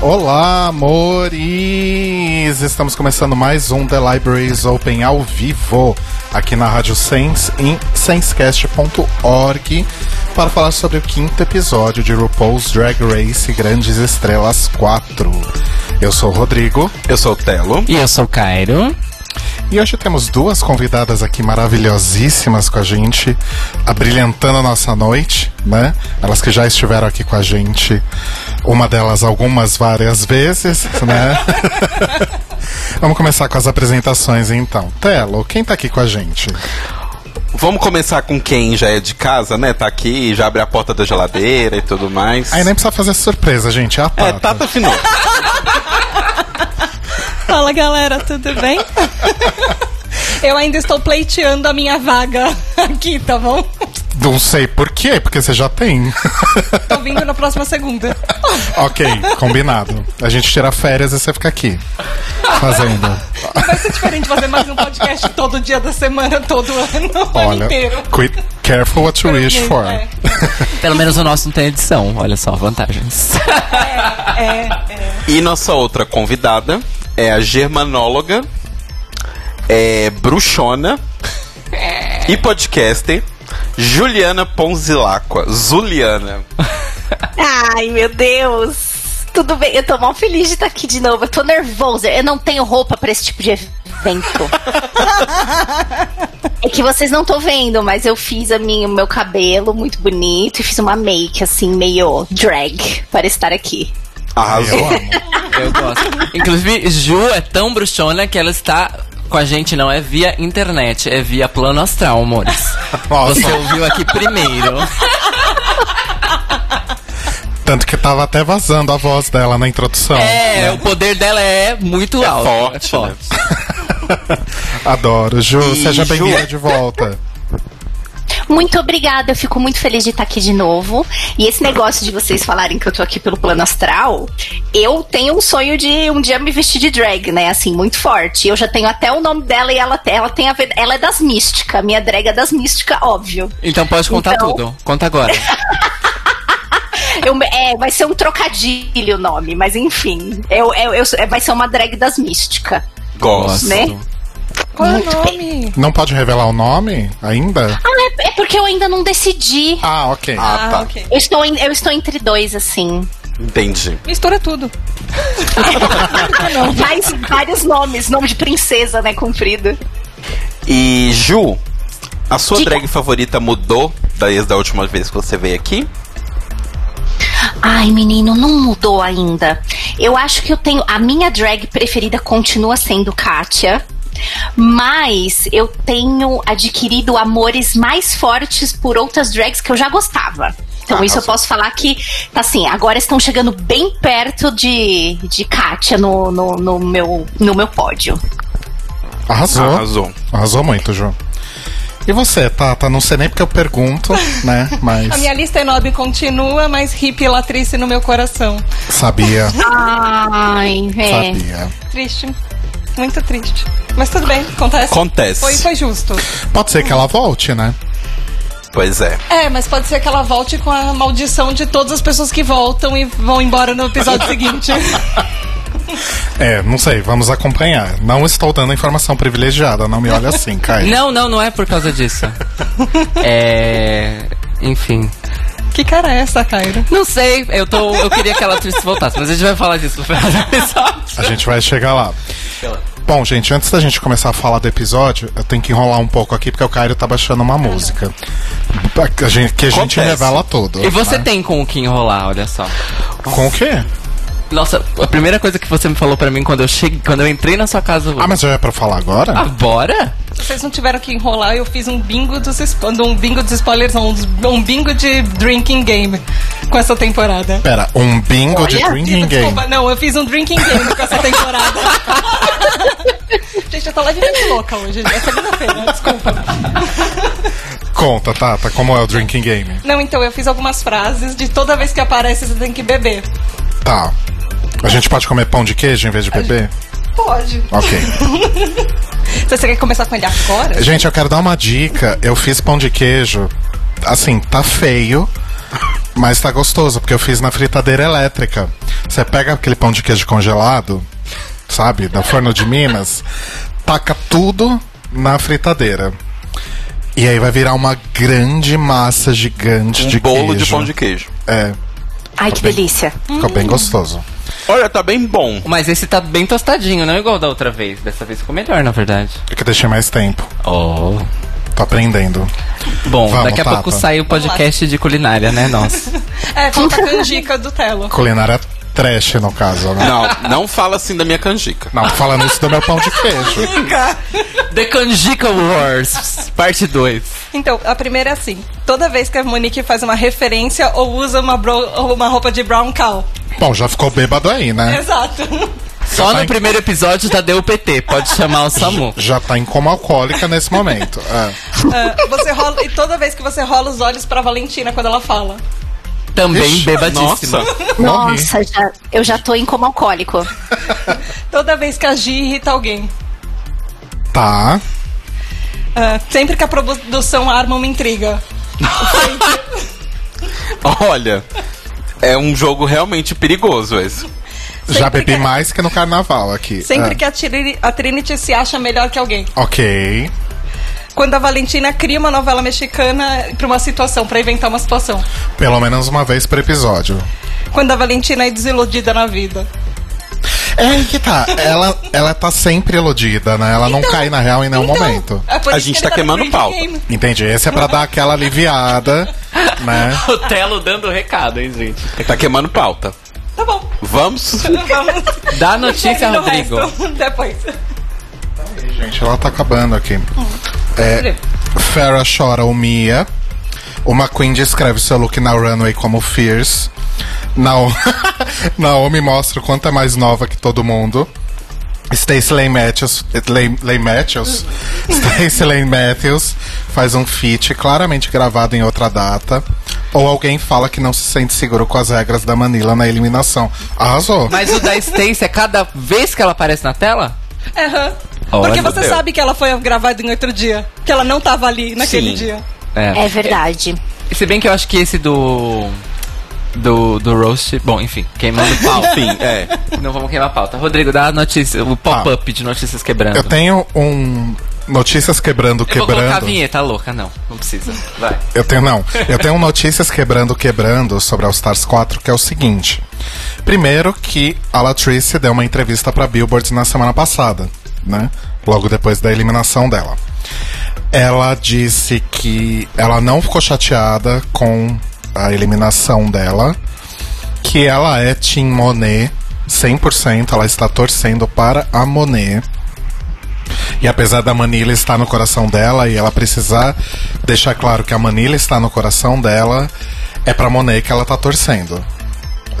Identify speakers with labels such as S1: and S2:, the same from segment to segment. S1: Olá, amores! Estamos começando mais um The Libraries Open ao vivo aqui na Rádio Sense em sensecast.org para falar sobre o quinto episódio de RuPaul's Drag Race Grandes Estrelas 4. Eu sou o Rodrigo
S2: Eu sou o Telo.
S3: E eu sou o Cairo.
S1: e hoje temos duas convidadas aqui maravilhosíssimas com a gente, abrilhantando a nossa noite, né? Elas que já estiveram aqui com a gente, uma delas algumas várias vezes, né? Vamos começar com as apresentações então. Telo, quem tá aqui com a gente?
S2: Vamos começar com quem já é de casa, né? Tá aqui, já abre a porta da geladeira e tudo mais.
S1: Aí né, nem precisa fazer surpresa, gente. É a
S2: É,
S1: Tata.
S4: tá-
S2: Tata Finou.
S4: Fala galera, tudo bem? Eu ainda estou pleiteando a minha vaga aqui, tá bom?
S1: Não sei por quê, porque você já tem.
S4: Tô vindo na próxima segunda.
S1: ok, combinado. A gente tira férias e você fica aqui. Fazendo.
S4: Ah, Não vai ser diferente fazer mais um podcast todo dia da semana, todo ano, o ano
S1: Olha,
S4: inteiro.
S1: quit, careful what you wish for.
S4: É,
S3: Pelo menos o nosso não tem edição. Olha só, vantagens.
S4: é, é.
S2: E nossa outra convidada é a germanóloga, é bruxona e podcaster Juliana Ponzilacqua. Zuliana.
S5: Ai, meu Deus. Tudo bem, eu tô mal feliz de estar aqui de novo. Eu tô nervosa. Eu não tenho roupa pra esse tipo de evento. é que vocês não estão vendo, mas eu fiz a minha, o meu cabelo muito bonito e fiz uma make assim meio drag para estar aqui.
S2: Arrasou.
S1: Eu amo.
S3: Eu gosto. Inclusive, Ju é tão bruxona que ela está com a gente, não é via internet, é via plano astral, amores.
S1: Nossa.
S3: Você ouviu aqui primeiro.
S1: Tanto que tava até vazando a voz dela na introdução.
S3: É, o poder dela é muito alto.
S2: forte,
S1: É
S6: né?
S2: né?
S1: Adoro. Ju,
S2: E,
S1: seja
S2: Ju.
S1: bem-vinda de volta.
S5: Muito obrigada, eu fico muito feliz de estar aqui de novo. E esse negócio de vocês falarem que eu tô aqui pelo plano astral, eu tenho um sonho de um dia me vestir de drag, né? Assim, muito forte. Eu já tenho até o nome dela e ela, ela tem a ver. Ela é das místicas. Minha drag é das místicas, óbvio.
S3: Então pode contar
S5: Então.
S3: tudo. Conta agora.
S5: Eu- é, vai ser um trocadilho o nome, mas enfim. Eu, eu- eu- é, vai ser uma drag das místicas.
S2: Gosto.
S5: Né?
S4: Qual é o
S5: Muito
S4: nome?
S1: Não pode revelar o nome ainda?
S5: Ah, é, é porque eu ainda não decidi.
S1: Ah, ok.
S2: Ah, tá.
S4: Ah, ok.
S5: Eu estou, em- eu estou entre dois, assim.
S2: Entendi.
S4: Mistura tudo.
S5: Vários, Ah, vários nomes, nome de princesa, né? Comprido.
S2: E Ju, a sua
S5: Diga.
S2: drag favorita mudou da, desde da última vez que você veio aqui?
S5: Ai, menino, não mudou ainda. Eu acho que eu tenho. A minha drag preferida continua sendo Kátia. Mas eu tenho adquirido amores mais fortes por outras drags que eu já gostava. Então,
S2: Ah,
S5: isso eu
S2: nossa.
S5: posso falar que, tá assim, agora estão chegando bem perto de, de Kátia no, no, no meu, no meu pódio.
S1: Arrasou. Arrasou.
S2: Arrasou.
S1: muito, Ju. E você, Tata? Não sei nem porque eu pergunto, né?
S4: A
S1: Mas
S4: minha lista enob continua, mas hippie latrice no meu coração.
S1: sabia,
S5: Ai, é.
S1: sabia.
S4: Triste. Muito triste. Mas tudo bem, acontece.
S2: Acontece.
S4: Foi, foi justo.
S1: Pode ser que ela volte, né?
S2: Pois é.
S4: É, mas pode ser que ela volte com a maldição de todas as pessoas que voltam e vão embora no episódio seguinte.
S1: É, não sei, vamos acompanhar. Não estou dando informação privilegiada, não me olha assim, Caio.
S3: Não, não, não é por causa disso. É. Enfim.
S4: que cara é essa, Cairo?
S3: Não sei, eu, tô, eu queria que ela atriz voltasse, mas a gente vai falar disso no final do episódio.
S1: A gente vai chegar lá. Bom, gente, antes da gente começar a falar do episódio, eu tenho que enrolar um pouco aqui, porque o Cairo tá baixando uma música. A gente- que a gente
S2: Acontece.
S1: revela tudo.
S3: E você
S1: né?
S3: tem com o que enrolar, olha só.
S1: Com o quê?
S3: Nossa, a primeira coisa que você me falou pra mim quando eu cheguei, quando eu entrei na sua casa hoje.
S1: Ah, mas já é pra falar agora?
S3: Ah, bora?
S4: Vocês não tiveram que enrolar, eu fiz um bingo dos, spo- um bingo dos spoilers, não, um bingo de drinking game com essa temporada.
S1: Pera, um bingo de
S5: Olha,
S1: drinking game.
S4: Desculpa, não, eu fiz um drinking game com essa temporada. Gente, eu tô levemente louca hoje, é segunda-feira, desculpa.
S1: Conta, Tata, como é o drinking game?
S4: Não, então, eu fiz algumas frases de toda vez que aparece você tem que beber.
S1: Tá. A gente pode comer pão de queijo em vez de beber?
S4: Pode.
S1: Ok.
S4: Então, você quer começar com ele agora?
S1: Gente, eu quero dar uma dica. Eu fiz pão de queijo. Assim, tá feio, mas tá gostoso, porque eu fiz na fritadeira elétrica. Você pega aquele pão de queijo congelado, sabe, da forno de Minas, taca tudo na fritadeira. E aí vai virar uma grande massa gigante
S2: Um
S1: de
S2: bolo
S1: queijo.
S2: de pão de queijo.
S1: É,
S5: Ai, que delícia.
S1: ficou bem gostoso.
S2: Olha, tá bem bom.
S3: Mas esse tá bem tostadinho, não igual da outra vez. Dessa vez ficou melhor, na verdade.
S1: É que eu deixei mais tempo.
S3: Oh.
S1: Tô aprendendo.
S3: Bom,
S1: Vamos,
S3: daqui a
S1: Tata.
S3: pouco sai o podcast de culinária, né? Nossa.
S4: É, falta a canjica do Telo.
S1: Culinária trash, no caso, né?
S2: Não, não fala assim da minha canjica.
S1: Não, tô falando isso do meu pão de queijo.
S3: The Canjica Wars, parte 2.
S4: Então, a primeira é assim. Toda vez que a Monique faz uma referência ou usa uma, bro- ou uma roupa de brown cow.
S1: Bom, já ficou bêbado aí, né?
S4: Exato.
S3: Só
S1: tá
S3: no
S1: em-
S3: primeiro episódio da DUPT, pode chamar o SAMU.
S1: Já tá em coma alcoólica nesse momento. É.
S4: Ah, você rola, e toda vez que você rola os olhos pra Valentina quando ela fala.
S3: Também
S1: Ixi,
S3: bebadíssima.
S2: Nossa.
S1: Morri.
S5: Nossa, já- eu já tô em coma alcoólico.
S4: Toda vez que a Gi irrita alguém.
S1: Tá.
S4: Ah, sempre que a produção arma uma intriga.
S2: Olha, é um jogo realmente perigoso esse.
S1: já bebi
S4: que-
S1: mais que no carnaval aqui.
S4: Sempre
S1: É.
S4: que a, Trini- a Trinity se acha melhor que alguém.
S1: Ok.
S4: Quando a Valentina cria uma novela mexicana pra uma situação, pra inventar uma situação.
S1: Pelo menos uma vez por episódio.
S4: Quando a Valentina é desiludida na vida.
S1: É aí que tá. Ela, ela tá sempre iludida, né? Ela não cai na real em nenhum
S4: Então,
S1: momento.
S4: é por
S2: A
S4: isso
S2: gente
S4: que
S2: tá
S4: ele no
S2: queimando
S4: drinking
S2: pauta.
S4: game.
S1: Entendi. Esse é pra dar aquela aliviada, né?
S3: O Telo dando recado, hein, gente?
S2: Tá queimando pauta.
S4: Tá bom.
S2: Vamos?
S4: Vamos.
S3: Dá notícia,
S4: Termina o
S3: Rodrigo.
S4: resto um Depois.
S1: Gente, ela tá acabando aqui. É, Farah chora o Mia. Uma Queen descreve seu look na runway como fierce. Nao- Naomi mostra o quanto é mais nova que todo mundo. Stacey Lane Matthews, Lane, Lane Matthews, Stacey Lane Matthews faz um feat claramente gravado em outra data. Ou alguém fala que não se sente seguro com as regras da Manila na eliminação. Arrasou.
S3: Mas o da Stacy é cada vez que ela aparece na tela?
S4: Aham.
S3: Olha,
S4: Porque você
S2: Deus.
S4: sabe que ela foi gravada em outro dia. Que ela não tava ali naquele
S2: Sim.
S4: dia.
S5: É verdade.
S3: Se bem que eu acho que esse do. Do, do roast. Bom, enfim, queimando pauta.
S2: Enfim, é.
S3: Não vamos queimar a pauta. Rodrigo, dá a notícia, o pop-up de notícias quebrando.
S1: Eu tenho um. Notícias quebrando,
S3: Eu vou
S1: quebrando.
S3: colocar a vinheta louca, não. Não precisa. Vai.
S1: Eu tenho, não. Eu tenho um notícias quebrando, quebrando sobre All Stars 4, que é o seguinte. Primeiro que a Latrice deu uma entrevista pra Billboard na semana passada, né? Logo depois da eliminação dela. Ela disse que ela não ficou chateada com a eliminação dela, que ela é Team Monet 100%, ela está torcendo para a Monet. E apesar da Manila estar no coração dela e ela precisar deixar claro que a Manila está no coração dela, é pra Monet que ela tá torcendo.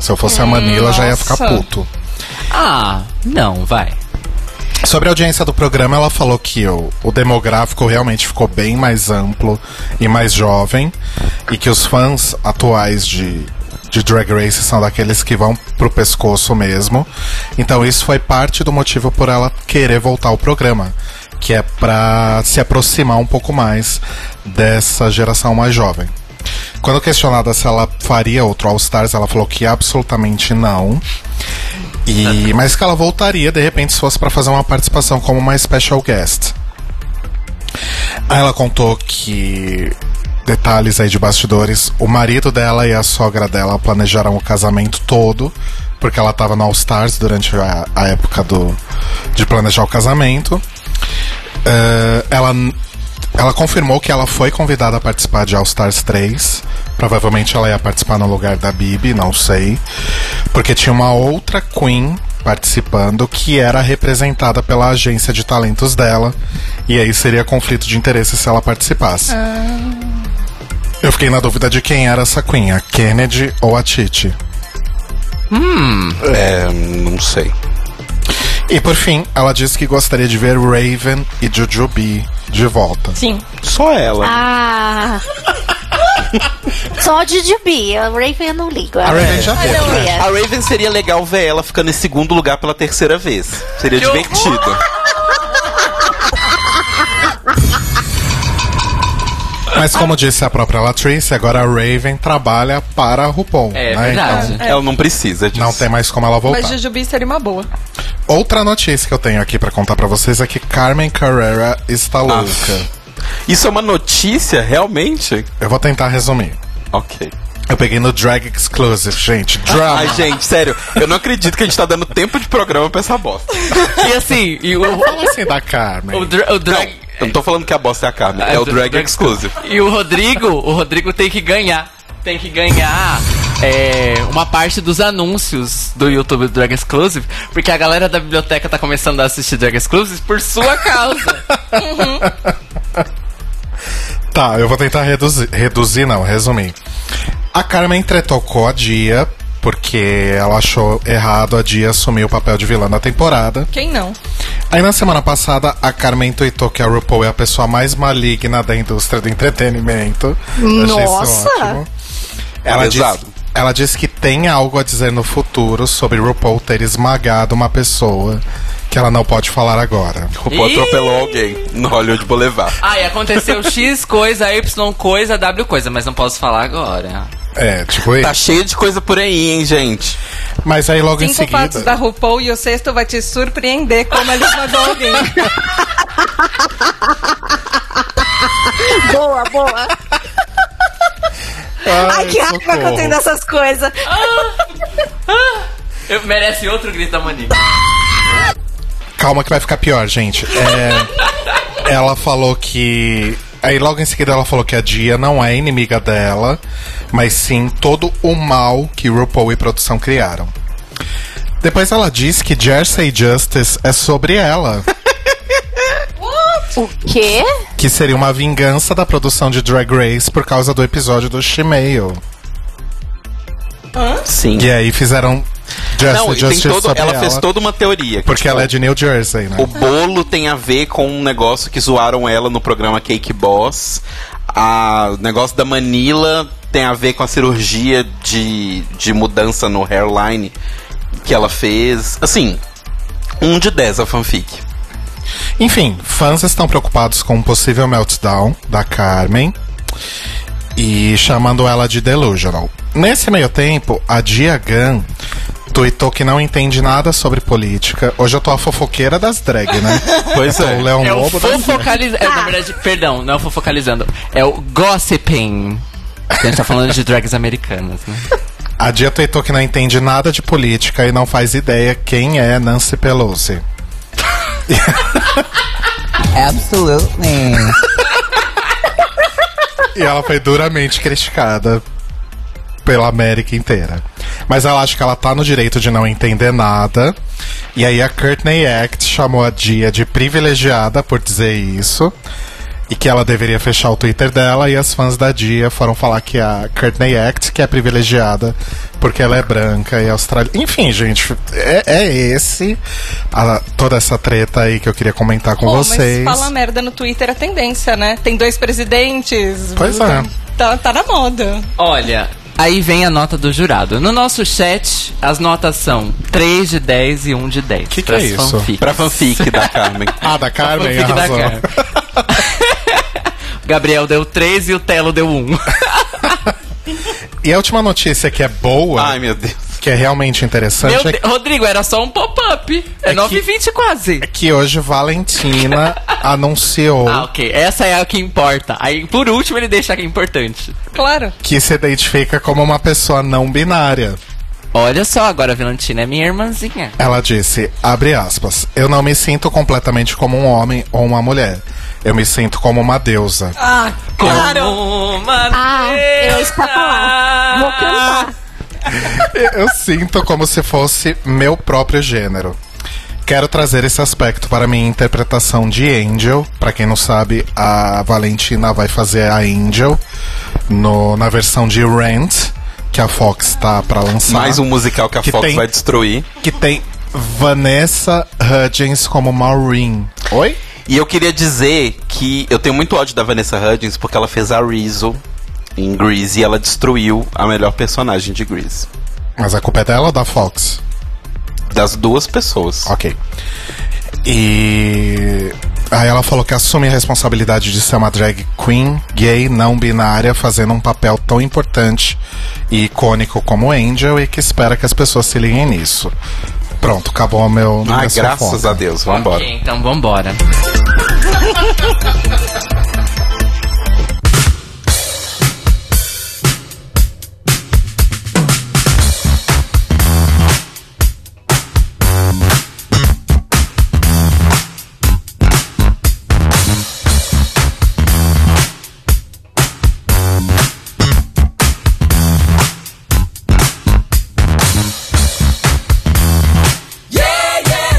S1: Se eu fosse a Manila, já ia ficar
S4: nossa.
S1: puto.
S3: Ah, não, vai.
S1: Sobre a audiência do programa, ela falou que o, o demográfico realmente ficou bem mais amplo e mais jovem, e que os fãs atuais de, de Drag Race são daqueles que vão pro pescoço mesmo. Então isso foi parte do motivo por ela querer voltar ao programa, que é pra se aproximar um pouco mais dessa geração mais jovem. Quando questionada se ela faria outro All Stars, ela falou que absolutamente não. E, mas que ela voltaria de repente se fosse pra fazer uma participação como uma special guest. Aí ela contou que detalhes aí de bastidores, o marido dela e a sogra dela planejaram o casamento todo, porque ela tava no All Stars durante a, a época do de planejar o casamento. Eh, ela ela confirmou que ela foi convidada a participar de All Stars 3. Provavelmente ela ia participar no lugar da Bibi, não sei. Porque tinha uma outra Queen participando, que era representada pela agência de talentos dela. E aí seria conflito de interesse se ela participasse. Eu fiquei na dúvida de quem era essa Queen, a Kennedy ou a Titi.
S2: É, não sei.
S1: E por fim, ela disse que gostaria de ver Raven e Jujubee de volta.
S4: Sim.
S2: Só ela.
S5: Ah. Só de Jubi, a Raven eu não ligo. É.
S1: A Raven já
S5: eu
S1: teve,
S5: não
S3: é.
S1: né?
S2: A
S5: ia.
S2: Raven seria legal ver ela ficando em segundo lugar pela terceira vez. Seria
S3: Que
S2: divertido.
S1: Mas como disse a própria Latrice, agora a Raven trabalha para a RuPaul.
S3: É
S1: né?
S3: verdade.
S2: Ela não precisa disso.
S1: Então, não tem mais como ela voltar.
S4: Mas Jujubi seria uma boa.
S1: Outra notícia que eu tenho aqui pra contar pra vocês é que Carmen Carrera está
S2: Ah,
S1: louca.
S2: Isso é uma notícia, realmente?
S1: Eu vou tentar resumir.
S2: Ok.
S1: Eu peguei no Drag Exclusive, gente. Drama.
S2: Ai, gente, sério, eu não acredito que a gente tá dando tempo de programa pra essa bosta.
S3: E assim, e o,
S1: Como assim da Carmen?
S3: o, dra- o
S2: Não,
S3: drag.
S2: eu não tô falando que a bosta é a Carmen, é o
S3: dra-
S2: Drag Exclusive.
S3: E o Rodrigo, o Rodrigo tem que ganhar. Tem que ganhar é, uma parte dos anúncios do YouTube do Drag Exclusive, porque a galera da biblioteca tá começando a assistir Drag Exclusive por sua causa.
S1: Tá, eu vou tentar reduzir. Reduzir, não, resumir. A Carmen tretocou a Dia, porque ela achou errado a Dia assumir o papel de vilã na temporada.
S4: Quem não?
S1: Aí na semana passada, a Carmen tweetou que a RuPaul é a pessoa mais maligna da indústria do entretenimento. Eu achei isso
S5: Nossa!
S1: ótimo. Ela disse,
S2: Pesado.
S1: ela disse que tem algo a dizer no futuro sobre RuPaul ter esmagado uma pessoa que ela não pode falar agora.
S2: O Pô
S3: Ih!
S2: atropelou alguém no Hollywood Boulevard.
S3: Ai, aconteceu X coisa, Y coisa, W coisa, mas não posso falar agora.
S1: É, tipo
S2: Tá
S1: isso.
S2: cheio de coisa por aí, hein, gente?
S1: Mas aí logo em
S4: Cinco
S1: seguida.
S4: fatos da RuPaul e o sexto vai te surpreender como eles mandou alguém.
S5: Ah, Boa, boa. Ai, que tá raiva que eu tenho dessas coisas.
S3: Eu, merece outro grito da Monique.
S1: Calma que vai ficar pior, gente. É, ela falou que. Aí logo em seguida ela falou que a Dia não é inimiga dela, mas sim todo o mal que RuPaul e produção criaram. Depois ela diz que Jersey Justice é sobre ela,
S5: O quê?
S1: que seria uma vingança da produção de Drag Race por causa do episódio do Shemale.
S2: Sim.
S1: E é aí fizeram Jersey
S2: Não, e tem
S1: Justice
S2: todo,
S1: sobre
S2: ela,
S1: ela,
S2: fez toda uma teoria. que,
S1: porque
S2: tipo,
S1: ela é de New Jersey, né?
S2: O bolo tem a ver com um negócio que zoaram ela no programa Cake Boss. A- O negócio da Manila tem a ver com a cirurgia de, de mudança no hairline que ela fez. Assim, um de 10 a fanfic.
S1: Enfim, fãs estão preocupados com um possível meltdown da Carmen e chamando ela de delusional. Nesse meio tempo, a Dia Gunn tuitou que não entende nada sobre política. Hoje eu tô a fofoqueira das drag, né?
S2: Pois
S1: eu tô
S2: é.
S1: O Leão
S3: É o
S1: Lobo das drag.
S3: fofocalizando. na verdade, perdão, não é o fofocalizando. É o gossiping. A gente tá falando de drags americanas, né?
S1: A Dia tuitou que não entende nada de política e não faz ideia quem é Nancy Pelosi.
S7: Absolutely.
S1: E ela foi duramente criticada pela América inteira. Mas ela acha que ela tá no direito de não entender nada. E aí a Courtney Act chamou a Dia de privilegiada por dizer isso. E que ela deveria fechar o Twitter dela. E as fãs da Dia foram falar que a Courtney Act, que é privilegiada porque ela é branca e australiana. Enfim, gente, é, é esse. a- toda essa treta aí que eu queria comentar com
S4: Pô,
S1: vocês.
S4: Mas fala merda no Twitter é tendência, né? Tem dois presidentes.
S1: Pois é.
S4: Tá, tá na moda.
S3: Olha, aí vem a nota do jurado. No nosso chat, as notas são 3 de 10 e 1 de 10.
S1: Que que
S3: pras
S1: é isso?
S3: fanfics.
S2: Pra fanfic da Carmen.
S1: Ah, da Carmen,
S3: fanfic da
S1: arrasou.
S3: Carmen. Gabriel deu 3 e o Telo deu 1.
S1: E a última notícia que é boa,
S2: Ai, meu Deus.
S1: que é realmente interessante,
S3: Meu
S1: é
S3: Deus, Rodrigo, era só um pop-up. É,
S1: É
S3: 9
S1: que-
S3: e 20 quase.
S1: que hoje Valentina anunciou
S3: Ah, ok. Essa é a que importa. Aí, por último, ele deixa a que é importante.
S4: Claro.
S1: que se identifica como uma pessoa não binária.
S3: Olha só, agora a Vilantina é minha irmãzinha.
S1: Ela disse, abre aspas, eu não me sinto completamente como um homem ou uma mulher. Eu me sinto como uma deusa.
S4: Ah,
S3: Como uma
S5: Ah, eu ia escapular. Vou cantar.
S1: Eu sinto como se fosse meu próprio gênero. Quero trazer esse aspecto para minha interpretação de Angel. Para quem não sabe, a Valentina vai fazer a Angel no- na versão de Rent, que a Fox tá para lançar.
S2: Mais um musical que a
S1: Que
S2: Fox
S1: tem-
S2: vai destruir.
S1: que tem Vanessa Hudgens como Maureen. Oi?
S2: E eu queria dizer que eu tenho muito ódio da Vanessa Hudgens porque ela fez a Rizzo em Grease e ela destruiu a melhor personagem de Grease.
S1: Mas a culpa é dela ou da Fox?
S2: Das duas pessoas.
S1: Ok. E aí ela falou que assume a responsabilidade de ser uma drag queen, gay, não binária, fazendo um papel tão importante e icônico como Angel e que espera que as pessoas se liguem nisso. Pronto, acabou o meu.
S2: Ah,
S1: minha
S2: graças
S1: fofoca.
S2: a Deus, vambora.
S3: Ok, então vambora.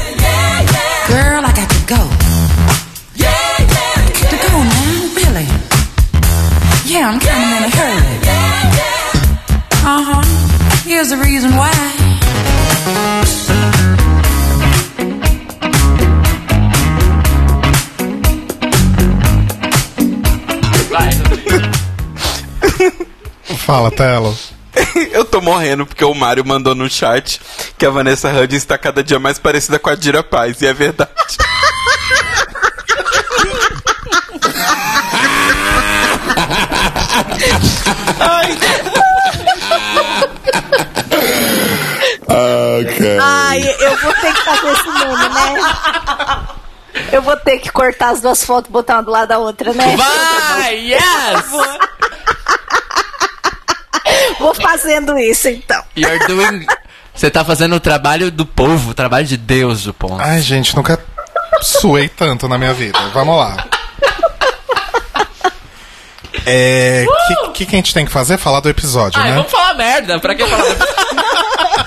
S8: Girl, I got to go. Go now, really. Yeah, I'm kind of in a hurry. Uh huh. Here's the reason why.
S1: Fala, Telo.
S2: Eu tô morrendo porque o Mário mandou no chat que a Vanessa Hudgens está cada dia mais parecida com a Dira Paz, e é verdade.
S5: Ai, eu vou ter que fazer esse nome, né? Eu vou ter que cortar as duas fotos e botar uma do lado da outra, né?
S3: Vai! Yes!
S5: Vou fazendo isso então.
S3: You're doing. Você tá fazendo o trabalho do povo, o trabalho de Deus, Dupont.
S1: Ai, gente, nunca suei tanto na minha vida. Vamos lá. É. O que, que a gente tem que fazer? Falar do episódio,
S3: Ai,
S1: né?
S3: vamos falar merda, pra que falar merda?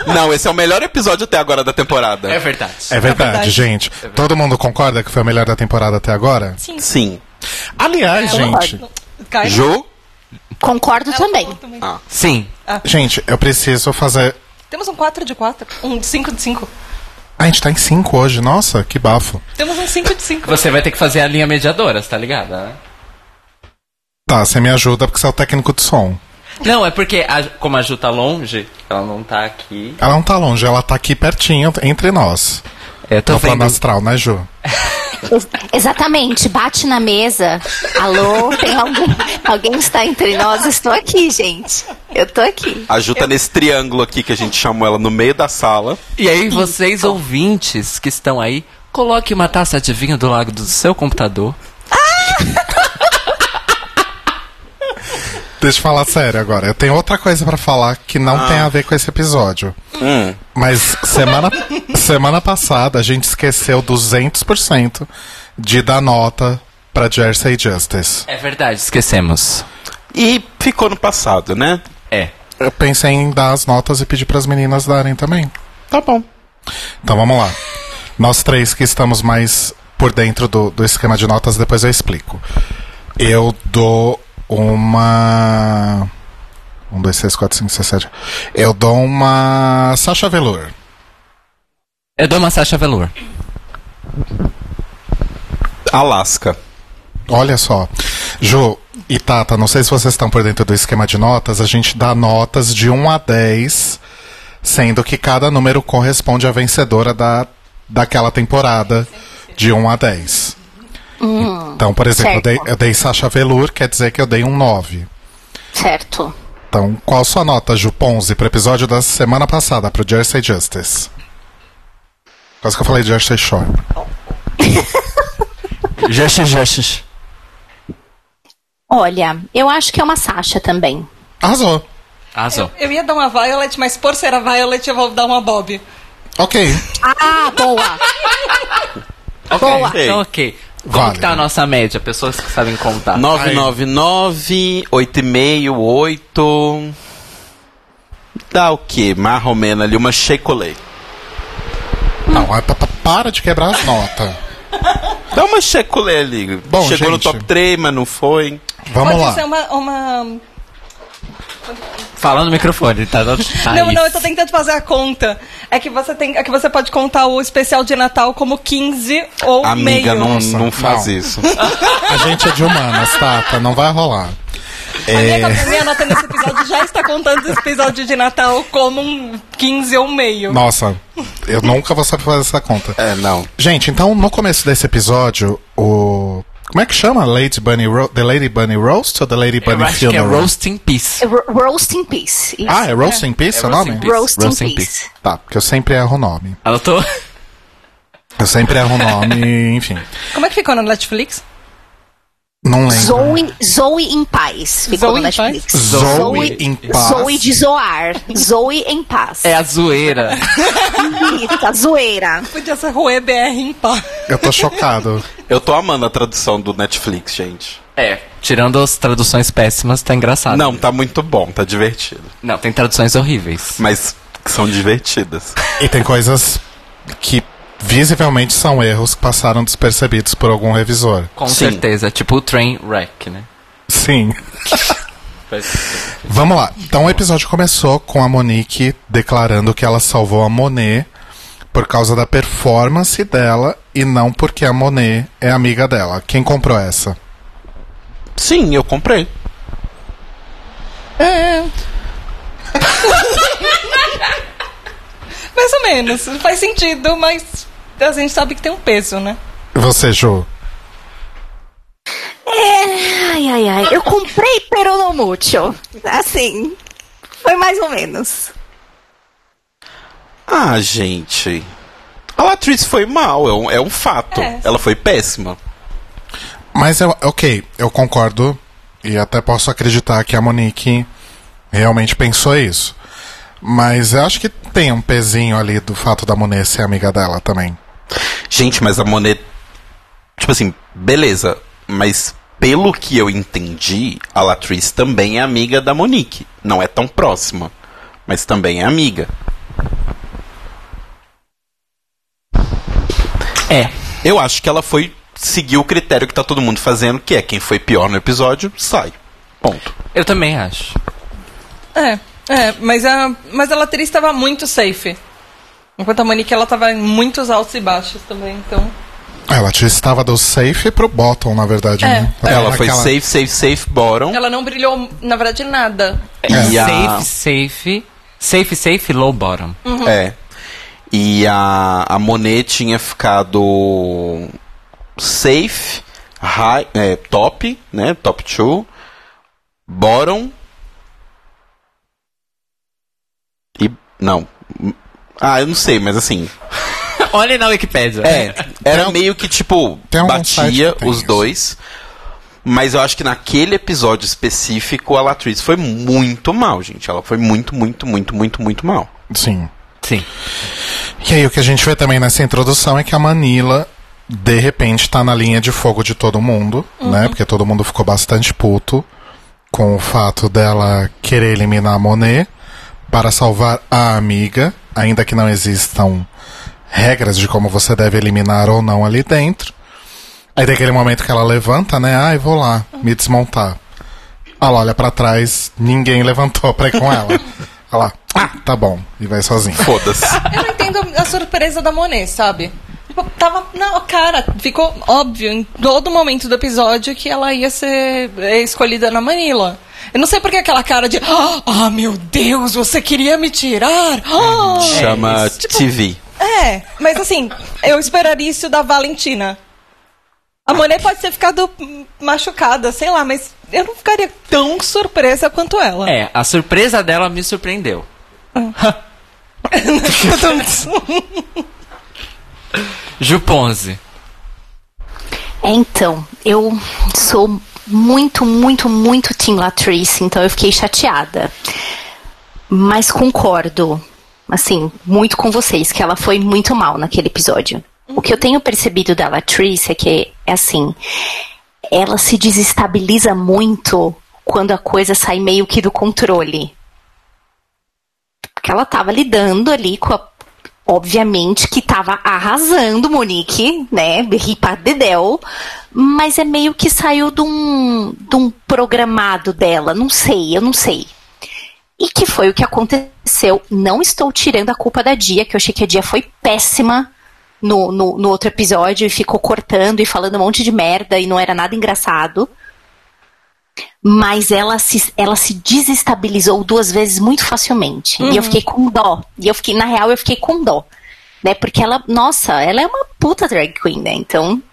S2: Não, esse é o melhor episódio até agora da temporada.
S3: É verdade.
S1: É verdade, gente. Todo mundo concorda que foi o melhor da temporada até agora?
S2: Sim.
S1: Aliás, gente,
S4: Cai.
S2: Ju?
S5: Concordo também.
S3: Sim.
S1: gente, eu preciso fazer.
S4: Temos um 4 de 4. Um 5 de 5.
S1: Ah, a gente tá em 5 hoje, nossa, que bafo.
S4: Temos um 5 de 5.
S3: Você vai ter que fazer a linha mediadora, você tá ligada? né?
S1: Tá, você me ajuda porque você é o técnico de som.
S3: Não, é porque, a- como a Ju tá longe, ela não tá aqui.
S1: Ela não tá longe, ela tá aqui pertinho entre nós.
S3: Eu É, tô
S1: no plano
S3: vendo.
S1: astral, né, Ju?
S5: Ex- Exatamente, bate na mesa. Alô, tem alguém? Alguém está entre nós? Estou aqui, gente. Eu tô aqui.
S2: A Ju tá nesse triângulo aqui que a gente chamou ela no meio da sala.
S3: E aí, vocês ouvintes que estão aí, coloque uma taça de vinho do lado do seu computador.
S1: Deixa eu falar sério agora. Eu tenho outra coisa pra falar que não tem a ver com esse episódio. Mas semana, semana passada a gente esqueceu 200% de dar nota pra Jersey Justice.
S3: É verdade, esquecemos.
S2: E ficou no passado, né?
S3: É.
S1: Eu pensei em dar as notas e pedir pras meninas darem também. Tá bom. Então vamos lá. Nós três que estamos mais por dentro do, do esquema de notas, depois eu explico. Eu dou uma. um dois três quatro cinco seis sete Eu dou uma. Sasha Velour.
S3: Eu dou uma Sasha Velour.
S2: Alasca.
S1: Olha só. Ju e Tata, não sei se vocês estão por dentro do esquema de notas, a gente dá notas de 1 a 10, sendo que cada número corresponde à vencedora da, daquela temporada de 1 a 10.
S4: Hum.
S1: Então, por exemplo, eu dei,
S5: certo.
S1: eu dei Sasha Velour, quer dizer que eu dei um 9.
S5: Certo.
S1: Então, qual sua nota, Ju Ponzi, pro episódio da semana passada, pro Jersey Justice? Quase que eu falei Jersey Shore.
S3: Justus, Justus.
S5: Olha, eu acho que é uma Sasha também.
S1: Arrasou.
S3: Arrasou.
S4: Eu ia dar uma Violet, mas por ser a Violet, eu vou dar uma Bob.
S1: Ok.
S5: Ah, boa. Boa.
S2: Ok.
S3: Então, ok. Como
S1: Vale.
S3: que tá a nossa média? Pessoas que sabem contar.
S2: 999, 8,5, 8. Dá o quê? Marromena ali, uma checolê.
S1: Não, é pa- pa- para de quebrar as notas.
S2: Dá uma checolê ali.
S1: Bom,
S2: Chegou no
S1: gente.
S2: top 3, mas não foi.
S1: Vamos
S4: Pode
S1: lá.
S4: ser uma. uma-
S3: Fala no microfone, tá? tá
S4: Não,
S3: aí.
S4: não, eu tô tentando fazer a conta. É que você tem. É que você pode contar o especial de Natal como 15 ou
S2: Amiga,
S4: Um meio.
S2: não,
S1: Nossa,
S2: não faz
S1: não.
S2: isso.
S1: A gente é de humanas, Tata. Não vai rolar. É,
S4: A minha, tá a minha nota nesse episódio já está contando esse episódio de Natal como um 15 ou
S3: tá
S4: meio.
S1: Nossa, eu nunca vou saber fazer essa conta.
S2: É, não.
S1: Gente, então no começo desse episódio, o. Como é que chama? Lady Bunny Ro- The Lady Bunny Roast ou The Lady
S3: Eu
S1: Bunny
S3: acho que é
S1: Funeral?
S3: Roast in Peace.
S5: Ro- Roast in Peace. Isso.
S1: Ah, é Roast in Peace
S3: É
S1: o
S3: Roast
S1: nome?
S3: in Peace.
S5: Roast,
S3: Roast
S5: in
S3: in
S5: Peace.
S1: Tá, porque eu sempre erro o nome.
S3: Ela tô.
S1: Eu sempre erro o nome, enfim.
S4: Como é que ficou na Netflix?
S1: Não lembro.
S5: Zoe, Zoe em Paz. Ficou
S4: Zoe
S5: na
S4: em Paz?
S5: Netflix.
S1: Zoe em Paz.
S5: Zoe de Zoar. Zoe em Paz.
S3: É a zoeira.
S5: Bonita, zoeira.
S4: Podia ser Rue BR em pá.
S1: Eu tô chocado.
S2: Eu tô amando a tradução do Netflix, gente.
S3: É. Tirando as traduções péssimas, tá
S1: Ah,
S3: engraçado.
S2: Não, tá muito bom, tá divertido.
S3: Não, tem traduções horríveis.
S2: Mas são divertidas.
S1: E tem coisas que visivelmente são erros que passaram despercebidos por algum revisor.
S3: Com
S2: Sim.
S3: certeza. Tipo o Train Wreck, né?
S1: Sim. Vamos lá. Então o episódio começou com a Monique declarando que ela salvou a Monet por causa da performance dela e não porque a Monet é amiga dela. Quem comprou essa?
S2: Sim, eu comprei.
S4: Mais ou menos. Faz sentido, mas a gente sabe que tem um peso, né?
S1: Você, Ju.
S5: É, ai, ai, ai. Eu comprei peronomútil. Assim, foi mais ou menos.
S2: Ah, gente. A atriz foi mal, é um, é um fato.
S4: É.
S2: Ela foi péssima.
S1: Mas eu, ok, eu concordo e até posso acreditar que a Monique realmente pensou isso. Mas eu acho que tem um pezinho ali do fato da Monet ser amiga dela também.
S2: Gente, mas a Monet. Tipo assim, beleza. Mas pelo que eu entendi, a Latriz também é amiga da Monique. Não é tão próxima, mas também é amiga.
S3: É.
S2: Eu acho que ela foi seguir o critério que tá todo mundo fazendo, que é quem foi pior no episódio, sai. Ponto.
S3: Eu também acho.
S4: É, é, mas a, mas a lateria estava muito safe. Enquanto a Monique, ela tava em muitos altos e baixos também, então...
S1: Ela já estava do safe pro bottom, na verdade,
S4: É.
S1: né?
S2: Ela foi
S1: naquela-
S2: safe, safe, safe, bottom.
S4: Ela não brilhou, na verdade, nada.
S2: E a...
S3: Safe, safe. Safe, safe, low bottom.
S2: É. E a, a Monet tinha ficado safe, high, é, top, né? Top 2, bottom. E. Não. Ah, eu não sei, mas assim.
S3: Olha na Wikipédia.
S2: É, era meio que tipo,
S1: um tem algum site
S2: batia
S1: que tem
S2: os
S1: isso.
S2: dois. Mas eu acho que naquele episódio específico a Latriz foi muito mal, gente. Ela foi muito, muito, muito, muito, muito mal.
S1: Sim.
S3: Sim.
S1: E aí o que a gente vê também nessa introdução é que a Manila, de repente, tá na linha de fogo de todo mundo, né? Porque todo mundo ficou bastante puto com o fato dela querer eliminar a Monet para salvar a amiga, ainda que não existam regras de como você deve eliminar ou não ali dentro. Aí tem aquele momento que ela levanta, né? Ai, vou lá me desmontar. Ela olha pra trás, ninguém levantou pra ir com ela. Ela, ah, tá bom, e vai sozinha.
S2: Foda-se.
S4: Eu não entendo a surpresa da Monet, sabe? Tipo, Tava. Não, cara, ficou óbvio em todo momento do episódio que ela ia ser eh, escolhida na Manila. Eu não sei porque aquela cara de. Ah, ah, meu Deus, você queria me tirar!
S1: É
S4: Ah!"
S2: Chama TV.
S4: É, mas assim, eu esperaria isso da Valentina. A Monet pode ter ficado hum, machucada, sei lá, mas eu não ficaria tão surpresa quanto ela.
S3: É, a surpresa dela me surpreendeu. Juponze.
S5: É, então, eu sou muito, muito, muito Team Latrice, então eu fiquei chateada. Mas concordo, assim, muito com vocês, que ela foi muito mal naquele episódio. O que eu tenho percebido da Latrice é que, é assim, ela se desestabiliza muito quando a coisa sai meio que do controle. que ela tava lidando ali com a. Obviamente que tava arrasando, Monique, né? Ripa Dedel. Mas é meio que saiu de um, de um programado dela. Não sei, eu não sei. E que foi o que aconteceu. Não estou tirando a culpa da Dia, que eu achei que a Dia foi péssima no, no, no outro episódio e ficou cortando e falando um monte de merda e não era nada engraçado. Mas ela se, ela se desestabilizou duas vezes muito facilmente. E eu fiquei com dó. E eu fiquei, na real, eu fiquei com dó. Né? Porque ela, nossa, ela é uma puta drag queen, né? Então.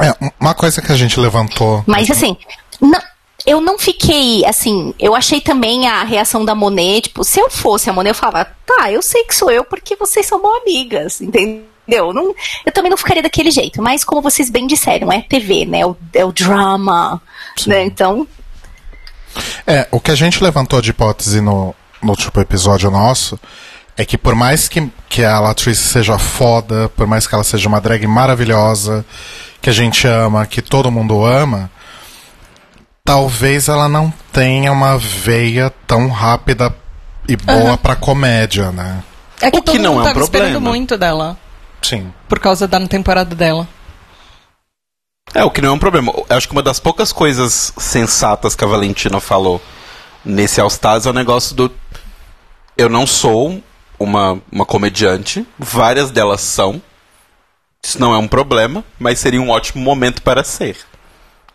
S1: É, uma coisa que a gente levantou.
S5: Mas assim, não- eu não fiquei assim. Eu achei também a reação da Monet, tipo, se eu fosse a Monet, eu falava, tá, eu sei que sou eu porque vocês são boas amigas, entendeu? Não, eu também não ficaria daquele jeito, mas como vocês bem disseram, é TV, né? É o, é o drama, né? Então,
S1: É, o que a gente levantou de hipótese no, no último episódio nosso é que por mais que, que a Latrice seja foda, por mais que ela seja uma drag maravilhosa, que a gente ama, que todo mundo ama, talvez ela não tenha uma veia tão rápida e boa pra comédia, né?
S4: É que
S2: O que
S4: todo
S2: não
S4: mundo
S2: é um
S4: tava esperando
S2: problema.
S4: muito dela.
S1: Sim.
S4: Por causa da temporada dela.
S2: É, o que não é um problema. Eu acho que uma das poucas coisas sensatas que a Valentina falou nesse All Stars é o negócio do. Eu não sou uma, uma comediante, várias delas são. Isso não é um problema, mas seria um ótimo momento para ser.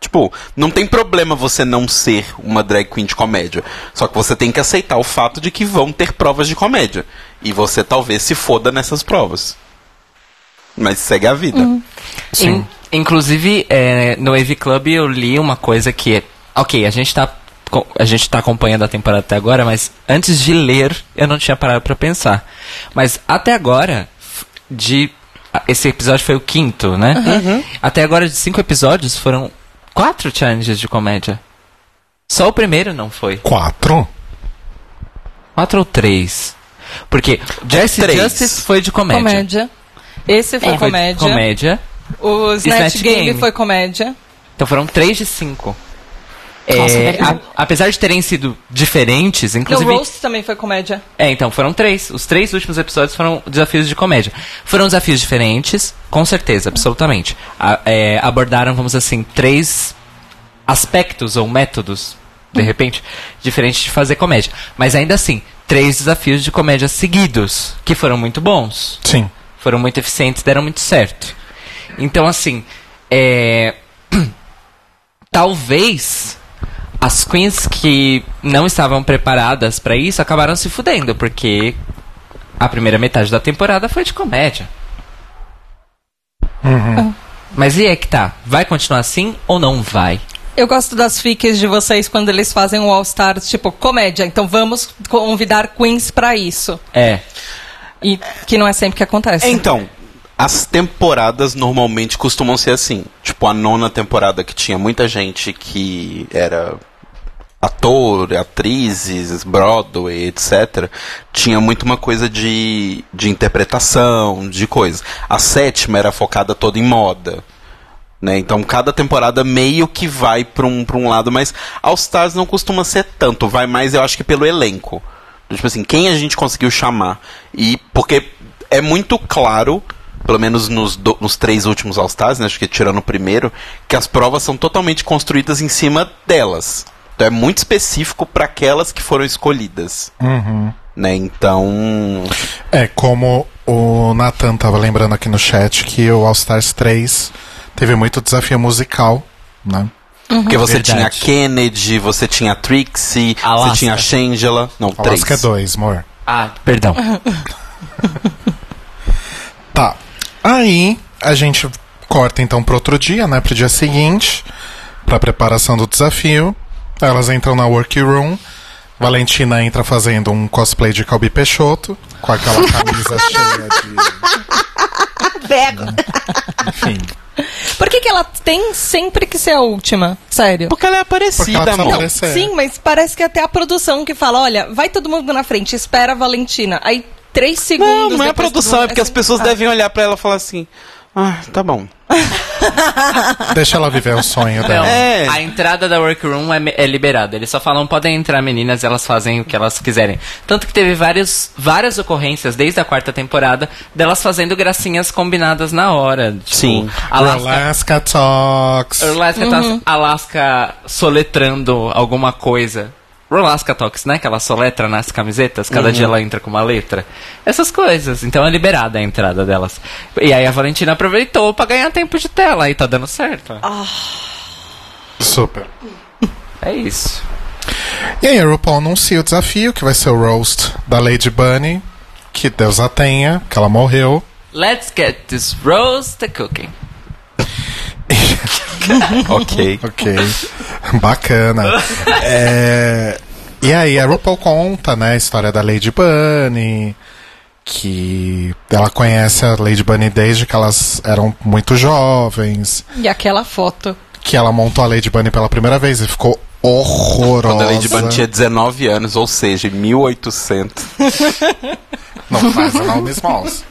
S2: Tipo, não tem problema você não ser uma drag queen de comédia. Só que você tem que aceitar o fato de que vão ter provas de comédia. E você talvez se foda nessas provas. Mas segue a vida.
S3: In- inclusive, é, no Wave Club eu li uma coisa que é. Ok, a gente tá. co- A gente tá acompanhando a temporada até agora, mas antes de ler, eu não tinha parado pra pensar. Mas até agora, f- de. a- Esse episódio foi o quinto, né? Até agora, de cinco episódios, foram quatro challenges de comédia. Só o primeiro não foi.
S1: Quatro?
S3: Quatro ou três? Porque Jesse
S2: Três.
S3: Justice foi de comédia. É.
S4: Comédia. Esse foi
S3: Foi de
S4: comédia.
S3: comédia.
S4: O Snatch
S3: Snatch
S4: Game,
S3: Game.
S4: foi comédia.
S3: Então foram 3 de 5.
S5: Nossa, verdade.
S3: apesar de terem sido diferentes, inclusive.
S4: O Roast também foi comédia.
S3: É, então foram três. Os três últimos episódios foram desafios de comédia. Foram desafios diferentes, com certeza, absolutamente. A- é, abordaram, vamos assim, três aspectos ou métodos, de repente, diferentes de fazer comédia. Mas ainda assim, três desafios de comédia seguidos, que foram muito bons
S1: Sim.
S3: foram muito eficientes, deram muito certo. Então, assim, é... talvez as queens que não estavam preparadas pra isso acabaram se fudendo, porque a primeira metade da temporada foi de comédia. Mas e é que tá? Vai continuar assim ou não vai?
S4: Eu gosto das fiques de vocês quando eles fazem o All Stars, tipo, comédia. Então vamos convidar queens pra isso.
S3: É.
S4: E que não é sempre que acontece.
S2: Então, as temporadas normalmente costumam ser assim. Tipo, a nona temporada que tinha muita gente que era ator, atrizes, Broadway, etc. Tinha muito uma coisa de, de interpretação, de coisa. A sétima era focada toda em moda. Né? Então cada temporada meio que vai pra um, pra um lado, mas All Stars não costuma ser tanto, vai mais eu acho que pelo elenco. Tipo assim, quem a gente conseguiu chamar. E porque é muito claro, pelo menos nos, do- nos três últimos All Stars, né? acho que tirando o primeiro, que as provas são totalmente construídas em cima delas. Então é muito específico para aquelas que foram escolhidas. Né? Então.
S1: É, como o Nathan tava lembrando aqui no chat que o All Stars 3 teve muito desafio musical, né?
S2: Porque você
S3: Verdade.
S2: tinha a Kennedy, você tinha a Trixie,
S3: Alaska.
S2: você tinha a Shangela. Não, três.
S1: Alaska é 2, amor.
S3: Ah, perdão.
S1: Tá. Aí a gente corta então pro outro dia, né? Pro dia seguinte, pra preparação do desafio. Elas entram na workroom. Valentina entra fazendo um cosplay de Calbi Peixoto, com aquela camisa cheia de.
S5: pega.
S1: Enfim.
S4: Por que, que ela tem sempre que ser a última? Sério.
S2: Porque ela é
S1: Porque ela
S2: parecida,
S1: precisa
S2: amor.
S1: aparecer.
S4: Sim, mas parece que até a produção que fala: olha, vai todo mundo na frente, espera a Valentina. Aí três segundos.
S2: Não, não é
S4: depois todo
S2: produção,
S4: mundo-
S2: é porque as
S4: assim,
S2: pessoas
S4: ah,
S2: devem olhar pra ela e falar assim: Ah, tá bom.
S1: Deixa ela viver o sonho
S3: Não,
S1: dela.
S2: É.
S3: Então, a entrada da workroom é, me- é liberada. Eles só falam, podem entrar meninas, elas fazem o que elas quiserem. Tanto que teve vários, várias ocorrências, desde a quarta temporada, delas fazendo gracinhas combinadas na hora. Tipo,
S2: Sim.
S3: Alaska,
S1: Alaska Talks.
S3: Alaska, Talks- Alaska soletrando alguma coisa. Alaska Talks, né? Que ela soletra nas camisetas, cada
S2: Uhum.
S3: dia ela entra com uma letra. Essas coisas. Então é liberada a entrada delas. E aí a Valentina aproveitou pra ganhar tempo de tela e tá dando certo.
S1: Super.
S3: É isso.
S1: E aí, a RuPaul anuncia o desafio, que vai ser o roast da Lady Bunny. Que Deus a tenha, que ela morreu.
S3: Let's get this roast to cooking.
S2: ok.
S1: Ok. Bacana. É, E aí, a RuPaul conta, né, a história da Lady Bunny. Que ela conhece a Lady Bunny desde que elas eram muito jovens.
S4: E aquela foto.
S1: Que ela montou a Lady Bunny pela primeira vez e ficou horrorosa.
S2: Quando a Lady Bunny tinha 19 anos, ou seja, em 1800.
S1: Não é faz a Naomi Smalls.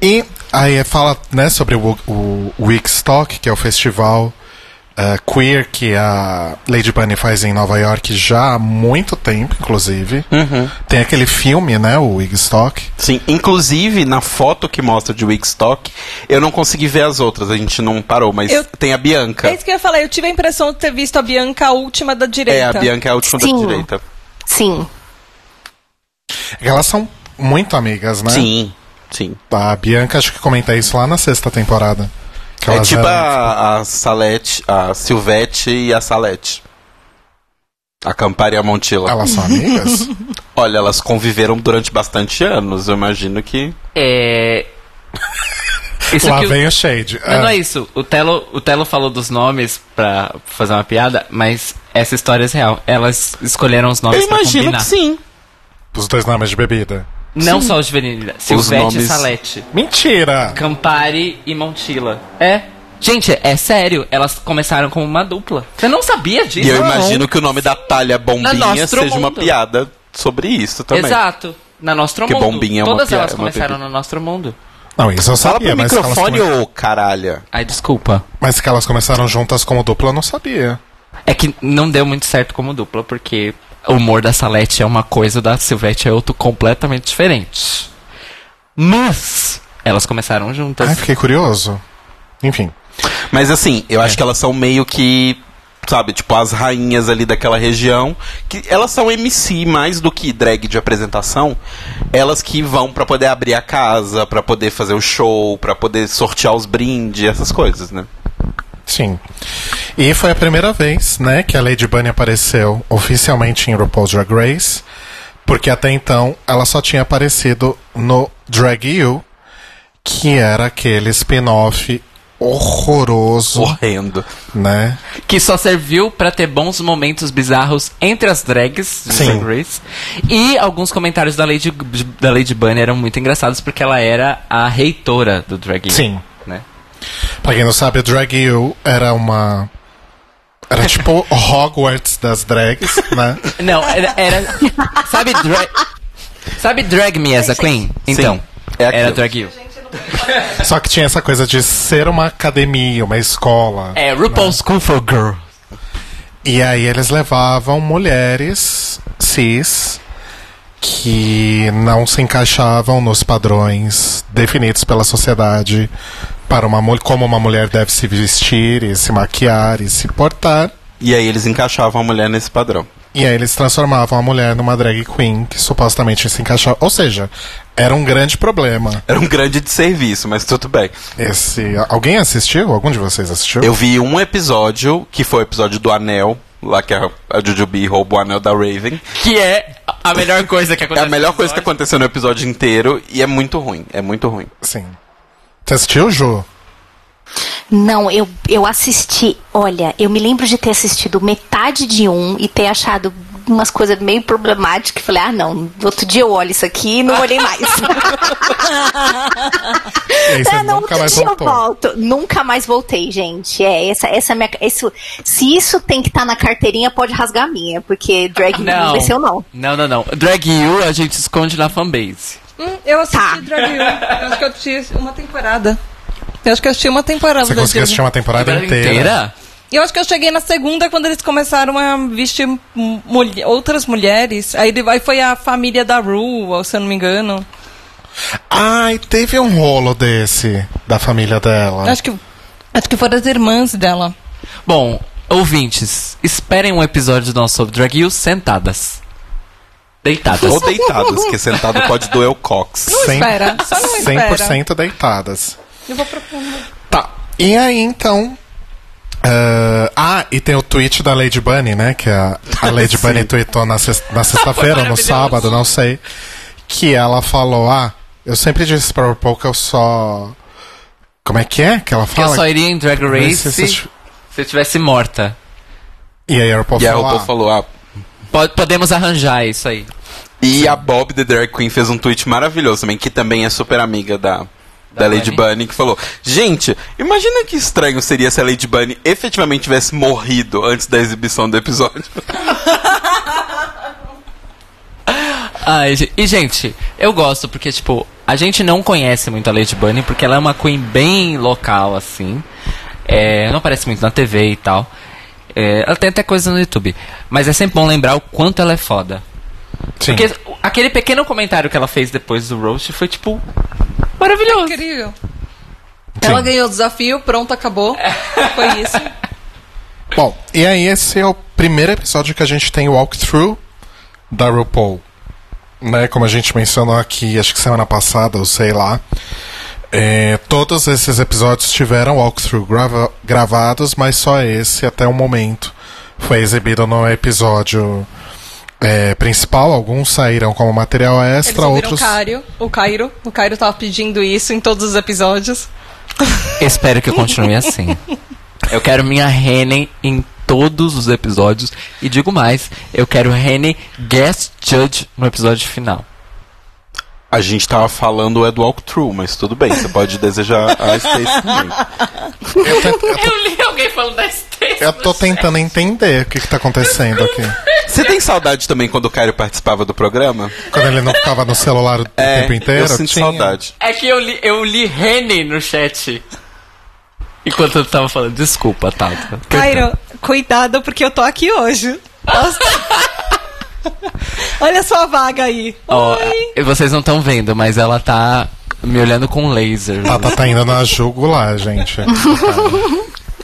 S1: E aí fala né, sobre o, o Wigstock, que é o festival eh, queer que a Lady Bunny faz em Nova York já há muito tempo, inclusive.
S2: Uhum.
S1: Tem aquele filme, né, o Wigstock.
S2: Sim, inclusive na foto que mostra de Wigstock, eu não consegui ver as outras, a gente não parou, mas
S4: Eu-
S2: tem a Bianca.
S4: É isso que eu ia falar. Eu tive a impressão de ter visto a Bianca, a última da
S2: É, a
S4: direita.
S2: Bianca é a última da
S5: Sim.
S2: direita.
S5: Sim.
S1: É Elas são muito amigas, né?
S2: Sim, sim.
S1: A Bianca acho que comenta isso lá na sexta temporada. que
S2: É
S1: elas
S2: tipo
S1: eram-
S2: a, a Salete, a Silvete e a Salete. A Campari e a Montila.
S1: Elas são amigas?
S2: Olha, elas conviveram durante bastante anos, eu imagino que.
S3: É. Isso
S1: lá
S3: que o-
S1: vem o Shade.
S3: Mas não
S1: Ah,
S3: é isso. O Telo, o Telo falou dos nomes pra fazer uma piada, mas essa história é real. Elas escolheram os nomes
S2: eu imagino
S3: pra combinar.
S2: que sim.
S1: É, Os dois nomes de bebida.
S3: Não só os de Vanilla. Silvete
S2: nomes-
S3: e Salete.
S1: Mentira!
S3: Campari e Montila. É. Gente, é sério. Elas começaram como uma dupla. Você não sabia disso?
S2: E eu imagino que o nome da Talha Bombinha
S3: É nosso
S2: seja uma
S3: mundo.
S2: piada sobre isso também.
S3: Exato. Na Nostro
S2: Porque
S3: Mundo.
S2: bombinha é uma
S3: Todas
S2: pia-
S3: elas
S2: é uma
S3: começaram
S2: bebida.
S3: no Nostro Mundo.
S1: Não, isso eu
S2: Fala
S1: sabia,
S2: pro
S1: mas que elas
S2: microfone,
S1: come-
S2: ô caralha.
S3: Ai, desculpa.
S1: Mas que elas começaram juntas como dupla, eu não sabia.
S3: É que não deu muito certo como dupla, porque o humor da Salete é uma coisa, o da Silvete é outro completamente diferente. Mas elas começaram juntas.
S1: Ai, fiquei curioso. Enfim.
S2: Mas assim, eu
S1: É.
S2: acho que elas são meio que. Sabe, tipo, as rainhas ali daquela região. que Elas são MC mais do que drag de apresentação. Elas que vão pra poder abrir a casa, pra poder fazer o show, pra poder sortear os brindes, essas coisas, né?
S1: Sim. E foi a primeira vez, né, que a Lady Bunny apareceu oficialmente em RuPaul's Drag Race, porque até então ela só tinha aparecido no Drag You, que era aquele spin-off horroroso,
S2: Correndo.
S1: né?
S3: Que só serviu pra ter bons momentos bizarros entre as drags de
S1: Sim.
S3: Drag Race. E alguns comentários da Lady, da Lady Bunny eram muito engraçados, porque ela era a reitora do drag.
S1: Sim.
S3: Né?
S1: Pra quem não sabe, o Drag You era uma era tipo Hogwarts das drags, né?
S3: Não, era. era- sabe, drag, sabe Drag Me as a Queen? Então,
S2: é
S3: era
S2: aquilo.
S3: Drag You.
S1: Só que tinha essa coisa de ser uma academia, uma escola.
S3: É, RuPaul's School for Girls.
S1: E aí eles levavam mulheres cis que não se encaixavam nos padrões definidos pela sociedade para uma mulher como uma mulher deve se vestir e se maquiar e se portar.
S2: E aí eles encaixavam a mulher nesse padrão.
S1: E aí eles transformavam a mulher numa drag queen que supostamente se encaixava. Ou seja, era um grande problema.
S2: Era um grande desserviço, mas tudo bem.
S1: Esse. Alguém assistiu? Algum de vocês assistiu?
S2: Eu vi um episódio, que foi o episódio do Anel, lá que a, a Jujubee rouba o anel da Raven.
S3: Que é a melhor coisa que
S2: É
S3: aconteceu.
S2: a melhor coisa que aconteceu no episódio inteiro e é muito ruim. É muito ruim.
S1: Sim. Você assistiu, Ju?
S5: Não, eu, eu assisti. Olha, eu me lembro de ter assistido metade de um e ter achado umas coisas meio problemáticas. e Falei, ah, não, outro dia eu olho isso aqui e não olhei mais.
S1: E aí você
S5: Ah, não,
S1: é nunca
S5: outro
S1: mais
S5: dia
S1: voltou.
S5: eu volto. Nunca mais voltei, gente. É, essa, essa é a minha. Isso, se isso tem que estar na carteirinha, pode rasgar a minha, porque drag não,
S3: Não.
S5: desceu, não.
S3: Não, não, não. Drag You a gente esconde na fanbase.
S4: Hum, eu assisti
S5: Tá.
S4: Drag Race. Eu acho que eu assisti uma temporada. Eu acho que eu assisti uma temporada.
S1: Você
S4: da
S1: conseguiu
S4: Disney.
S1: assistir uma temporada inteira.
S4: Eu acho que eu cheguei na segunda quando eles começaram a vestir mu- mulhe- outras mulheres. Aí de- aí foi a família da Rue, se eu não me engano.
S1: Ai, teve um rolo desse da família dela.
S4: Acho que acho que foram as irmãs dela.
S3: Bom, ouvintes, esperem um episódio nosso sobre Drag You sentadas. Deitadas.
S2: Ou deitadas, que sentado pode doer o cox.
S1: Cem-
S4: espera, só não espera.
S1: 100% deitadas.
S4: Eu vou procurar.
S1: Tá. E aí, então. ah, ah, e tem o tweet da Lady Bunny, né? Que a, a Lady Bunny tweetou na sexta- na sexta-feira, ou no
S3: maravilhoso.
S1: sábado, não sei. Que ela falou: Ah, eu sempre disse pra RuPaul que eu só. Como é que é que ela
S3: Que eu
S1: fala?
S3: só iria em Drag Race se, se eu tivesse morta.
S1: E aí a RuPaul
S2: E a
S1: falou:
S2: RuPaul
S1: "Ah,
S2: falou, ah,
S3: Po- podemos arranjar isso aí.
S2: E a Bob the Drag Queen fez um tweet maravilhoso também, que também é super amiga da, da,
S3: Da
S2: Lady
S3: Bunny.
S2: Bunny, que falou: Gente, imagina que estranho seria se a Lady Bunny efetivamente tivesse morrido antes da exibição do episódio.
S3: Ai, ge- e, gente, eu gosto porque, tipo, a gente não conhece muito a Lady Bunny porque ela é uma queen bem local, assim. É, não aparece muito na TV e tal. É, ela tem até coisa no YouTube. Mas é sempre bom lembrar o quanto ela é foda.
S1: Sim.
S3: Porque o- aquele pequeno comentário que ela fez depois do roast foi, tipo, maravilhoso.
S4: Incrível. Ela ganhou o desafio, pronto, acabou. Foi isso.
S1: Bom, e aí esse é o primeiro episódio que a gente tem o walkthrough da RuPaul. Né, como a gente mencionou aqui, acho que semana passada, ou sei lá. é, todos esses episódios tiveram walkthrough grava- gravados, mas só esse, até o momento, foi exibido no episódio é, principal. Alguns saíram como material
S4: Eles
S1: extra,
S4: ouviram
S1: outros.
S4: o Cairo, o Cairo. O Cairo tava pedindo isso em todos os episódios.
S3: Espero que eu continue assim. Eu quero minha Rene em todos os episódios. E digo mais, eu quero Rene guest judge no episódio final.
S2: A gente tava falando é do walkthrough, mas tudo bem, você pode desejar a Stacy também.
S1: Eu, te-
S3: Eu li alguém falando da Stacy.
S1: eu tô tentando entender o que, que tá acontecendo aqui.
S2: Você tem saudade também quando o Caio participava do programa?
S1: Quando ele não ficava no celular o tempo inteiro?
S2: É, eu sinto
S1: tinha.
S2: saudade.
S3: É que eu li, eu li Rene no chat. Enquanto eu tava falando, desculpa, Tata.
S4: Cairo, cuidado porque eu tô aqui hoje. Nossa. Olha a sua vaga aí.
S3: Ó, é,
S4: Oi.
S3: vocês não estão vendo, mas ela tá me olhando com laser.
S1: Tata tá indo na jugular, gente.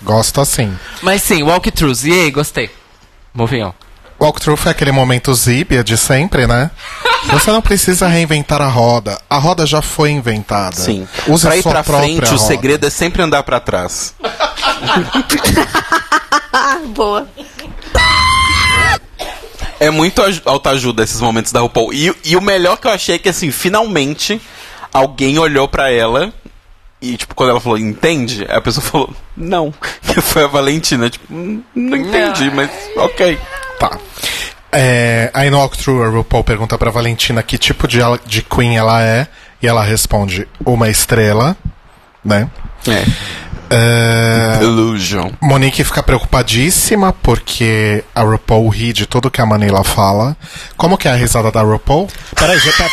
S1: Gosto assim.
S3: Mas sim, walkthroughs. E aí, gostei. Moving on.
S1: Walkthrough foi aquele momento zíbia de sempre, né? Você não precisa reinventar a roda. A roda já foi inventada.
S2: Sim.
S1: Use
S2: pra
S1: a
S2: ir
S1: É. sua
S2: pra
S1: própria
S2: frente,
S1: roda.
S2: o segredo é sempre andar pra trás.
S5: Ah, boa.
S2: É muito aj- autoajuda esses momentos da RuPaul. E, e o melhor que eu achei é que, assim, finalmente alguém olhou pra ela e, tipo, quando ela falou, entende? A pessoa falou, não. Que foi a Valentina, tipo, "Hum, não entendi, mas ok.
S1: Tá. É, aí no walkthrough, a RuPaul pergunta pra Valentina que tipo de, ala- de queen ela é. E ela responde, uma estrela, né? É,
S2: Illusion.
S1: Monique fica preocupadíssima porque a RuPaul ri de tudo que a Manila fala. Como que é a risada da RuPaul? Peraí, já tá...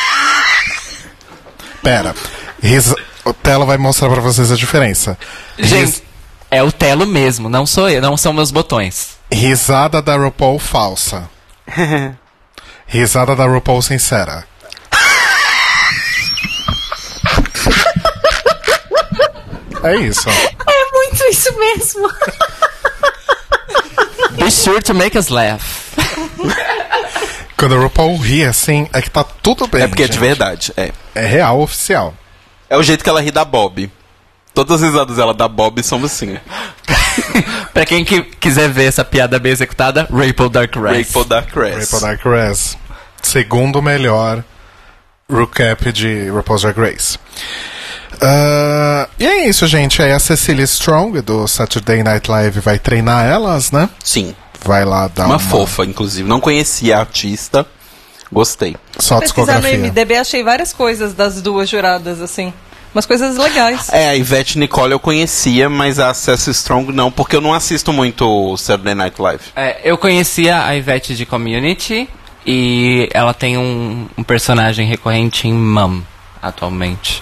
S1: Pera. Risa... O Telo vai mostrar pra vocês a diferença. Ris-
S3: Gente, é o Telo mesmo, não sou eu, não são meus botões.
S1: Risada da RuPaul falsa. risada da RuPaul sincera. é isso.
S5: É muito isso mesmo.
S3: Be sure to make us laugh.
S1: Quando a RuPaul ri assim, é que tá tudo bem.
S2: É porque é de
S1: gente.
S2: verdade, é.
S1: É real, oficial.
S2: É o jeito que ela ri da Bob. Todas as risadas dela da Bob são assim.
S3: pra quem que quiser ver essa piada bem executada, Rainbow Dark Rice.
S2: Rainbow Dark Race.
S1: Rainbow Dark Race. Segundo melhor recap de RuPaul's Drag Race. Ah, e é isso, gente. Aí a Cecília Strong do Saturday Night Live vai treinar elas, né?
S2: Sim.
S1: Vai lá dar uma,
S2: Uma fofa, inclusive. Não conhecia a artista. Gostei.
S1: só
S4: Pesquisar no
S1: discografia.
S4: MDB, achei várias coisas das duas juradas, assim. Umas coisas legais.
S2: É, a Ivete Nicole eu conhecia, mas a Cessa Strong não, porque eu não assisto muito Saturday Night Live.
S3: É, eu conhecia a Ivete de Community e ela tem um, um personagem recorrente em Mum atualmente.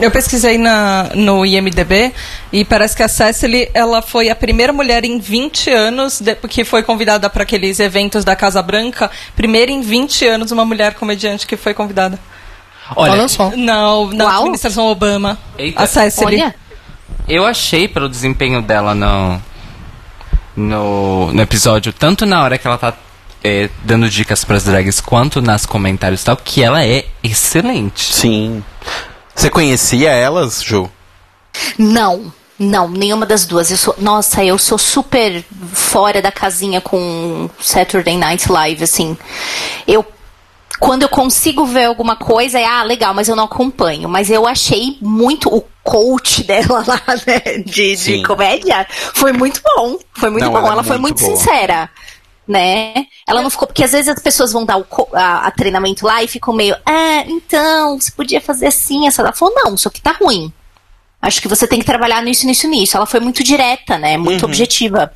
S4: Eu pesquisei na, no IMDB e parece que a Cecily ela foi a primeira mulher em 20 anos de- que foi convidada para aqueles eventos da Casa Branca. Primeira em 20 anos uma mulher comediante que foi convidada.
S3: Olha,
S1: Olha só.
S4: Não, na
S5: Uau.
S4: administração Obama.
S3: Eita.
S4: A Cecily.
S5: Olha,
S3: eu achei pelo desempenho dela no, no, no episódio, tanto na hora que ela tá é, dando dicas pras drags, quanto nas comentários e tal, que ela é excelente.
S2: Sim. Você conhecia elas, Ju?
S5: não. Não, nenhuma das duas. Eu sou, nossa, eu sou super fora da casinha com Saturday Night Live, assim. Eu quando eu consigo ver alguma coisa, é ah, legal, mas eu não acompanho. Mas eu achei muito o coach dela lá, né? De, de
S2: Sim.
S5: comédia. Foi muito bom. Foi muito
S2: Não,
S5: bom.
S2: ela
S5: Ela,
S2: é
S5: foi
S2: muito
S5: muito
S2: boa.
S5: sincera. Né? Ela não ficou. Porque às vezes as pessoas vão dar o co- a, a treinamento lá e ficam meio, ah, então, você podia fazer assim, essa. Ela falou, não, isso aqui tá ruim. Acho que você tem que trabalhar nisso, nisso, nisso. Ela foi muito direta, né? Muito objetiva.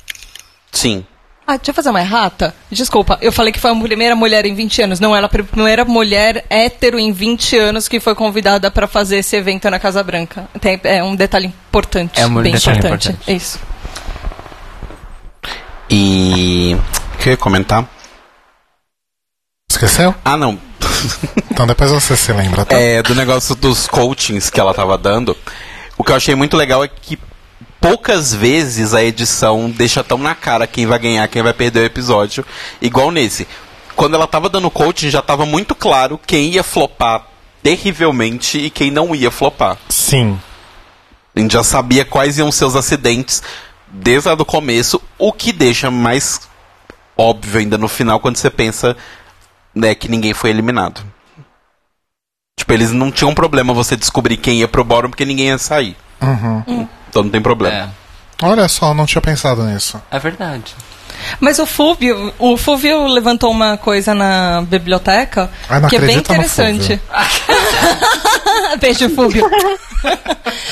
S2: Sim.
S4: Ah, deixa eu fazer uma errata. Desculpa, eu falei que foi a primeira mulher em 20 anos. Não, ela é a primeira mulher hétero em 20 anos que foi convidada para fazer esse evento na Casa Branca. Tem- é um detalhe importante.
S3: É um
S4: bem
S3: detalhe
S4: importante.
S3: importante.
S4: Isso.
S2: E. O que eu ia comentar?
S1: Esqueceu?
S2: Ah, não.
S1: Então depois você se lembra, tá?
S2: É, do negócio dos coachings que ela tava dando. O que eu achei muito legal é que poucas vezes a edição deixa tão na cara quem vai ganhar, quem vai perder o episódio, igual nesse. Quando ela tava dando coaching, já tava muito claro quem ia flopar terrivelmente e quem não ia flopar.
S1: Sim.
S2: A gente já sabia quais iam ser os acidentes desde lá do começo, o que deixa mais óbvio ainda no final quando você pensa né, que ninguém foi eliminado. Tipo, eles não tinham problema você descobrir quem ia pro bórum porque ninguém ia sair. Então não tem problema.
S3: É,
S1: Olha só, não tinha pensado nisso.
S3: é verdade.
S4: Mas o Fúvio, o Fúvio levantou uma coisa na biblioteca
S1: Ah, não
S4: que é bem
S1: acredita no
S4: interessante. Beijo, Fúvio.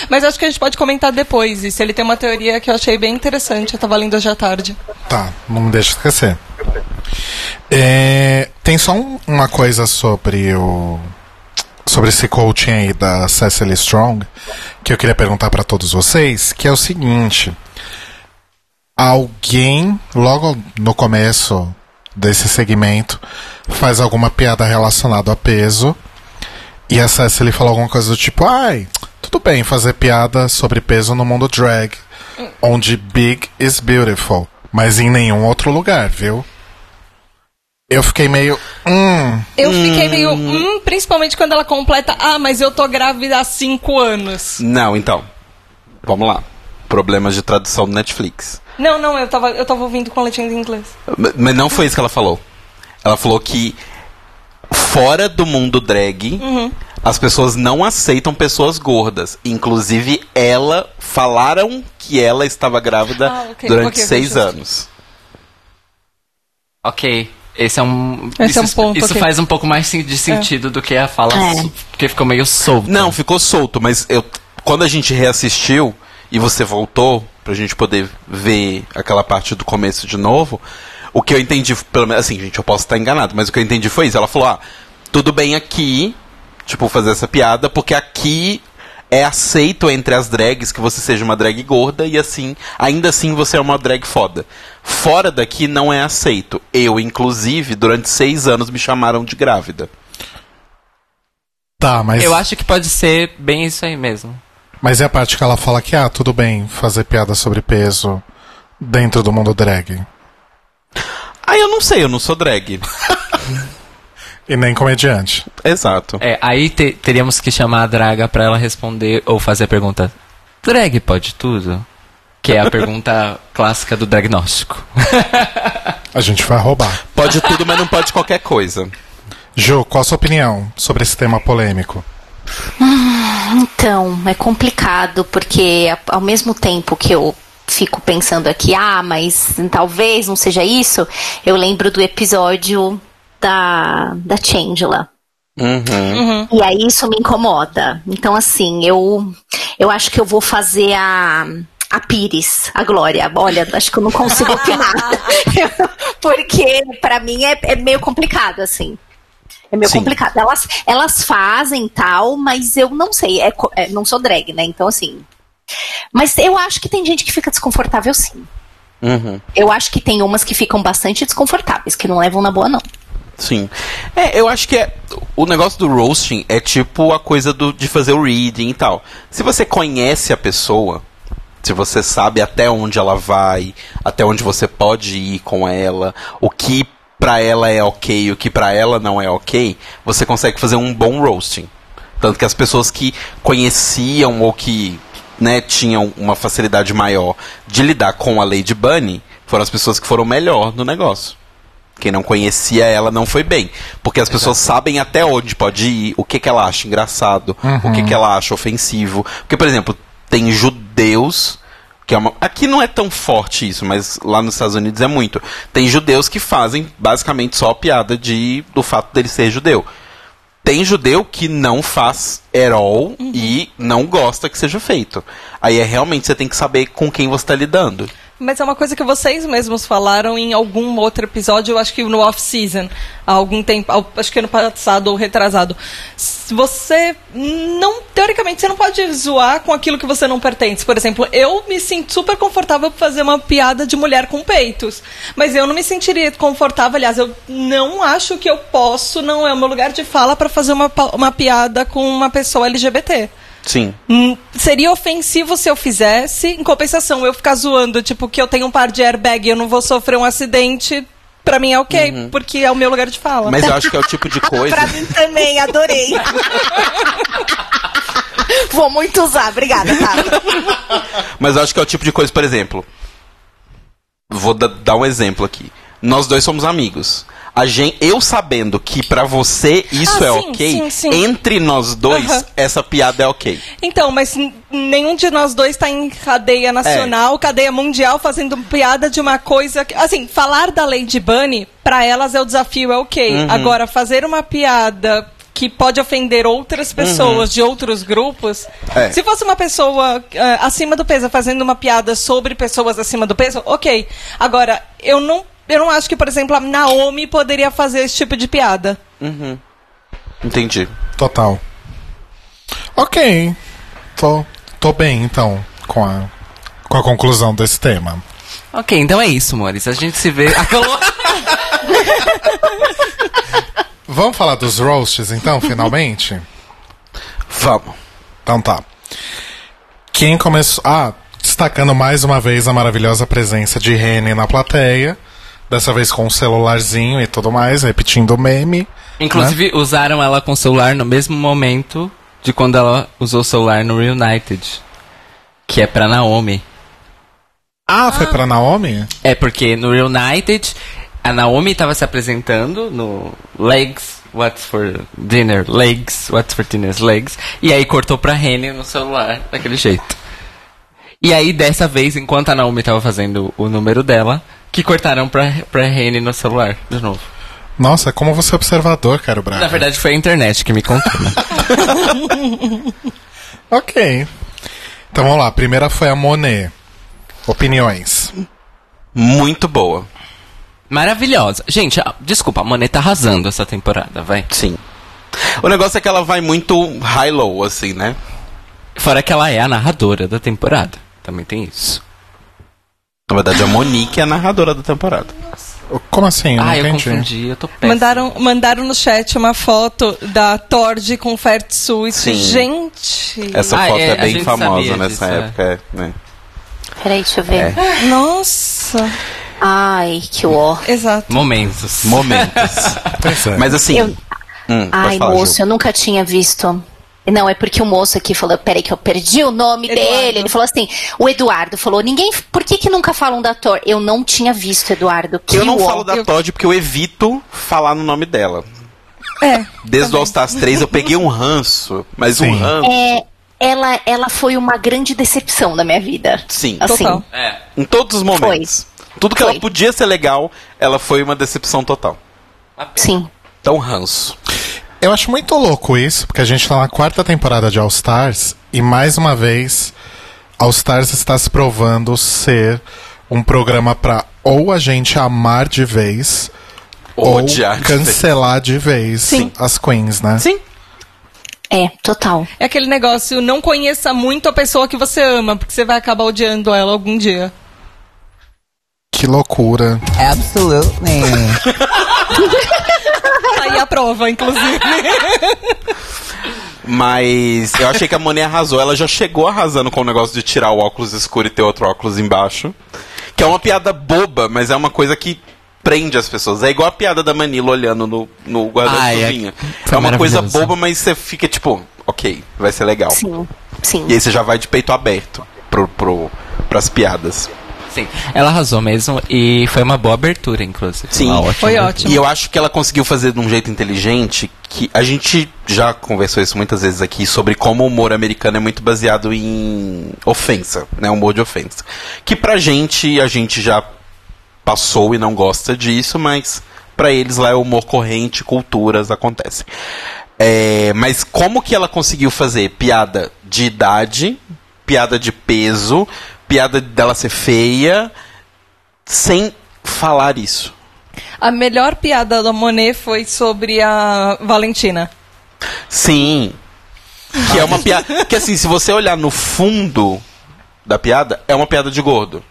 S4: Mas acho que a gente pode comentar depois. Isso ele tem uma teoria que eu achei bem interessante. Eu tava lendo hoje à tarde.
S1: Tá, não me deixa esquecer. É, tem só um- uma coisa sobre o. Sobre esse coaching aí da Cecily Strong, que eu queria perguntar pra todos vocês, que é o seguinte. Alguém, logo no começo desse segmento, faz alguma piada relacionada a peso. E é a Cecily fala alguma coisa do tipo, ai, tudo bem fazer piada sobre peso no mundo drag, onde big is beautiful, mas em nenhum outro lugar, viu? Eu fiquei meio, hum,
S4: Eu fiquei meio. Hum, principalmente quando ela completa. Ah, mas eu tô grávida há cinco anos.
S2: Não, então. Vamos lá. Problemas de tradução do Netflix.
S4: Não, não, eu tava, eu tava ouvindo com legenda em inglês.
S2: M- Mas não foi isso que ela falou. Ela falou que fora do mundo drag,
S4: Uhum.
S2: as pessoas não aceitam pessoas gordas. Inclusive, ela falaram que ela estava grávida
S4: Ah, ok,
S2: durante
S4: ok,
S2: seis
S4: justo.
S2: anos.
S3: Ok. Esse é um.
S4: Esse
S3: isso,
S4: é um ponto,
S3: Isso
S4: ok. É.
S3: faz um pouco mais sen- de sentido do que a fala.
S5: É.
S3: su- Porque ficou meio solto.
S2: Não, ficou solto, mas eu, quando a gente reassistiu e você voltou pra gente poder ver aquela parte do começo de novo, o que eu entendi, pelo menos assim, gente, eu posso estar enganado, mas o que eu entendi foi isso. Ela falou: "Ah, tudo bem aqui, tipo fazer essa piada, porque aqui é aceito entre as drags que você seja uma drag gorda e assim, ainda assim você é uma drag foda. Fora daqui não é aceito. Eu, inclusive, durante seis anos me chamaram de grávida.
S1: tá, mas,
S3: Eu acho que pode ser bem isso aí mesmo.
S1: mas é a parte que ela fala que, ah, tudo bem fazer piada sobre peso dentro do mundo drag.
S2: Ah, eu não sei, eu não sou drag.
S1: E nem comediante.
S2: Exato.
S3: É, aí te- teríamos que chamar a draga pra ela responder ou fazer a pergunta: drag pode tudo? Que é a pergunta clássica do dragnóstico.
S1: A gente vai roubar.
S2: Pode tudo, mas não pode qualquer coisa.
S1: Ju, qual a sua opinião sobre esse tema polêmico?
S5: Então, é complicado, porque a- ao mesmo tempo que eu fico pensando aqui, ah, mas talvez não seja isso, eu lembro do episódio da, da Changela. E aí isso me incomoda. Então, assim, eu, eu acho que eu vou fazer a. A Pires, a Glória. Olha, acho que eu não consigo opinar. Porque, pra mim, é, é meio complicado, assim. É meio
S2: Sim.
S5: complicado. Elas, elas fazem tal, mas eu não sei. É, co- é, não sou drag, né? Então, assim. Mas eu acho que tem gente que fica desconfortável, sim.
S2: Uhum.
S5: Eu acho que tem umas que ficam bastante desconfortáveis, que não levam na boa, não.
S2: Sim. É, eu acho que é, o negócio do roasting é tipo a coisa do, de fazer o reading e tal. Se você conhece a pessoa, se você sabe até onde ela vai, até onde você pode ir com ela, o que pra ela é ok, o que pra ela não é ok, você consegue fazer um bom roasting. Tanto que as pessoas que conheciam ou que né, tinham uma facilidade maior de lidar com a Lady Bunny foram as pessoas que foram melhor no negócio. Quem não conhecia ela não foi bem. Porque as pessoas sabem até onde pode ir, o que, que ela acha engraçado, o que, que ela acha ofensivo. Porque, por exemplo, tem judeus. Que é uma... Aqui não é tão forte isso, mas lá nos Estados Unidos é muito. Tem judeus que fazem basicamente só a piada de, do fato dele ser judeu. Tem judeu que não faz herol e não gosta que seja feito. Aí é realmente você tem que saber com quem você está lidando.
S4: Mas é uma coisa que vocês mesmos falaram em algum outro episódio, eu acho que no off-season, há algum tempo, ao- acho que ano passado ou retrasado. S- Você não, teoricamente, você não pode zoar com aquilo que você não pertence. Por exemplo, eu me sinto super confortável pra fazer uma piada de mulher com peitos. Mas eu não me sentiria confortável, aliás, eu não acho que eu posso, não é o meu lugar de fala pra fazer uma, pa- uma piada com uma pessoa LGBT.
S2: Sim.
S4: Hum, Seria ofensivo se eu fizesse. Em compensação, eu ficar zoando, tipo, que eu tenho um par de airbag e eu não vou sofrer um acidente, pra mim é ok, porque é o meu lugar de fala.
S2: Mas eu acho que é o tipo de coisa.
S5: Pra mim também, adorei. Vou muito usar, obrigada, tá?
S2: Mas eu acho que é o tipo de coisa, por exemplo. Vou da- dar um exemplo aqui. Nós dois somos amigos. A gen- eu sabendo que pra você isso
S4: Ah,
S2: é
S4: sim,
S2: ok,
S4: sim, sim.
S2: entre nós dois,
S4: Aham.
S2: essa piada é ok.
S4: Então, mas n- nenhum de nós dois tá em cadeia nacional, cadeia mundial, fazendo piada de uma coisa. Que, assim, falar da Lady Bunny, pra elas é o desafio, é ok. Agora, fazer uma piada que pode ofender outras pessoas de outros grupos.
S2: É.
S4: Se fosse uma pessoa eh, acima do peso fazendo uma piada sobre pessoas acima do peso, ok. Agora, eu não, eu não acho que, por exemplo, a Naomi poderia fazer esse tipo de piada.
S2: Entendi.
S1: Total. Ok. Tô, tô bem, então, com a, com a conclusão desse tema.
S3: Ok, então é isso, amores. A gente se vê. Acalou.
S1: Vamos falar dos roasts, então, finalmente?
S2: Vamos.
S1: Então tá. Quem começou. Ah, destacando mais uma vez a maravilhosa presença de Rene na plateia. Dessa vez com um celularzinho e tudo mais, repetindo o meme.
S3: Inclusive, usaram ela com o celular no mesmo momento de quando ela usou o celular no Reunited. Que é pra Naomi.
S1: Ah, foi pra Naomi?
S3: É porque no Reunited, a Naomi tava se apresentando no Legs, What's for Dinner? Legs, What's for Dinner's Legs. E aí cortou pra Rennie no celular, daquele jeito. E aí, dessa vez, enquanto a Naomi tava fazendo o número dela, que cortaram pra, pra Rennie no celular, de novo.
S1: Nossa, como você é observador, cara, Braga.
S3: Na verdade, foi a internet que me contou, né?
S1: Ok. Então vamos lá. A primeira foi a Monet. Opiniões.
S2: Muito boa.
S3: Maravilhosa. Gente, a- desculpa, a Monet tá arrasando essa temporada, vai.
S2: Sim. O negócio é que ela vai muito high-low, assim, né?
S3: Fora que ela é a narradora da temporada. Também tem isso.
S2: Na verdade, a Monique é a narradora da temporada.
S1: O- Como assim? Eu não
S3: ah, eu
S1: entendi.
S3: confundi, eu tô péssima.
S4: Mandaram, mandaram no chat uma foto da Tord com
S2: Sim.
S4: Fertsuit. Gente!
S2: Essa
S3: Ah,
S2: foto
S3: é,
S2: é,
S3: a
S2: bem
S3: gente
S2: famosa
S3: sabia
S2: nessa
S3: disso, é.
S2: época. é, né?
S5: Peraí, deixa eu ver.
S2: É.
S4: Nossa!
S5: Ai, que ó.
S4: Exato.
S3: Momentos.
S2: Momentos.
S1: Pois é.
S2: Mas assim.
S5: Eu-
S2: Hum, pode
S5: Ai,
S2: falar, Ju.
S5: moço, eu nunca tinha visto. Não, é porque o moço aqui falou, peraí que eu perdi o nome
S4: Eduardo.
S5: dele. Ele falou assim, o Eduardo falou, ninguém, por que que nunca falam da Thor? Eu não tinha visto, Eduardo. Que
S2: Eu não
S5: ó.
S2: falo da Todd porque eu evito falar no nome dela.
S4: É.
S2: Desde o All Stars 3 eu peguei um ranço, mas um
S1: Sim.
S2: ranço,
S5: tá É, ela, ela foi uma grande decepção na minha vida.
S2: sim.
S5: Assim,
S4: Total.
S3: É.
S2: Em todos os momentos. Tudo que
S5: Foi.
S2: ela podia ser legal, ela foi uma decepção total.
S5: Sim.
S2: Então, ranço.
S1: Eu acho muito louco isso, porque a gente tá na quarta temporada de All Stars e mais uma vez All Stars está se provando ser um programa pra ou a gente amar de vez
S2: Ou
S1: ou
S2: odiar de
S1: cancelar de vez as queens, né?
S2: Sim.
S5: É, total.
S4: É aquele negócio, não conheça muito a pessoa que você ama, porque você vai acabar odiando ela algum dia.
S1: Que loucura.
S7: Absolutely.
S4: Tá aí a prova, inclusive.
S2: Mas eu achei que a Monet arrasou. Ela já chegou arrasando com o negócio de tirar o óculos escuro e ter outro óculos embaixo. Que é uma piada boba, mas é uma coisa que prende as pessoas. É igual a piada da Manila olhando no,
S3: Ai, é-
S2: no guarda-chuvinha. É,
S3: foi
S2: uma coisa
S3: maravilhoso.
S2: boba, mas você fica tipo, ok, vai ser legal.
S5: Sim, sim.
S2: E aí você já vai de peito aberto pro, pro, pras piadas.
S3: Sim, ela arrasou mesmo e foi uma boa abertura, inclusive.
S2: Sim.
S3: Uma ótima
S4: Foi
S3: abertura.
S4: ótimo.
S2: E eu acho que ela conseguiu fazer de um jeito inteligente que a gente já conversou isso muitas vezes aqui sobre como o humor americano é muito baseado em ofensa, né? Humor de ofensa. Que pra gente, a gente já passou e não gosta disso, mas pra eles lá é humor corrente, culturas acontecem. É, mas como que ela conseguiu fazer piada de idade, piada de peso, piada dela ser feia, sem falar isso?
S4: A melhor piada da Monet foi sobre a Valentina.
S2: Sim. Que é uma piada. Que assim, se você olhar no fundo da piada, é uma piada de gordo.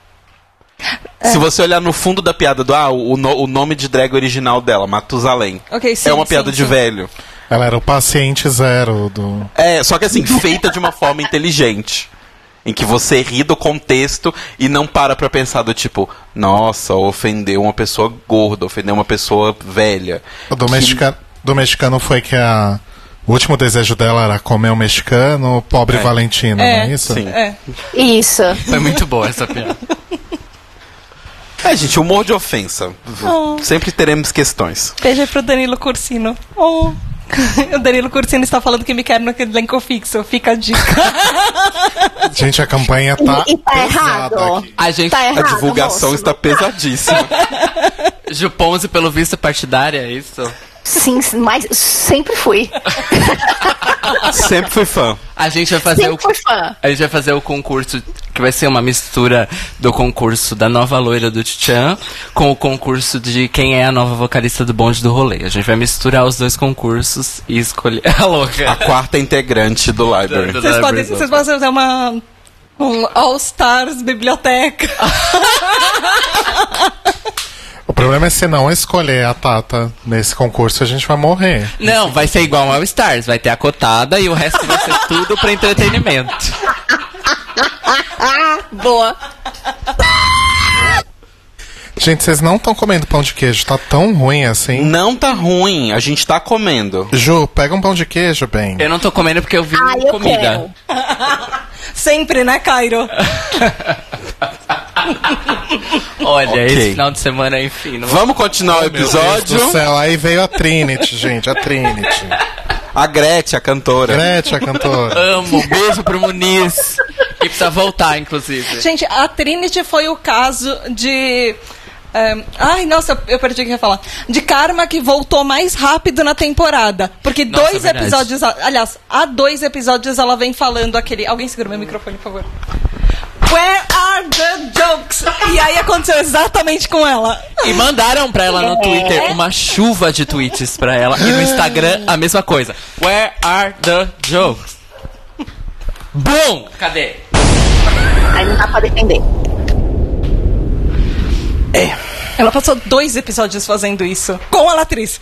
S4: É.
S2: Se você olhar no fundo da piada do. Ah, o, no- o nome de drag original dela, Matusalém.
S4: Ok, sim,
S2: é uma
S4: sim,
S2: piada de
S4: sim.
S2: velho.
S1: Ela era o paciente zero do.
S2: É, só que assim, feita de uma forma inteligente. Em que você ri do contexto e não para pra pensar do tipo, nossa, ofendeu uma pessoa gorda, ofendeu uma pessoa velha.
S1: O do, mexica- do mexicano foi que a. O último desejo dela era comer um mexicano, pobre
S2: É.
S1: Valentina,
S4: É,
S1: não é isso?
S2: Sim.
S4: É.
S5: Isso.
S3: Foi muito boa essa piada.
S2: É, gente, humor de ofensa.
S4: Oh.
S2: Sempre teremos questões.
S4: Beijo aí pro Danilo Cursino. Oh. O Danilo Cursino está falando que me quer no elenco fixo. Fica a dica.
S1: Gente, a campanha tá.
S5: e tá
S1: pesada
S5: errado.
S1: aqui.
S3: A gente.
S5: Tá errado.
S2: A divulgação
S5: moço.
S2: está pesadíssima.
S3: Juponze, pelo visto, é partidária, é isso?
S5: Sim, mas sempre fui.
S2: Sempre fui fã.
S3: A gente vai fazer
S5: Sempre
S3: é o.
S5: fui fã.
S3: A gente vai fazer o concurso, que vai ser uma mistura do concurso da nova loira do Tchan com o concurso de quem é a nova vocalista do bonde do rolê. A gente vai misturar os dois concursos e escolher. A
S2: A
S3: louca!
S2: quarta integrante do Library.
S3: É,
S4: Vocês podem, vocês podem fazer uma. Um All Stars biblioteca.
S1: O problema é se não escolher a Tata nesse concurso, a gente vai morrer.
S3: Não, vai ser igual ao Stars, vai ter a cotada e o resto vai ser tudo pra entretenimento.
S5: Boa.
S1: Gente, vocês não estão comendo pão de queijo, tá tão ruim assim.
S2: Não tá ruim, a gente tá comendo.
S1: Ju, pega um pão de queijo, bem.
S3: Eu não tô comendo porque eu vi
S5: Ah, eu
S3: comida.
S5: quero.
S4: Sempre, né, Cairo?
S3: É. Olha,
S2: Ok.
S3: esse final de semana, enfim. Não...
S2: Vamos continuar o episódio?
S1: do céu, aí veio a Trinity, gente, a Trinity.
S2: A Gretchen, a cantora.
S1: Gretchen, a cantora.
S3: Amo, beijo pro Muniz. Que precisa voltar, inclusive.
S4: Gente, a Trinity foi o caso de. ehm, ai, nossa, eu perdi o que eu ia falar. De Karma que voltou mais rápido na temporada. Porque
S3: Nossa, é
S4: dois
S3: verdade.
S4: episódios. a- Aliás, há dois episódios ela vem falando aquele. Alguém segura meu microfone, por favor. Where are the jokes? E aí aconteceu exatamente com ela.
S3: E mandaram pra ela
S5: É.
S3: no Twitter uma chuva de tweets pra ela. E no Instagram, a mesma coisa. Where are the jokes? Boom! Cadê?
S5: Aí não dá pra defender.
S4: Ela passou dois episódios fazendo isso. Com a atriz.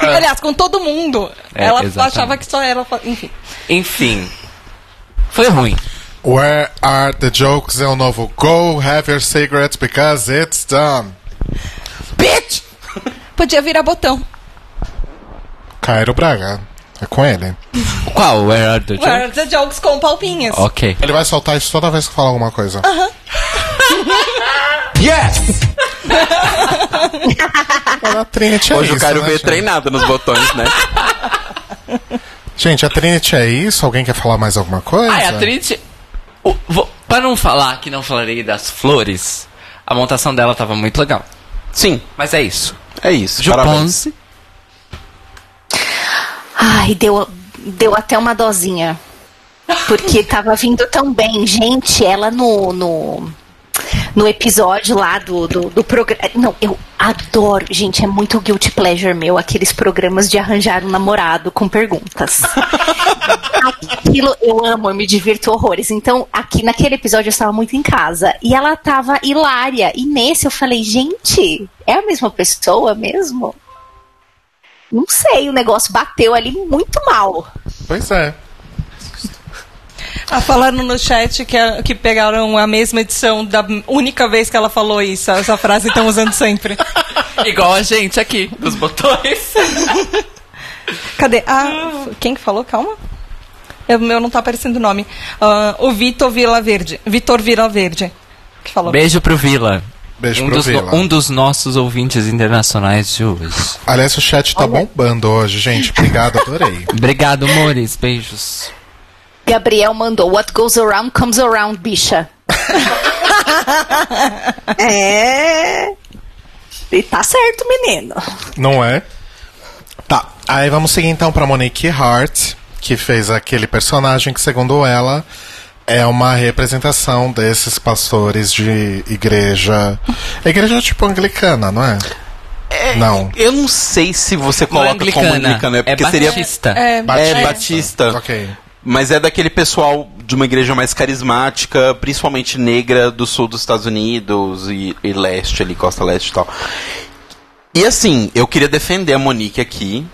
S4: Aliás, com todo mundo.
S3: É,
S4: ela
S3: exatamente.
S4: achava que só ela. fa- Enfim.
S3: Enfim. Foi ruim.
S1: Where are the jokes? É o novo Go have your cigarettes because it's done.
S4: Bitch! Podia virar botão.
S1: Cairo Braga. É com ele.
S3: Qual? Where are the
S4: Where
S3: jokes?
S4: are É, the jokes com palpinhas.
S3: Ok.
S1: Ele vai soltar isso toda vez que falar alguma coisa.
S2: Yes!
S1: A Trinity é
S2: Hoje
S1: isso,
S2: o Caio
S1: né,
S2: veio
S1: gente?
S2: treinado nos botões, né?
S1: Gente, a Trinity é isso? Alguém quer falar mais alguma coisa?
S3: Ah, é a Trinity. O, vou- pra não falar que não falarei das flores, a montação dela tava muito legal.
S2: Sim,
S3: Mas é isso.
S2: é isso. Parabéns.
S3: Juponze.
S5: Ai, deu, deu até uma dosinha. Porque tava vindo tão bem. Gente, ela no. no... no episódio lá do, do, do programa. Não, eu adoro, gente, é muito guilty pleasure meu, aqueles programas de arranjar um namorado com perguntas. Aquilo eu amo, eu me divirto horrores. Então, aqui naquele episódio eu estava muito em casa e ela estava hilária. E nesse eu falei, gente, é a mesma pessoa mesmo? Não sei, o negócio bateu ali muito mal.
S1: Pois é.
S4: Ah, falaram no chat que, a- que pegaram a mesma edição da única vez que ela falou isso. Essa frase estão usando sempre.
S3: Igual a gente aqui, dos botões.
S4: Cadê? Ah, quem que falou? Calma. É, O meu não tá aparecendo o nome. Ah, o Vitor Vila Verde. Vitor Vila Verde. Que falou.
S3: Beijo pro Vila.
S1: Beijo
S3: um
S1: pro
S3: dos,
S1: Vila.
S3: Um dos nossos ouvintes internacionais de hoje.
S1: Aliás, o chat tá bombando hoje, gente. Obrigado, adorei.
S3: Obrigado, amores. Beijos.
S5: Gabriel mandou: What goes around comes around, bicha. é. E tá certo, menino.
S1: Não é? Tá. Aí vamos seguir então pra Monique Hart, que fez aquele personagem que, segundo ela, é uma representação desses pastores de igreja. É igreja tipo anglicana, não é? Não.
S2: Eu não sei se você
S3: Não é
S2: coloca como anglicana, é porque seria.
S3: batista.
S4: É,
S2: É,
S1: Batista.
S2: Batista.
S1: Ok.
S2: Mas é daquele pessoal de uma igreja mais carismática, principalmente negra do sul dos Estados Unidos e, e leste ali, costa leste e tal. E assim, eu queria defender a Monique aqui,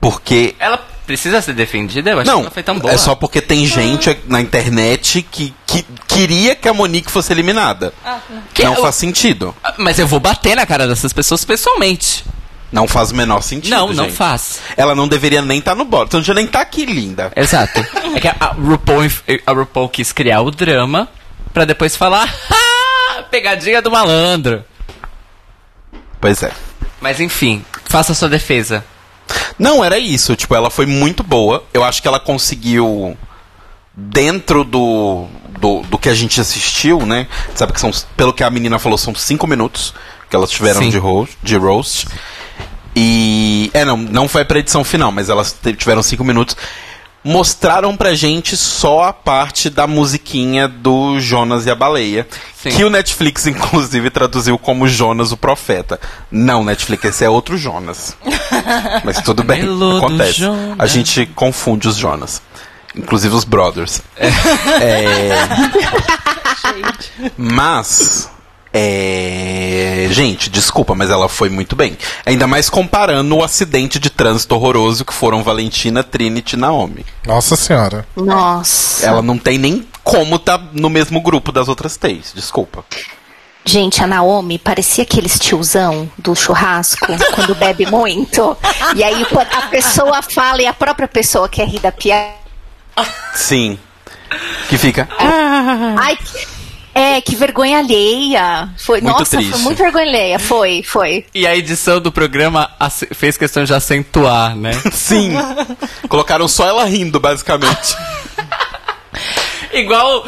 S2: porque
S3: Ela precisa ser defendida? Eu acho que ela foi tão boa.
S2: é só porque tem gente na internet que, que queria que a Monique fosse eliminada.
S3: Que-
S2: não
S3: eu-
S2: faz sentido.
S3: Ah, Mas eu vou bater na cara dessas pessoas pessoalmente.
S2: Não faz o menor sentido.
S3: não, não
S2: gente.
S3: faz.
S2: Ela não deveria nem estar no bolo. Então já nem tá aqui, linda.
S3: Exato. é que a RuPaul, inf- eh, a RuPaul quis criar o drama pra depois falar "Ah, pegadinha do malandro.
S2: Pois é.
S3: Mas enfim, faça a sua defesa.
S2: Não, era isso. Tipo, ela foi muito boa. Eu acho que ela conseguiu, dentro do, do, do que a gente assistiu, né? Sabe que são, pelo que a menina falou, são cinco minutos que elas tiveram
S3: Sim.
S2: de roast, de roast. E. É, não, não foi pra edição final, mas elas te- tiveram cinco minutos. Mostraram pra gente só a parte da musiquinha do Jonas e a Baleia.
S3: Sim.
S2: Que o Netflix, inclusive, traduziu como Jonas o Profeta. Não, Netflix, esse é outro Jonas. Mas tudo bem,
S3: Camelodo
S2: acontece.
S3: Jonas.
S2: A gente confunde os Jonas. Inclusive os brothers. É. Mas. é, Gente, desculpa, mas ela foi muito bem. Ainda mais comparando o acidente de trânsito horroroso que foram Valentina, Trinity e Naomi.
S1: Nossa senhora.
S5: Nossa.
S2: Ela não tem nem como tá no mesmo grupo das outras três. Desculpa.
S5: Gente, a Naomi parecia aqueles tiozão do churrasco, quando bebe muito. E aí pô, a pessoa fala e a própria pessoa quer rir da piada.
S2: Sim. Que fica.
S5: Ai, que- é, que vergonha alheia. Foi,
S2: Muito
S5: nossa,
S2: triste.
S5: foi muito vergonha alheia. Foi, foi.
S3: E a edição do programa ace- fez questão de acentuar, né?
S2: Sim. Colocaram só ela rindo, basicamente.
S3: igual.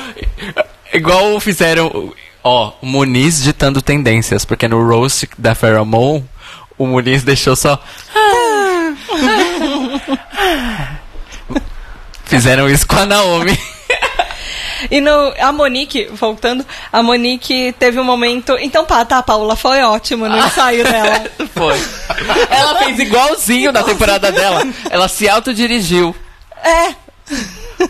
S3: Igual fizeram. Ó, o Muniz ditando tendências, porque no roast da Pheromone, o Muniz deixou só. "Ah." fizeram isso com a Naomi.
S4: E no, a Monique, voltando, a Monique teve um momento. Então, pá, tá, a Paula foi ótima
S3: Ah.
S4: no ensaio dela.
S3: Foi. Ela fez igualzinho na temporada dela. Ela se autodirigiu.
S4: É,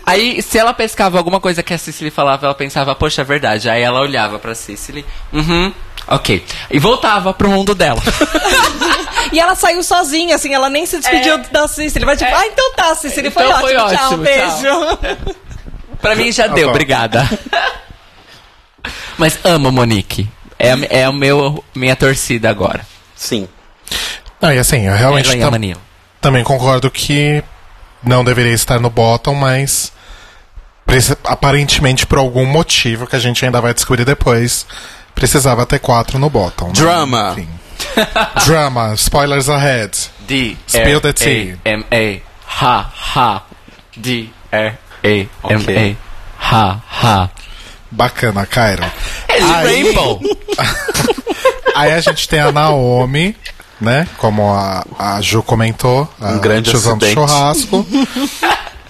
S3: Aí, se ela pescava alguma coisa que a Cicely falava, ela pensava, poxa, é verdade. Aí ela olhava pra Cicely, uhum, ok. E voltava pro mundo dela.
S4: E ela saiu sozinha, assim, ela nem se despediu da Cícero. Ele vai tipo, ah, então tá, Cícero, foi,
S3: É. Então foi
S4: ótimo, tchau,
S3: ótimo,
S4: beijo.
S3: pra mim já deu,
S1: Tá bom.
S3: obrigada. Mas amo a Monique. É, a- é a meu, minha torcida agora.
S2: Sim.
S1: Não, e assim, eu realmente
S3: Ela e
S1: tam-
S3: Então a tá Manila.
S1: também concordo que não deveria estar no bottom, mas preci- aparentemente por algum motivo que a gente ainda vai descobrir depois, precisava ter quatro no bottom. né?
S2: Drama.
S1: Enfim. Drama, spoilers ahead.
S3: D
S1: Spill the tea.
S3: A M A ha ha D R A M
S2: Ok.
S3: A ha ha.
S1: Bacana, Cairo.
S3: Rainbow.
S1: Aí a gente tem a Naomi, né? Como a, a Ju comentou, a
S2: Um grande
S1: tiozão do
S2: acidente.
S1: churrasco.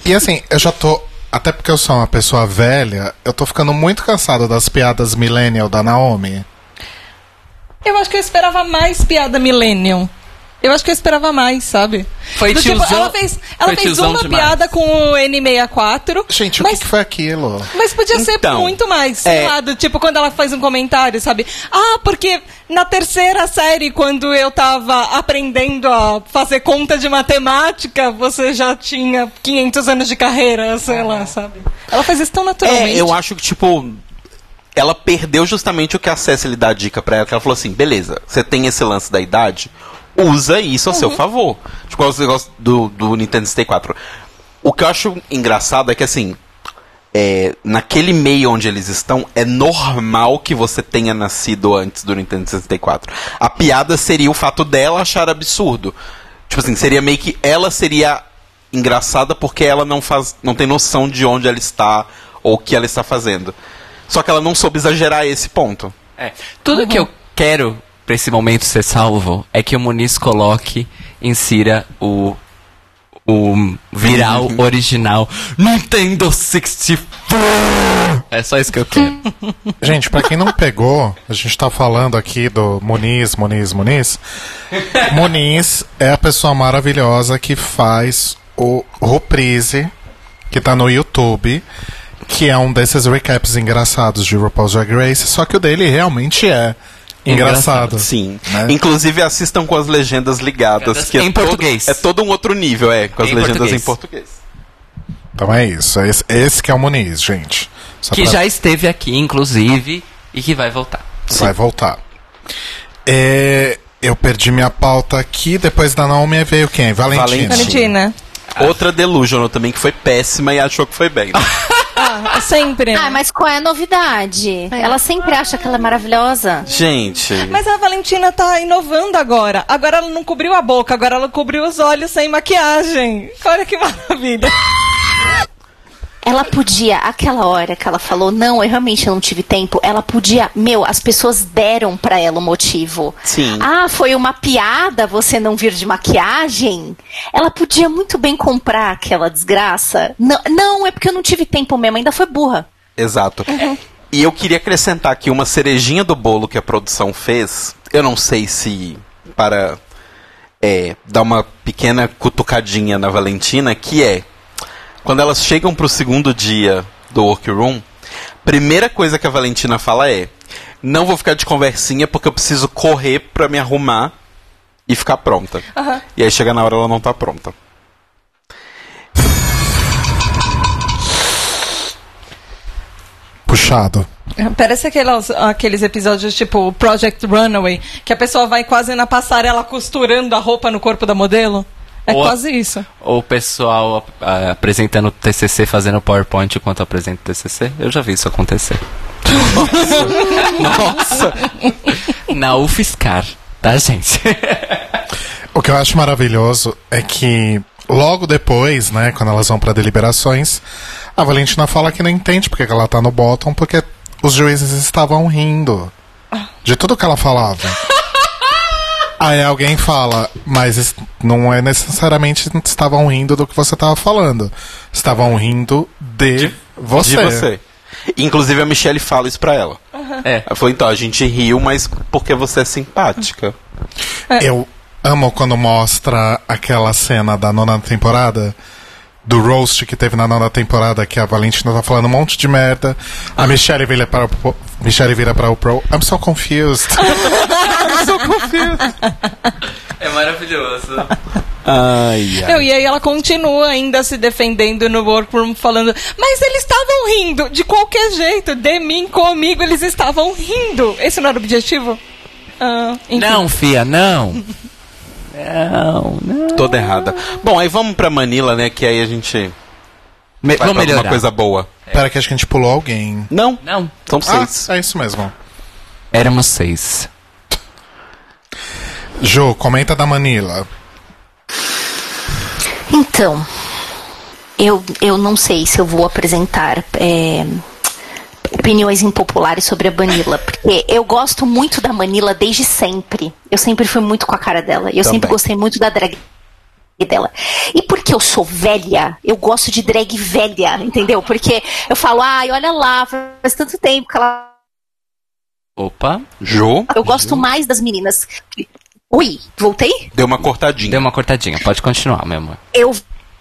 S1: E assim, eu já tô Até porque eu sou uma pessoa velha, eu tô ficando muito cansado das piadas millennial da Naomi.
S4: Eu acho que eu esperava mais piada Millennium. Eu acho que eu esperava mais, sabe?
S3: Foi
S4: Do tipo,
S3: tiozão-
S4: ela fez, ela
S3: foi
S4: fez
S3: tiozão
S4: uma
S3: demais.
S4: piada com o N64.
S1: Gente, o
S4: mas,
S1: que, que foi aquilo?
S4: mas podia ser
S2: Então,
S4: muito mais. Sei
S2: é.
S4: lá, do tipo, quando ela faz um comentário, sabe? Ah, porque na terceira série, quando eu tava aprendendo a fazer conta de matemática, você já tinha 500 anos de carreira, sei lá, sabe? Ela faz isso tão naturalmente.
S2: Ah. É, eu acho que, tipo, ela perdeu justamente o que a Cecily dá dica pra ela, que ela falou assim, beleza, você tem esse lance da idade, usa isso a seu favor. Tipo, os negócios do, do Nintendo 64. O que eu acho engraçado é que, assim, é, naquele meio onde eles estão, é normal que você tenha nascido antes do Nintendo 64. A piada seria o fato dela achar absurdo. Tipo assim, seria meio que ela seria engraçada porque ela não faz, não tem noção de onde ela está ou o que ela está fazendo. Só que ela não soube exagerar esse ponto.
S3: É. Tudo que eu quero pra esse momento ser salvo é que o Muniz coloque, insira o. O viral original Nintendo 64! É só isso que eu quero.
S1: Gente, pra quem não pegou, a gente tá falando aqui do Muniz, Muniz, Muniz. Muniz é a pessoa maravilhosa que faz o Reprise, que tá no YouTube, que é um desses recaps engraçados de RuPaul's Drag Race, só que o dele realmente é engraçado.
S3: Engraçado,
S2: Sim.
S1: Né?
S2: Inclusive assistam com as legendas ligadas.
S3: Legendas em
S2: é todo-
S3: português.
S2: É todo um outro nível, é, com as
S3: Em
S2: legendas
S3: português.
S2: em português.
S1: Então é isso, esse, esse que é o Muniz, gente. Só
S3: Que
S1: pra-
S3: já esteve aqui, inclusive, e que vai voltar.
S1: Vai voltar. É, eu perdi minha pauta aqui, depois da Naomi veio quem? Valentina.
S4: Valentina.
S2: Outra Delusional também que foi péssima e achou que foi bem. né?
S4: Ah, sempre. né?
S5: Ah, mas qual é a novidade? Ela sempre acha que ela é maravilhosa.
S2: Gente.
S4: Mas a Valentina tá inovando agora. Agora ela não cobriu a boca, agora ela cobriu os olhos sem maquiagem. Olha que maravilha.
S5: Ela podia, aquela hora que ela falou, não, eu realmente não tive tempo, ela podia, meu, as pessoas deram pra ela o motivo.
S2: Sim.
S5: Ah, foi uma piada você não vir de maquiagem? Ela podia muito bem comprar aquela desgraça. Não, não, é porque eu não tive tempo mesmo, ainda foi burra.
S2: Exato. E eu queria acrescentar aqui uma cerejinha do bolo que a produção fez. Eu não sei se para é, dar uma pequena cutucadinha na Valentina, que é quando elas chegam pro segundo dia do workroom, primeira coisa que a Valentina fala é: não vou ficar de conversinha porque eu preciso correr pra me arrumar e ficar pronta.
S4: Aham.
S2: E aí chega na hora ela não tá pronta.
S1: Puxado.
S4: Parece aqueles, aqueles episódios tipo Project Runaway, que a pessoa vai quase na passarela costurando a roupa no corpo da modelo. É
S3: Boa.
S4: quase isso.
S3: Ou o pessoal ah, apresentando o TCC, fazendo PowerPoint enquanto apresenta o TCC. Eu já vi isso acontecer. Nossa! Na UFSCar, tá, gente?
S1: O que eu acho maravilhoso é que logo depois, né, quando elas vão pra deliberações, a Valentina fala que não entende porque que ela tá no bottom, porque os juízes estavam rindo de tudo que ela falava. Aí alguém fala, mas es- não é necessariamente estavam rindo do que você tava falando. Estavam rindo de, você.
S2: De você. Inclusive a Michelle fala isso pra ela.
S3: É.
S2: Ela falou, então, a gente riu, mas porque você é simpática.
S5: É.
S1: Eu amo quando mostra aquela cena da nona temporada. Do roast que teve na nona temporada, que a Valentina tá falando um monte de merda. A Michelle vira para o pro, Michelle vira para o pro. I'm so confused.
S3: É maravilhoso.
S2: Ai,
S3: É.
S4: Não, e aí ela continua ainda se defendendo no workroom, falando: Mas eles estavam rindo, de qualquer jeito, de mim, comigo, eles estavam rindo. Esse não era o objetivo? Ah, enfim.
S3: Não, fia, não. Não, não.
S2: Toda errada. Bom, aí vamos pra Manila, né? Que aí a gente
S3: Me, vamos
S2: vai pra alguma
S3: melhorar.
S2: coisa boa.
S1: Pera que acho que a gente pulou alguém.
S2: Não,
S3: Não,
S2: são
S1: Ah,
S2: seis.
S1: é isso mesmo.
S3: éramos seis.
S1: Ju, comenta da Manila.
S5: Então, eu, eu não sei se eu vou apresentar é, opiniões impopulares sobre a Manila, porque eu gosto muito da Manila desde sempre. Eu sempre fui muito com a cara dela. Eu sempre
S2: Também.
S5: gostei muito da drag dela. E porque eu sou velha, eu gosto de drag velha, entendeu? Porque eu falo, ai, olha lá, faz tanto tempo que ela.
S3: Opa,
S2: Jô,
S5: Eu gosto mais das meninas. Ui, voltei?
S2: deu uma cortadinha.
S3: deu uma cortadinha, pode continuar, meu amor.
S5: Eu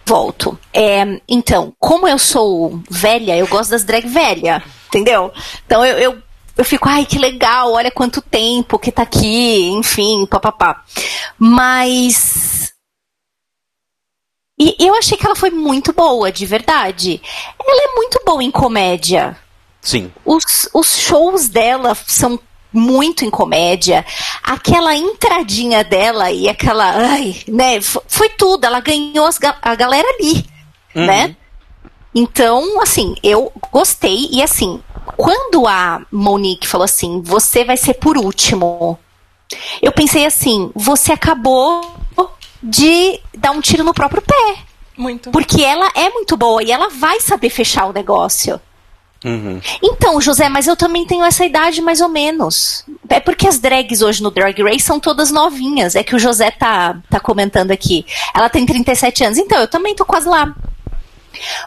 S5: volto. É, então, como eu sou velha, eu gosto das drag velha, entendeu? Então eu, eu, eu fico, ai, que legal, olha quanto tempo que tá aqui, enfim, papapá. Mas. E eu achei que ela foi muito boa, de verdade. Ela é muito boa em comédia
S2: Sim.
S5: os, os shows dela são muito em comédia. Aquela entradinha dela e aquela. Ai, né? fo- Foi tudo. Ela ganhou as ga- a galera ali, né? Então, assim, eu gostei. E assim, quando a Monique falou assim, você vai ser por último, eu pensei assim, você acabou de dar um tiro no próprio pé.
S4: Muito.
S5: Porque ela é muito boa e ela vai saber fechar o negócio.
S2: Uhum.
S5: Então, José, mas eu também tenho essa idade mais ou menos. É porque as drags hoje no Drag Race são todas novinhas. É que o José tá, tá comentando aqui. Ela tem 37 anos. Então, eu também tô quase lá.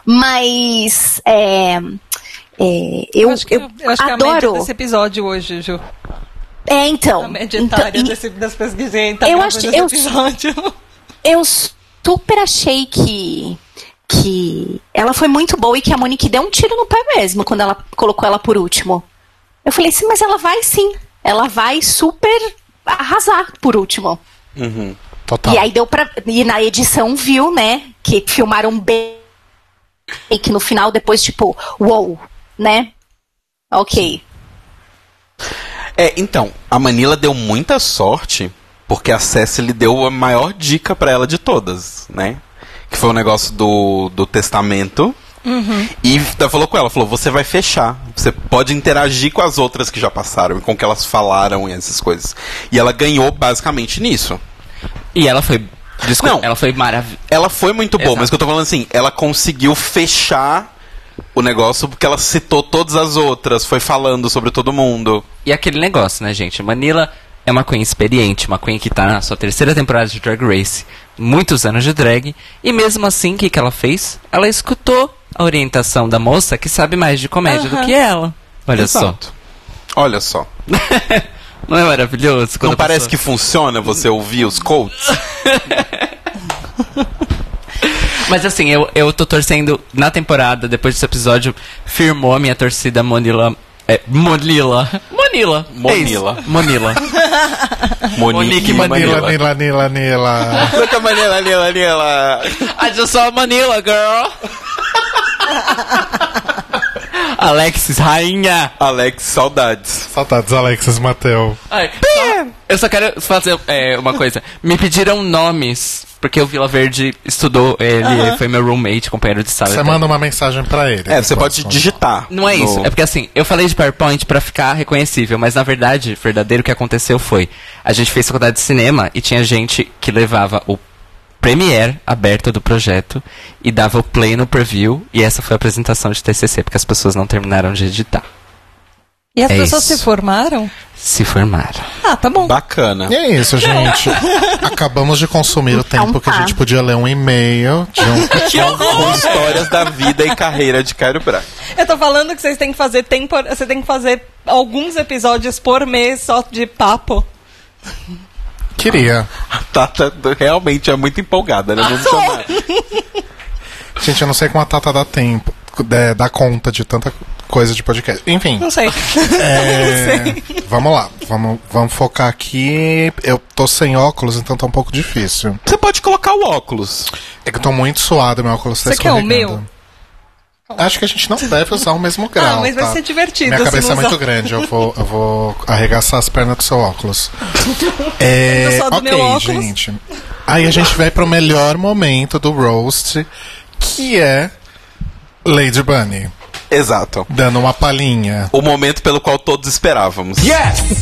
S5: Mas. É, é, eu,
S4: acho que,
S5: eu
S4: eu acho que é a média
S5: adoro.
S4: desse episódio hoje, Ju.
S5: É, então.
S4: A média
S5: então,
S4: etária
S5: e-
S4: desse, das pessoas que tá
S5: Eu
S4: gravando
S5: acho-
S4: esse
S5: eu-
S4: episódio.
S5: eu super achei que que ela foi muito boa e que a Monique deu um tiro no pé mesmo quando ela colocou ela por último. Eu falei assim, mas ela vai sim. Ela vai super arrasar por último.
S2: Uhum.
S1: Total.
S5: E aí deu pra. E na edição viu, né? Que filmaram bem. E que no final, depois, tipo, uou, né? Ok.
S2: É, então, a Manila deu muita sorte porque a Cecily deu a maior dica pra ela de todas, né? Que foi o negócio do, do testamento. E ela falou com ela, falou, você vai fechar. Você pode interagir com as outras que já passaram, e com o que elas falaram e essas coisas. E ela ganhou basicamente nisso.
S3: E ela foi. Desculpa,
S2: Não.
S3: ela foi maravilhosa.
S2: Ela foi muito boa,
S3: Exato.
S2: mas o que eu tô falando assim, ela conseguiu fechar o negócio porque ela citou todas as outras, foi falando sobre todo mundo.
S3: E aquele negócio, né, gente? Manila é uma queen experiente, uma queen que tá na sua terceira temporada de Drag Race, muitos anos de drag, e mesmo assim, o que, que ela fez? Ela escutou a orientação da moça que sabe mais de comédia do que ela. Olha
S2: Exato. Olha só.
S3: só. Não é maravilhoso?
S2: Não parece que funciona você ouvir os coaches?
S3: que. Mas assim, eu, eu tô torcendo na temporada, depois desse episódio, firmou a minha torcida Manila. É, Monila. Monila.
S2: Monila.
S3: É isso. Monila. Monique
S1: Nila,
S3: Manila.
S1: Nila, Nila, Nila.
S2: Nunca Manila, Nila, Nila.
S3: I just saw Manila, girl. Alexis, rainha.
S2: Alex, saudades.
S1: Saudades, Alexis Mateu.
S3: Ai, só- eu só quero fazer é, uma coisa. Me pediram nomes, porque o Vila Verde estudou, ele foi meu roommate, companheiro de sala.
S1: Você
S3: Então,
S1: manda uma mensagem pra ele.
S2: É, você
S1: Depois,
S2: pode
S1: quando-
S2: digitar.
S3: Não é
S2: no-
S3: isso, é porque assim, eu falei de PowerPoint pra ficar reconhecível, mas na verdade, verdadeiro o que aconteceu foi, a gente fez faculdade de cinema e tinha gente que levava o Premiere aberto do projeto e dava o play no preview e essa foi a apresentação de TCC, porque as pessoas não terminaram de editar,
S4: E as
S3: É
S4: pessoas
S3: isso.
S4: se formaram?
S3: se formaram.
S4: Ah, tá bom.
S2: Bacana.
S1: E é isso, gente. Acabamos de consumir o tempo que a
S5: tá.
S1: gente podia ler um e-mail de um
S2: Com histórias da vida e carreira de Cairo Braga.
S4: Eu tô falando que vocês têm que fazer tempor... Você tem que fazer alguns episódios por mês só de papo.
S1: Queria.
S2: A Tata realmente é muito empolgada, né? Vamos chamar.
S1: Gente, eu não sei como a Tata dá tempo, é, dá- dá conta de tanta coisa de podcast. Enfim.
S4: Não sei.
S1: É, vamos lá, vamos, vamos focar aqui. Eu tô sem óculos, então tá um pouco difícil.
S2: Você pode colocar o óculos.
S1: É que eu tô muito suado, meu óculos tá
S4: Você quer o
S1: escorregando. Acho que a gente não deve usar o mesmo grau.
S4: Ah, mas vai
S1: tá?
S4: ser divertido
S1: Minha
S4: se
S1: cabeça
S4: não
S1: é muito
S4: usar.
S1: grande, eu vou, eu vou arregaçar as pernas do seu óculos. É,
S4: Eu sou do
S1: ok,
S4: meu óculos.
S1: gente. Aí a gente vai pro melhor momento do roast, que é Lady Bunny,
S2: Exato.
S1: dando uma palhinha.
S2: O momento pelo qual todos esperávamos.
S3: Yes!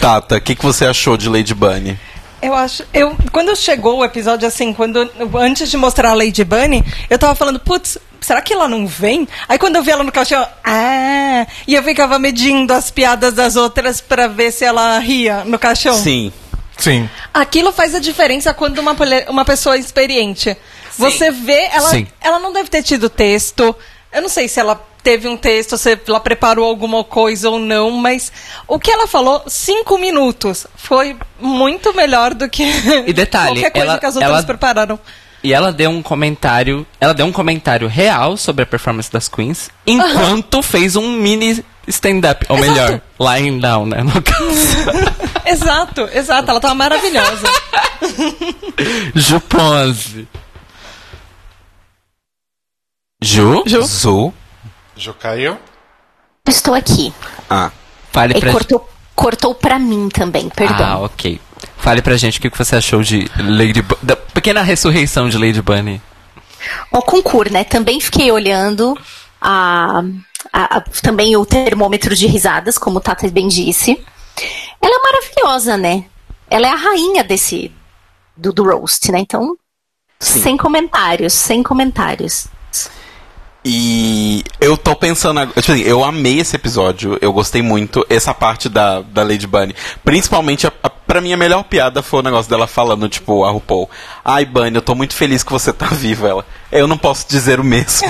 S2: Tata, o que, que você achou de Lady Bunny?
S4: Eu acho. Eu, quando chegou o episódio assim, quando antes de mostrar a Lady Bunny, eu tava falando, putz, será que ela não vem? Aí quando eu vi ela no caixão, eu, ah! E eu ficava medindo as piadas das outras pra ver se ela ria no caixão.
S2: Sim.
S1: Sim.
S4: Aquilo faz a diferença quando uma, pole- uma pessoa experiente. Você vê, ela,
S3: Sim.
S4: ela não deve ter tido texto. Eu não sei se ela teve um texto, se ela preparou alguma coisa ou não, mas o que ela falou, cinco minutos, foi muito melhor do que
S3: E detalhe,
S4: qualquer coisa
S3: ela-
S4: que as outras
S3: ela-
S4: prepararam.
S3: E ela deu um comentário. Ela deu um comentário real sobre a performance das Queens, enquanto fez um mini stand-up. Ou
S4: Exato.
S3: melhor, lying down, né? No caso.
S4: Exato, exato, ela tava maravilhosa.
S3: Juponze. Ju?
S4: Ju?
S2: Zu.
S1: Ju caiu?
S5: Estou aqui.
S2: Ah.
S3: Fale
S5: E
S3: pra
S5: cortou, cortou pra mim também,
S3: Ah,
S5: perdão.
S3: ok. Fale pra gente o que que você achou de Lady Bu da pequena ressurreição de Lady Bunny.
S5: O concurso, né? Também fiquei olhando a, a- a- também o termômetro de risadas, como o Tata bem disse. Ela é maravilhosa, né? Ela é a rainha desse do, do roast, né? Então, sem comentários, sem comentários.
S2: E eu tô pensando agora. Tipo assim, eu amei esse episódio, eu gostei muito. Essa parte da, da Lady Bunny. Principalmente, a, a, pra mim, a melhor piada foi o negócio dela falando, tipo, a RuPaul. Ai, Bunny, eu tô muito feliz que você tá viva. Ela, eu não posso dizer o mesmo.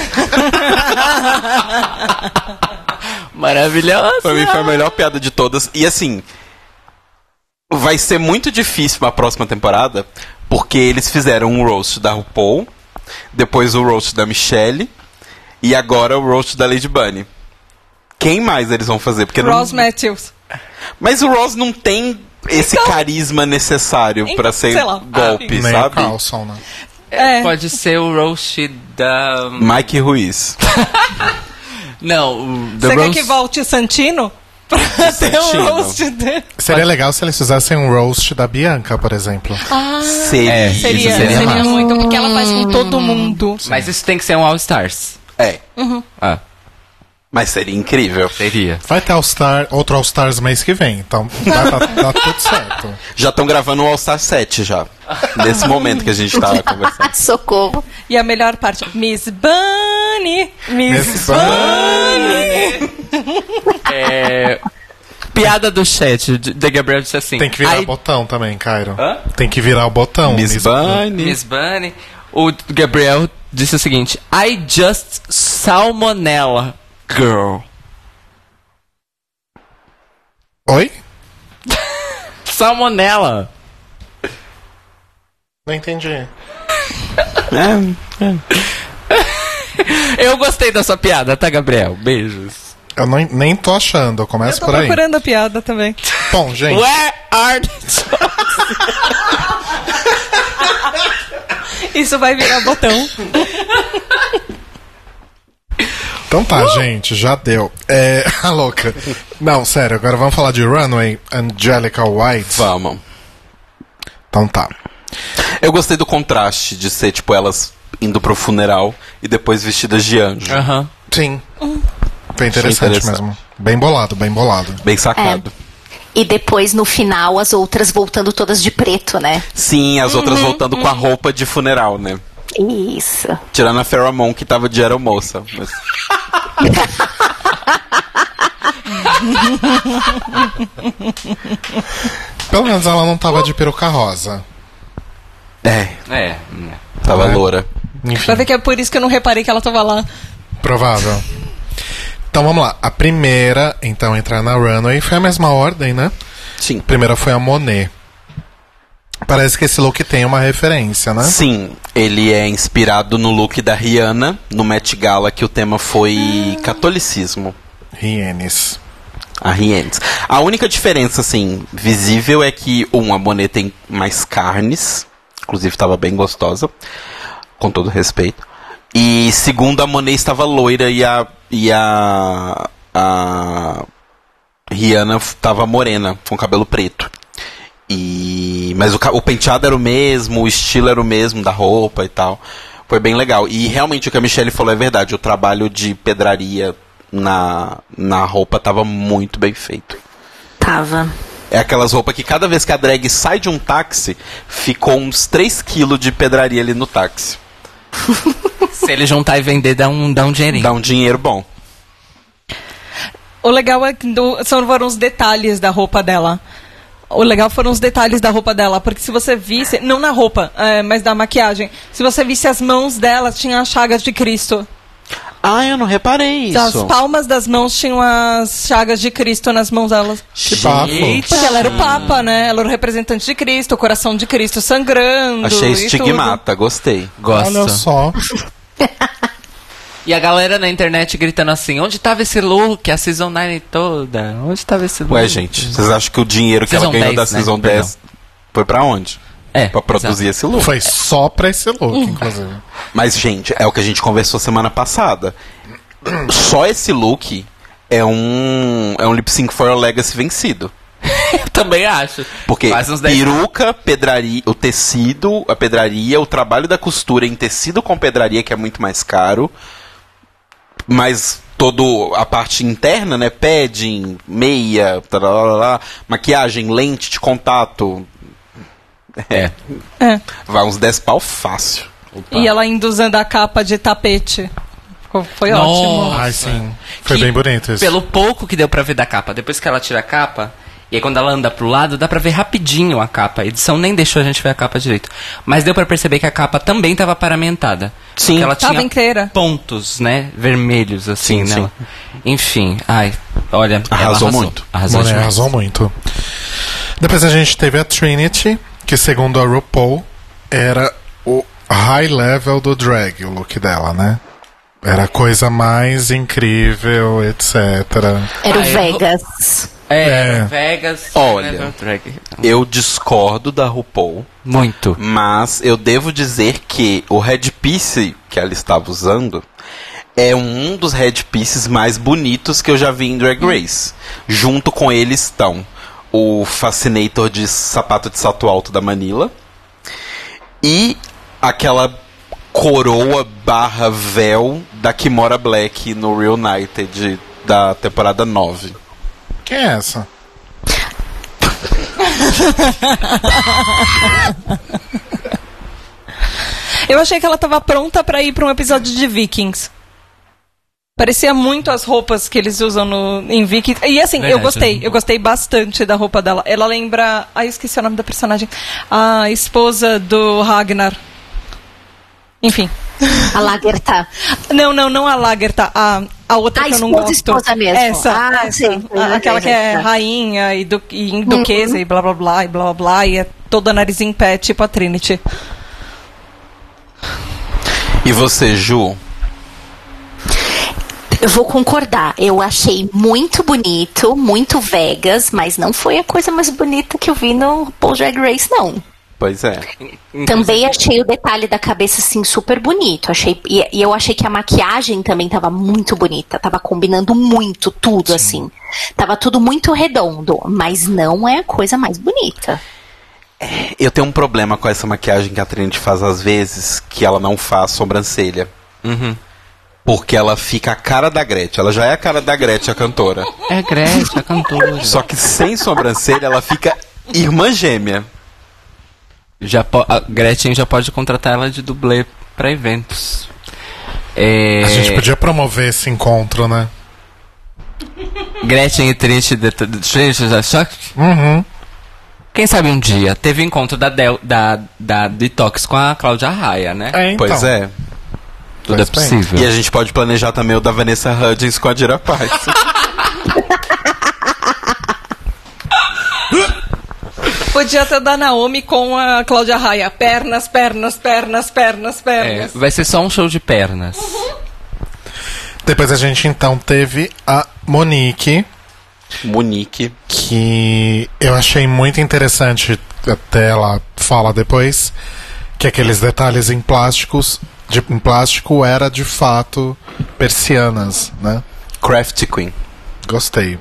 S3: Maravilhosa!
S2: pra mim foi a melhor piada de todas. E assim, vai ser muito difícil pra próxima temporada, porque eles fizeram um roast da RuPaul, depois o roast da Michelle, e agora o roast da Lady Bunny. Quem mais eles vão fazer? Porque
S4: Ross
S2: não...
S4: Matthews.
S2: Mas o Ross não tem esse
S4: Então-
S2: carisma necessário
S4: Então,
S2: pra ser
S4: sei lá. Ah,
S2: golpe,
S1: Nem o
S2: sabe?
S1: Carlson, né?
S4: É,
S3: Pode ser o roast da...
S2: Mike Ruiz.
S3: Não, o... The
S4: você quer
S3: roast...
S4: que volte Santino? Pra ter um
S2: Santino.
S4: roast dele.
S1: Seria legal se eles fizessem um roast da Bianca, por exemplo.
S3: É,
S2: Seria.
S4: Ah, Seria,
S3: Isso seria
S4: seria um
S3: massa.
S4: muito, porque ela faz com todo mundo.
S3: Mas isso tem que ser um All Stars.
S2: É.
S3: Ah,
S2: Mas seria incrível.
S3: seria.
S1: Vai ter All Star, outro All Stars mês que vem, então tá, tá- tá tudo certo.
S2: Já estão gravando o All Star 7 já. Nesse momento que a gente tava conversando.
S5: Socorro.
S4: E a melhor parte, Miss Bunny,
S1: Miss
S4: Miss Bunny.
S3: É... Piada do chat. de- The Gabriel disse assim...
S1: Tem que virar
S3: "Ai,
S1: o botão também, Cairo.
S3: Hã?
S1: Tem que virar o botão.
S2: Miss
S1: Miss-
S2: Bunny.
S3: Miss Bunny. O Gabriel disse o seguinte: I just salmonella, girl.
S1: Oi?
S3: Salmonella.
S1: Não entendi.
S3: Eu gostei da sua piada, tá, Gabriel? Beijos.
S1: Eu não- nem tô achando, eu
S4: Eu
S1: começo
S4: tô
S1: por aí.
S4: procurando a piada também.
S1: Bom, gente,
S3: Where are the...
S4: Isso vai virar botão.
S1: então tá,
S2: Uh!
S1: gente, já deu. É, a louca. Não, sério, agora vamos falar de Runway, Angelica White.
S2: Vamos.
S1: Então tá.
S2: Eu gostei do contraste de ser, tipo, elas indo pro funeral e depois vestidas de anjo.
S3: Aham.
S1: Sim.
S4: Hum.
S1: Foi interessante,
S2: Achei interessante.
S1: mesmo. Bem bolado, bem bolado.
S2: Bem sacado.
S5: E depois, no final, as outras voltando todas de preto, né?
S2: Sim, as outras voltando com a roupa de funeral, né?
S5: Isso.
S2: Tirando a Pheromone que tava de aeromoça. Mas...
S1: Pelo menos ela não tava de peruca rosa.
S2: É,
S3: É.
S2: tava
S1: É.
S2: loura.
S1: Enfim.
S4: Vai ver que é por isso que eu não reparei que ela tava lá.
S1: Provável. Então vamos lá. A primeira, então, a entrar na runway foi a mesma ordem, né?
S2: Sim.
S1: A primeira foi a Monet. Parece que esse look tem uma referência, né?
S2: Sim, ele é inspirado no look da Rihanna, no Met Gala, que o tema foi catolicismo.
S1: Rienes.
S2: A Rientes. A única diferença, assim, visível é que, um, a Monet tem mais carnes. Inclusive, estava bem gostosa. Com todo respeito. E, segundo, a Monet estava loira e a... E a... a Rihanna estava morena, com cabelo preto. E... Mas o, ca- o penteado era o mesmo, o estilo era o mesmo da roupa e tal. Foi bem legal. E realmente o que a Michelle falou é verdade. O trabalho de pedraria na, na roupa tava muito bem feito.
S5: Tava.
S2: É aquelas roupas que cada vez que a drag sai de um táxi, ficou uns 3 quilos de pedraria ali no táxi.
S3: Se ele juntar e vender, dá um, dá um dinheirinho.
S2: Dá um dinheiro bom.
S4: O legal é que do- são foram os detalhes da roupa dela. O legal foram os detalhes da roupa dela, porque se você visse, não na roupa, é, mas da maquiagem, se você visse as mãos dela, tinha as chagas de Cristo.
S2: Ah, eu não reparei
S4: As
S2: isso.
S4: palmas das mãos tinham as chagas de Cristo nas mãos delas.
S1: Que bafo.
S2: Gente,
S4: Porque ela era o Papa, né? Ela era o representante de Cristo, o coração de Cristo sangrando.
S2: Achei
S4: e tudo.
S2: estigmata, gostei.
S1: Olha
S3: Gosto.
S1: só.
S3: E a galera na internet gritando assim: onde tava esse look? A Season 9 toda? Onde tava esse look?
S2: Ué, gente, vocês acham que o dinheiro que
S3: Season
S2: ela ganhou
S3: 10,
S2: da
S3: né?
S2: Season 10 foi pra onde?
S3: É,
S2: Pra produzir esse look.
S1: Foi só pra esse look, inclusive.
S2: Mas, gente, é o que a gente conversou semana passada. Só esse look é um, é um lip sync for a legacy vencido.
S3: exato. Também acho.
S2: Porque
S3: Faz uns 10
S2: peruca, pedraria, o tecido, a pedraria, o trabalho da costura em tecido com pedraria, que é muito mais caro. Mas todo a parte interna, né? Padding, meia, tarará, maquiagem, lente de contato. É,
S4: É.
S2: vai uns 10 pau fácil.
S4: E ela ainda usando a capa de tapete. Ficou- Foi ótimo.
S3: Nossa.
S1: Ai, sim. Foi
S3: Que
S1: bem bonito isso.
S3: Pelo pouco que deu pra ver da capa. Depois que ela tira a capa, e aí quando ela anda pro lado, dá pra ver rapidinho a capa. A edição nem deixou a gente ver a capa direito. Mas deu pra perceber que a capa também tava paramentada.
S2: Sim.
S3: Porque ela
S4: Tava
S3: tinha
S4: inteira.
S3: pontos, né? Vermelhos, assim,
S2: Sim,
S3: nela. Enfim, ai, olha. ela
S2: Arrasou muito.
S3: Arrasou,
S1: Mulher
S3: demais.
S1: arrasou é muito. Depois a gente teve a Trinity, que segundo a RuPaul, era o high level do drag, o look dela, né? Era a coisa mais incrível, etc.
S5: Era o
S3: Ah, eu-
S5: Vegas.
S3: É,
S1: É.
S3: Vegas.
S2: Olha.
S3: Level Drag.
S2: Eu discordo da RuPaul.
S3: Muito.
S2: Mas eu devo dizer que o headpiece que ela estava usando é um dos headpieces mais bonitos que eu já vi em Drag Race. Junto com ele estão o Fascinator de sapato de salto alto da Manila e aquela coroa barra véu da Kimora Black no Real United da temporada 9.
S1: Quem é essa?
S4: Eu achei que ela tava pronta pra ir pra um episódio de Vikings. Parecia muito as roupas que eles usam no, em Vikings. E assim, eu
S3: Verdade,
S4: gostei.
S3: né?
S4: Eu gostei bastante da roupa dela. Ela lembra. Ai, eu esqueci o nome da personagem. A esposa do Ragnar. Enfim.
S5: A tá. Lagertha.
S4: Não, não, não a Lagertha. A, a outra
S5: A
S4: que eu não
S5: esposa,
S4: gosto.
S5: esposa mesmo.
S4: Essa.
S5: Ah,
S4: essa.
S5: sim.
S4: A- aquela que é rainha e, du,
S5: Hum,
S4: e duquesa e blá blá blá e blá blá blá. E é toda nariz em pé, tipo a Trinity.
S2: E você, Ju?
S5: Eu vou concordar. Eu achei muito bonito, muito Vegas, mas não foi a coisa mais bonita que eu vi no RuPaul's Drag Race, não.
S2: Pois é.
S5: Também achei o detalhe da cabeça, assim, super bonito. Achei, e, e eu achei que a maquiagem também tava muito bonita. Tava combinando muito tudo, assim. Tava tudo muito redondo, mas não é a coisa mais bonita.
S2: Eu tenho um problema com essa maquiagem que a Trinity faz às vezes, que ela não faz sobrancelha. Uhum. Porque ela fica a cara da Gretchen. Ela já é a cara da Gretchen, a cantora.
S3: É Gretchen, a cantora.
S2: Só que sem sobrancelha, ela fica irmã gêmea.
S3: Já po- a Gretchen já pode contratar ela de dublê pra eventos. É,
S1: A gente podia promover esse encontro, né?
S3: Gretchen e Trinity de, de, Trinity da Shock?
S1: Uhum.
S3: Quem sabe um dia teve encontro da, Del, da, da Detox com a Cláudia Raia, né?
S1: É, então.
S2: Pois é.
S3: Tudo é
S1: pois bem.
S3: possível.
S2: E a gente pode planejar também o da Vanessa Hudgens com a Dira Paz.
S4: Podia ter da Naomi com a Cláudia Raia. Pernas, pernas, pernas, pernas,
S3: É,
S4: pernas.
S3: vai ser só um show de pernas.
S1: Depois a gente então teve a Monique,
S2: Monique.
S1: que eu achei muito interessante, até ela fala depois, que aqueles detalhes em plásticos, de, em plástico era de fato persianas, né?
S2: Craft Queen.
S1: Gostei.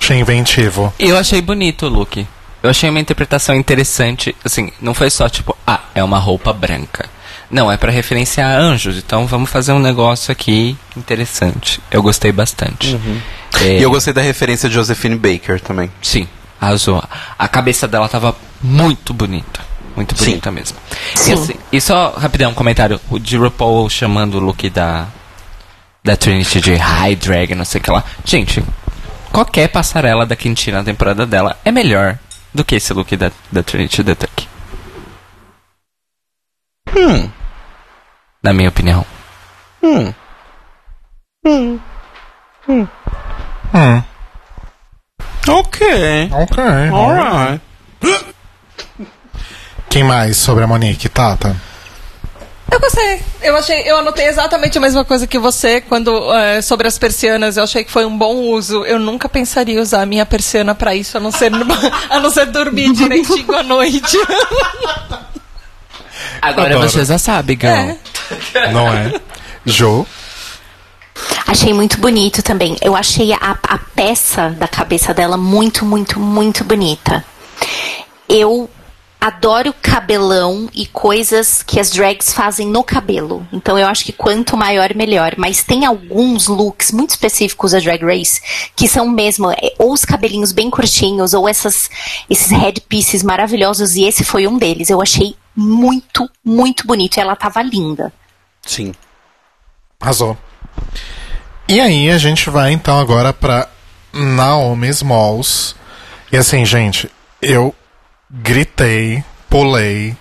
S1: Achei inventivo.
S3: E eu achei bonito o look. Eu achei uma interpretação interessante. Assim, não foi só tipo, ah, é uma roupa branca. Não, é pra referenciar anjos. Então vamos fazer um negócio aqui interessante. Eu gostei bastante. É,
S2: Uhum. E eu gostei da referência de Josephine Baker também.
S3: Sim, arrasou. A cabeça dela tava muito bonita. Muito
S2: Sim.
S3: bonita mesmo. E, assim, e só rapidão um comentário o de RuPaul chamando o look da da Trinity de high drag, não sei o que lá. Gente, qualquer passarela da Quintina na temporada dela é melhor. do que esse look da, da Trinity the Tuck,
S2: Hum,
S3: na minha opinião.
S2: hum.
S1: Hum,
S2: Ok.
S1: ok.
S2: Alright.
S1: Quem mais sobre a Monique, Tata?
S4: Eu gostei. Eu achei, eu anotei exatamente a mesma coisa que você quando eh, sobre as persianas. Eu achei que foi um bom uso. Eu nunca pensaria usar a minha persiana pra isso, a não ser a não ser dormir direitinho à noite.
S3: Agora
S1: Adoro.
S3: você já sabe, Gal.
S4: É.
S1: Não é? Jo?
S5: Achei muito bonito também. Eu achei a, a peça da cabeça dela muito, muito, muito bonita. Eu adoro cabelão e coisas que as drags fazem no cabelo. Então eu acho que quanto maior, melhor. Mas tem alguns looks muito específicos da Drag Race que são mesmo é, ou os cabelinhos bem curtinhos ou essas, esses headpieces maravilhosos. E esse foi um deles. Eu achei muito, muito bonito. E ela tava linda.
S2: Sim.
S1: Arrasou. E aí a gente vai então agora pra Naomi Smalls. E assim, gente, eu gritei, pulei,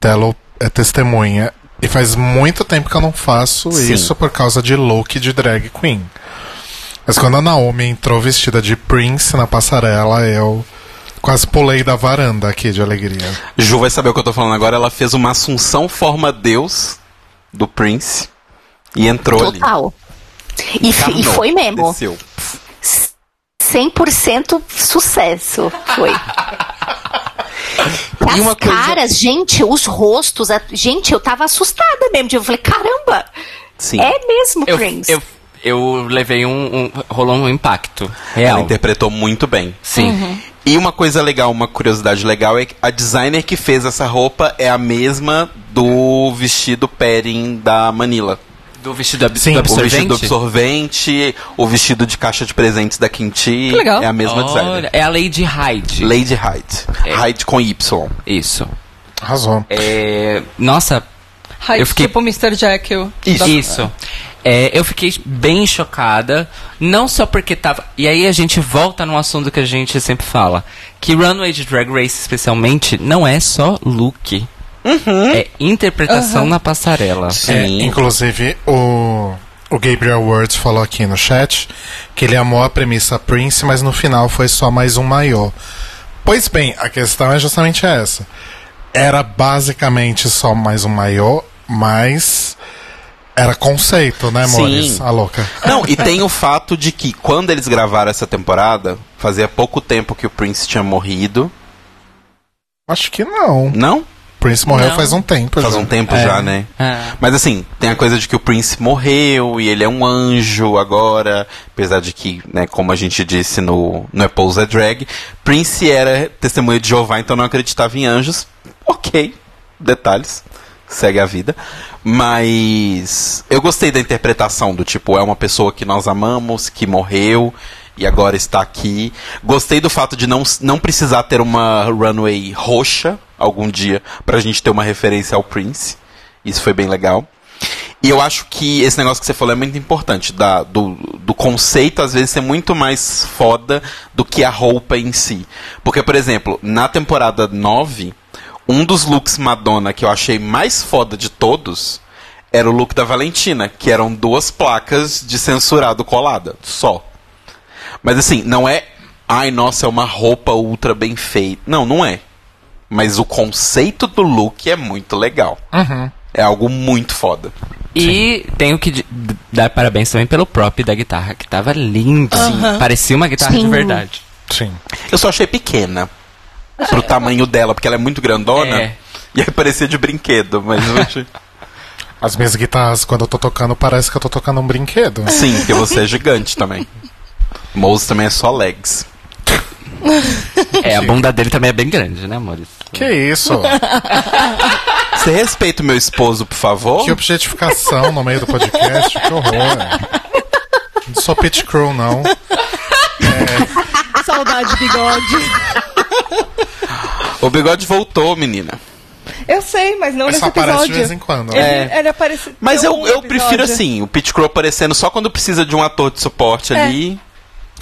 S1: Telo é testemunha. E faz muito tempo que eu não faço
S2: Sim.
S1: isso por causa de look de drag queen. Mas quando a Naomi entrou vestida de Prince na passarela, eu quase pulei da varanda aqui de alegria.
S2: Ju vai saber o que eu tô falando agora. Ela fez uma Assunção Forma Deus do Prince e entrou ali.
S5: Total. E, f- e
S2: Encarnou.
S5: foi mesmo.
S2: Desceu.
S5: 100% sucesso foi.
S2: E uma
S5: As
S2: coisa-
S5: caras, gente, os rostos, a- gente, eu tava assustada mesmo. Eu falei, caramba,
S2: Sim.
S5: é mesmo,
S3: Eu,
S5: Prince.
S3: eu, eu levei um, um. rolou um impacto.
S2: Ela
S3: Real.
S2: interpretou muito bem.
S3: Sim.
S2: E uma coisa legal, uma curiosidade legal é que a designer que fez essa roupa é a mesma do vestido padding da Manila.
S3: Do vestido ab
S1: Sim,
S3: do
S1: o
S2: O vestido
S3: absorvente.
S2: do absorvente, o vestido de caixa de presentes da Quinti.
S4: Que legal.
S2: É a mesma
S3: Olha,
S2: designer.
S3: é a Lady Hyde.
S2: Lady Hyde.
S3: É.
S2: Hyde com Y.
S3: Isso.
S1: Arrasou.
S3: É, nossa,
S4: Ai,
S3: Eu fiquei-
S4: Tipo Mr. Jekyll.
S3: Isso. É, eu fiquei bem chocada, não só porque tava. E aí a gente volta num assunto que a gente sempre fala: que Runway de Drag Race, especialmente, não é só look. É interpretação na passarela.
S1: É, inclusive, o, o Gabriel Words falou aqui no chat que ele amou a premissa Prince, mas no final foi só mais um maiô. Pois bem, a questão é justamente essa. Era basicamente só mais um maiô, mas era conceito, né,
S2: Sim.
S1: Mores? A louca.
S2: Não, e tem o fato de que quando eles gravaram essa temporada, fazia pouco tempo que o Prince tinha morrido.
S1: Acho que não.
S2: Não?
S1: Prince morreu
S3: Não.
S1: faz um tempo
S2: Faz
S1: já.
S2: um tempo
S1: É.
S2: já, né?
S3: É.
S2: Mas assim, tem a coisa de que o Prince morreu e ele é um anjo agora. Apesar de que, né, como a gente disse no, no Apple's é Drag, Prince era testemunha de Jeová, então não acreditava em anjos. Ok, detalhes. Segue a vida. Mas eu gostei da interpretação do tipo, é uma pessoa que nós amamos, que morreu e agora está aqui. Gostei do fato de não, não precisar ter uma runway roxa algum dia pra gente ter uma referência ao Prince. Isso foi bem legal. E eu acho que esse negócio que você falou é muito importante, da- do, do conceito às vezes ser muito mais foda do que a roupa em si. Porque, por exemplo, na temporada 9, um dos looks Madonna que eu achei mais foda de todos era o look da Valentina, que eram duas placas de censurado colada, só. Mas assim, não é, ai nossa, é uma roupa ultra bem feita. Não, não é. Mas o conceito do look é muito legal. É algo muito foda.
S3: E tenho que d- dar parabéns também pelo prop da guitarra, que tava lindo. Parecia uma guitarra de
S5: Sim.
S3: verdade.
S1: Sim.
S2: Eu só achei pequena. Pro tamanho dela, porque ela é muito grandona.
S3: É.
S2: E aí parecia de brinquedo, mas eu achei.
S1: As minhas guitarras, quando eu tô tocando, parece que eu tô tocando um brinquedo.
S2: Sim, porque você é gigante também. Mouse também é só legs.
S3: É, a bunda dele também é bem grande, né, amores?
S1: Que isso?
S2: Você respeita o meu esposo, por favor?
S1: Que objetificação no meio do podcast, que horror. né? Não sou pit crew, não.
S4: Saudade bigode.
S2: O bigode voltou, menina.
S4: Eu sei, mas não
S1: Mas
S4: nesse
S1: só aparece de
S4: episódio.
S1: vez em quando.
S4: Ele,
S1: né?
S4: ele aparece.
S2: Mas
S4: em
S2: eu,
S4: algum
S2: eu prefiro
S4: episódio.
S2: assim, o Pit Crow aparecendo só quando precisa de um ator de suporte ali.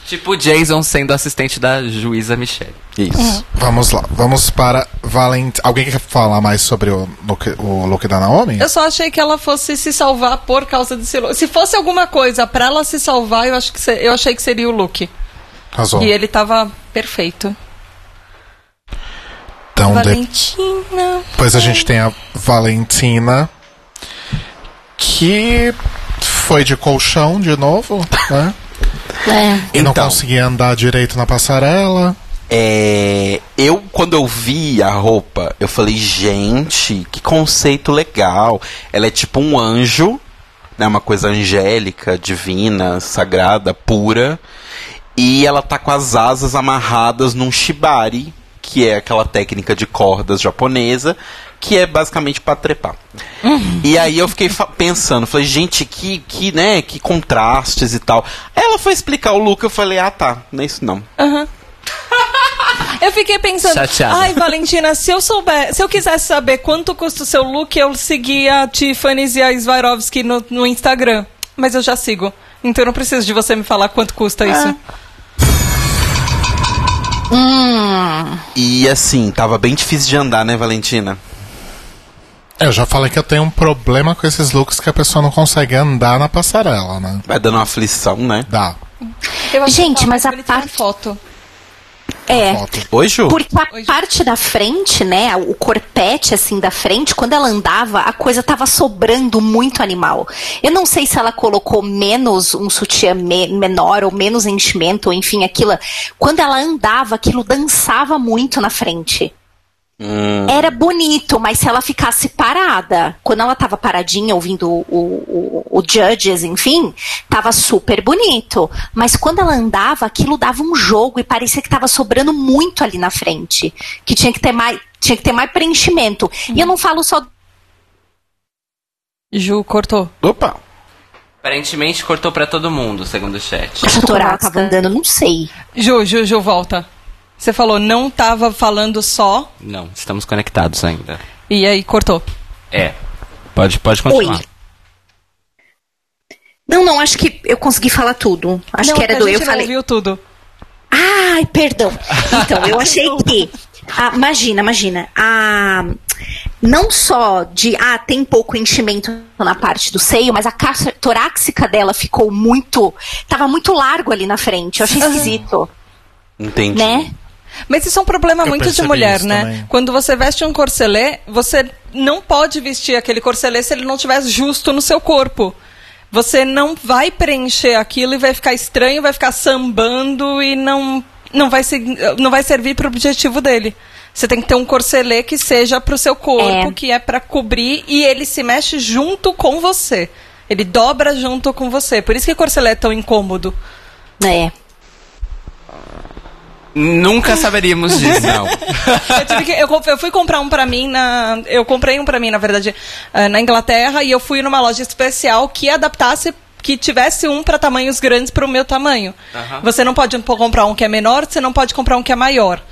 S3: Tipo o Jason sendo assistente da juíza Michelle.
S2: Isso.
S1: Vamos lá, vamos para Valent. Alguém quer falar mais sobre o look, o look da Naomi?
S4: Eu só achei que ela fosse se salvar por causa desse look. Se fosse alguma coisa pra ela se salvar, eu, acho que se- eu achei que seria o look.
S1: Arrasou.
S4: E ele tava perfeito.
S1: Então, de-
S4: Valentina.
S1: depois a gente tem a Valentina, que foi de colchão de novo, né?
S5: É.
S1: E não
S2: Então.
S1: conseguia andar direito na passarela.
S2: É, eu, quando eu vi a roupa, eu falei, gente, que conceito legal. Ela é tipo um anjo, né? Uma coisa angélica, divina, sagrada, pura. E ela tá com as asas amarradas num shibari, que é aquela técnica de cordas japonesa, que é basicamente pra trepar. E aí eu fiquei fa- pensando, falei, gente, que, que, né, que contrastes e tal. Ela foi explicar o look, eu falei, ah tá, não é isso não.
S4: Eu fiquei pensando,
S3: Chateada.
S4: ai Valentina, se eu souber, se eu quisesse saber quanto custa o seu look, eu seguia a Tiffany's e a Swarovski no, no Instagram. Mas eu já sigo. Então eu não preciso de você me falar quanto custa isso.
S2: E assim, tava bem difícil de andar, né, Valentina?
S1: Eu já falei que eu tenho um problema com esses looks que a pessoa não consegue andar na passarela, né?
S2: Vai dando uma aflição, né?
S1: Dá.
S4: Eu acho
S5: Gente,
S4: que tá,
S5: mas a
S4: ele tem uma
S5: parte-
S4: foto.
S5: É.
S1: Foto.
S2: Oi, Ju?
S5: Porque a parte da frente, né, o corpete assim da frente, quando ela andava, a coisa tava sobrando muito animal. Eu não sei se ela colocou menos um sutiã me- menor ou menos enchimento, ou enfim, aquilo. Quando ela andava, aquilo dançava muito na frente. Era bonito, mas se ela ficasse parada, quando ela tava paradinha ouvindo o, o, o Judges, enfim, tava super bonito. Mas quando ela andava, aquilo dava um jogo e parecia que tava sobrando muito ali na frente. Que tinha que ter mais, tinha que ter mais preenchimento. E eu não falo só.
S4: Ju cortou.
S2: Opa!
S3: Aparentemente cortou pra todo mundo, segundo o chat.
S5: Acho que ela tava andando, não sei.
S4: Ju, Ju, Ju, volta. Você falou, não tava falando só,
S3: Não, estamos conectados ainda.
S4: e aí cortou.
S3: É. Pode, pode continuar.
S5: Oi. Não, não, acho que eu consegui falar tudo. Acho
S4: não, é
S5: que era
S4: a
S5: do
S4: gente
S5: eu
S4: não
S5: falei.
S4: ouviu tudo.
S5: Ai, perdão. Então, eu achei que. Ah, imagina, imagina. Ah, não só de. Ah, tem pouco enchimento na parte do seio, mas a caixa torácica dela ficou muito. Tava muito largo ali na frente. Eu achei esquisito,
S2: Entendi.
S5: né?
S4: Mas isso é um problema
S1: Eu
S4: muito de
S1: percebi
S4: mulher,
S1: isso
S4: né?
S1: também.
S4: Quando você veste um corselê, você não pode vestir aquele corselê se ele não estiver justo no seu corpo. Você não vai preencher aquilo e vai ficar estranho, vai ficar sambando e não, não, vai, se, não vai servir para o objetivo dele. Você tem que ter um corselê que seja para o seu corpo,
S5: É.
S4: que é para cobrir, e ele se mexe junto com você. Ele dobra junto com você. Por isso que corselê é tão incômodo.
S5: É.
S3: Nunca saberíamos disso. Não.
S4: eu, tive que- eu comp- eu fui comprar um pra mim na. Eu comprei um pra mim, na verdade, ah, na Inglaterra, e eu fui numa loja especial que adaptasse. Que tivesse um pra tamanhos grandes pro meu tamanho. Você não pode pô- comprar um que é menor, você não pode comprar um que é maior.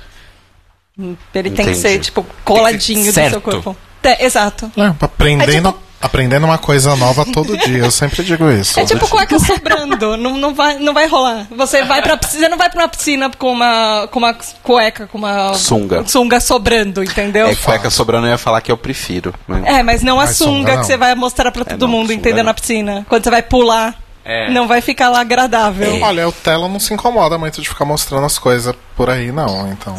S4: Ele tem que
S2: Entendi.
S4: ser, tipo, coladinho do
S3: certo.
S4: seu corpo. É, exato.
S1: É, aprendendo, aprendendo uma coisa nova todo dia, eu sempre digo isso.
S4: É tipo cueca sobrando, não, não, vai, não vai rolar. Você vai pra piscina, você não vai pra uma piscina com uma, com uma cueca, com uma
S2: Sunga.
S4: sunga sobrando, entendeu?
S2: É cueca sobrando, eu ia falar que eu prefiro. né?
S4: É, mas não a
S1: Mas
S4: sunga
S1: sunga não.
S4: que você vai mostrar pra todo
S2: É, não,
S4: mundo,
S2: sunga
S4: entendeu?
S2: não.
S4: Na piscina. Quando você vai pular,
S3: É.
S4: não vai ficar lá agradável.
S2: É,
S1: Olha, o Telo não se incomoda muito de ficar mostrando as coisas por aí, não, então.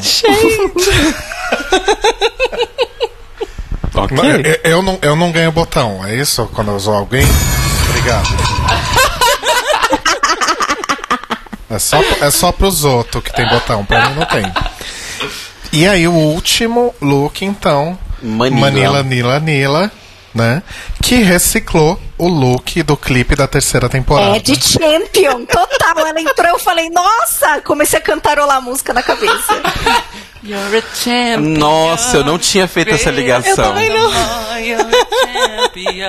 S2: Ok.
S1: Não, eu, eu- eu não, eu não ganho botão, é isso? Quando eu usou alguém? Obrigado. É só, é só pros outros que tem botão, pra mim não tem. E aí, o último look, então.
S2: Manila.
S1: Manila, Nila, Nila, né? Que reciclou o look do clipe da terceira temporada.
S5: É de champion, total. Ela entrou, eu falei, nossa! Comecei a cantarolar a música na cabeça.
S3: You're a champion.
S2: Nossa, eu não tinha feito essa ligação.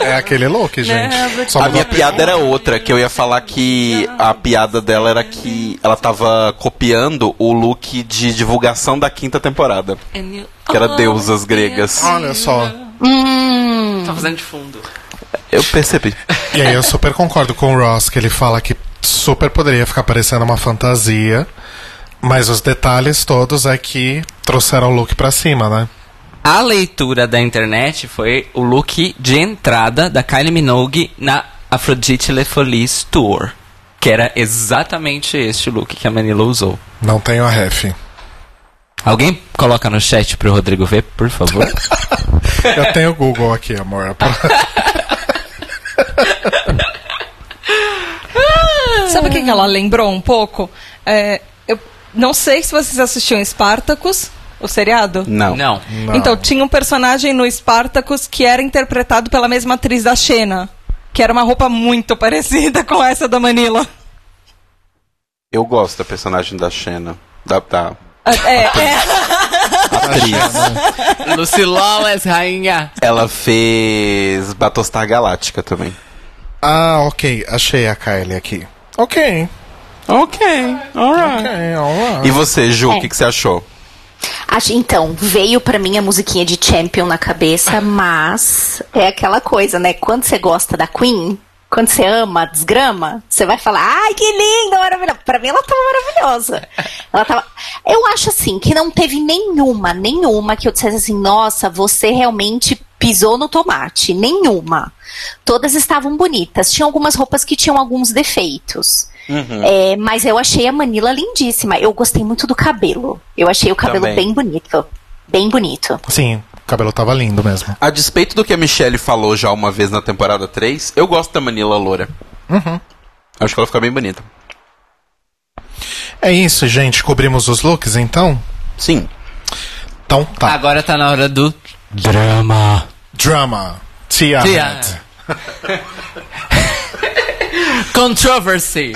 S1: É aquele look, gente. Só
S2: A
S1: mudou
S2: minha piada era outra, que eu ia falar que a piada dela era que ela tava copiando o look de divulgação da quinta temporada. Que era deusas gregas.
S1: Olha só.
S5: Hum.
S3: Tá fazendo de fundo.
S2: Eu percebi.
S1: E aí eu super concordo com o Ross, que ele fala que super poderia ficar parecendo uma fantasia, mas os detalhes todos é que trouxeram o look pra cima, né?
S3: A leitura da internet foi o look de entrada da Kylie Minogue na Aphrodite Le Folies Tour. Que era exatamente este look que a Manila usou.
S1: Não tenho a ref.
S3: Alguém coloca no chat pro Rodrigo ver, por favor?
S1: Eu tenho o Google aqui, amor.
S4: Sabe o que, que ela lembrou um pouco? É, eu não sei se vocês assistiam Spartacus, o seriado.
S2: Não.
S3: Não.
S1: Não.
S4: Então, tinha um personagem no Spartacus que era interpretado pela mesma atriz da Xena. Que era uma roupa muito parecida com essa da Manila.
S2: Eu gosto da personagem da Xena. Da, da
S4: É, é.
S2: atriz.
S3: Lucy Lawless, rainha.
S2: Ela fez Batostar Galáctica também.
S1: Ah, ok. Achei a Kylie aqui. Ok.
S2: Ok, alright.
S1: Ok, olá.
S2: E você, Ju, o
S5: É.
S2: que, que você achou?
S5: Acho- Então, veio pra mim a musiquinha de Champion na cabeça, mas é aquela coisa, né? Quando você gosta da Queen, quando você ama a desgrama, você vai falar, ai, que linda, maravilhosa. Pra mim ela tava maravilhosa. Ela tava. Eu acho assim, que não teve nenhuma, nenhuma que eu dissesse assim, nossa, você realmente pisou no tomate. Nenhuma. Todas estavam bonitas. Tinha algumas roupas que tinham alguns defeitos. É, mas eu achei a Manila lindíssima. Eu gostei muito do cabelo. Eu achei o cabelo
S2: Também.
S5: bem bonito. Bem bonito.
S1: Sim, o cabelo tava lindo mesmo.
S2: A despeito do que a Michelle falou já uma vez na temporada 3, eu gosto da Manila Loura. Acho que ela fica bem bonita.
S1: É isso, gente. Cobrimos os looks, então?
S2: Sim.
S1: Então tá.
S3: Agora tá na hora do drama.
S1: Drama. Tia.
S3: Tia. Controversy.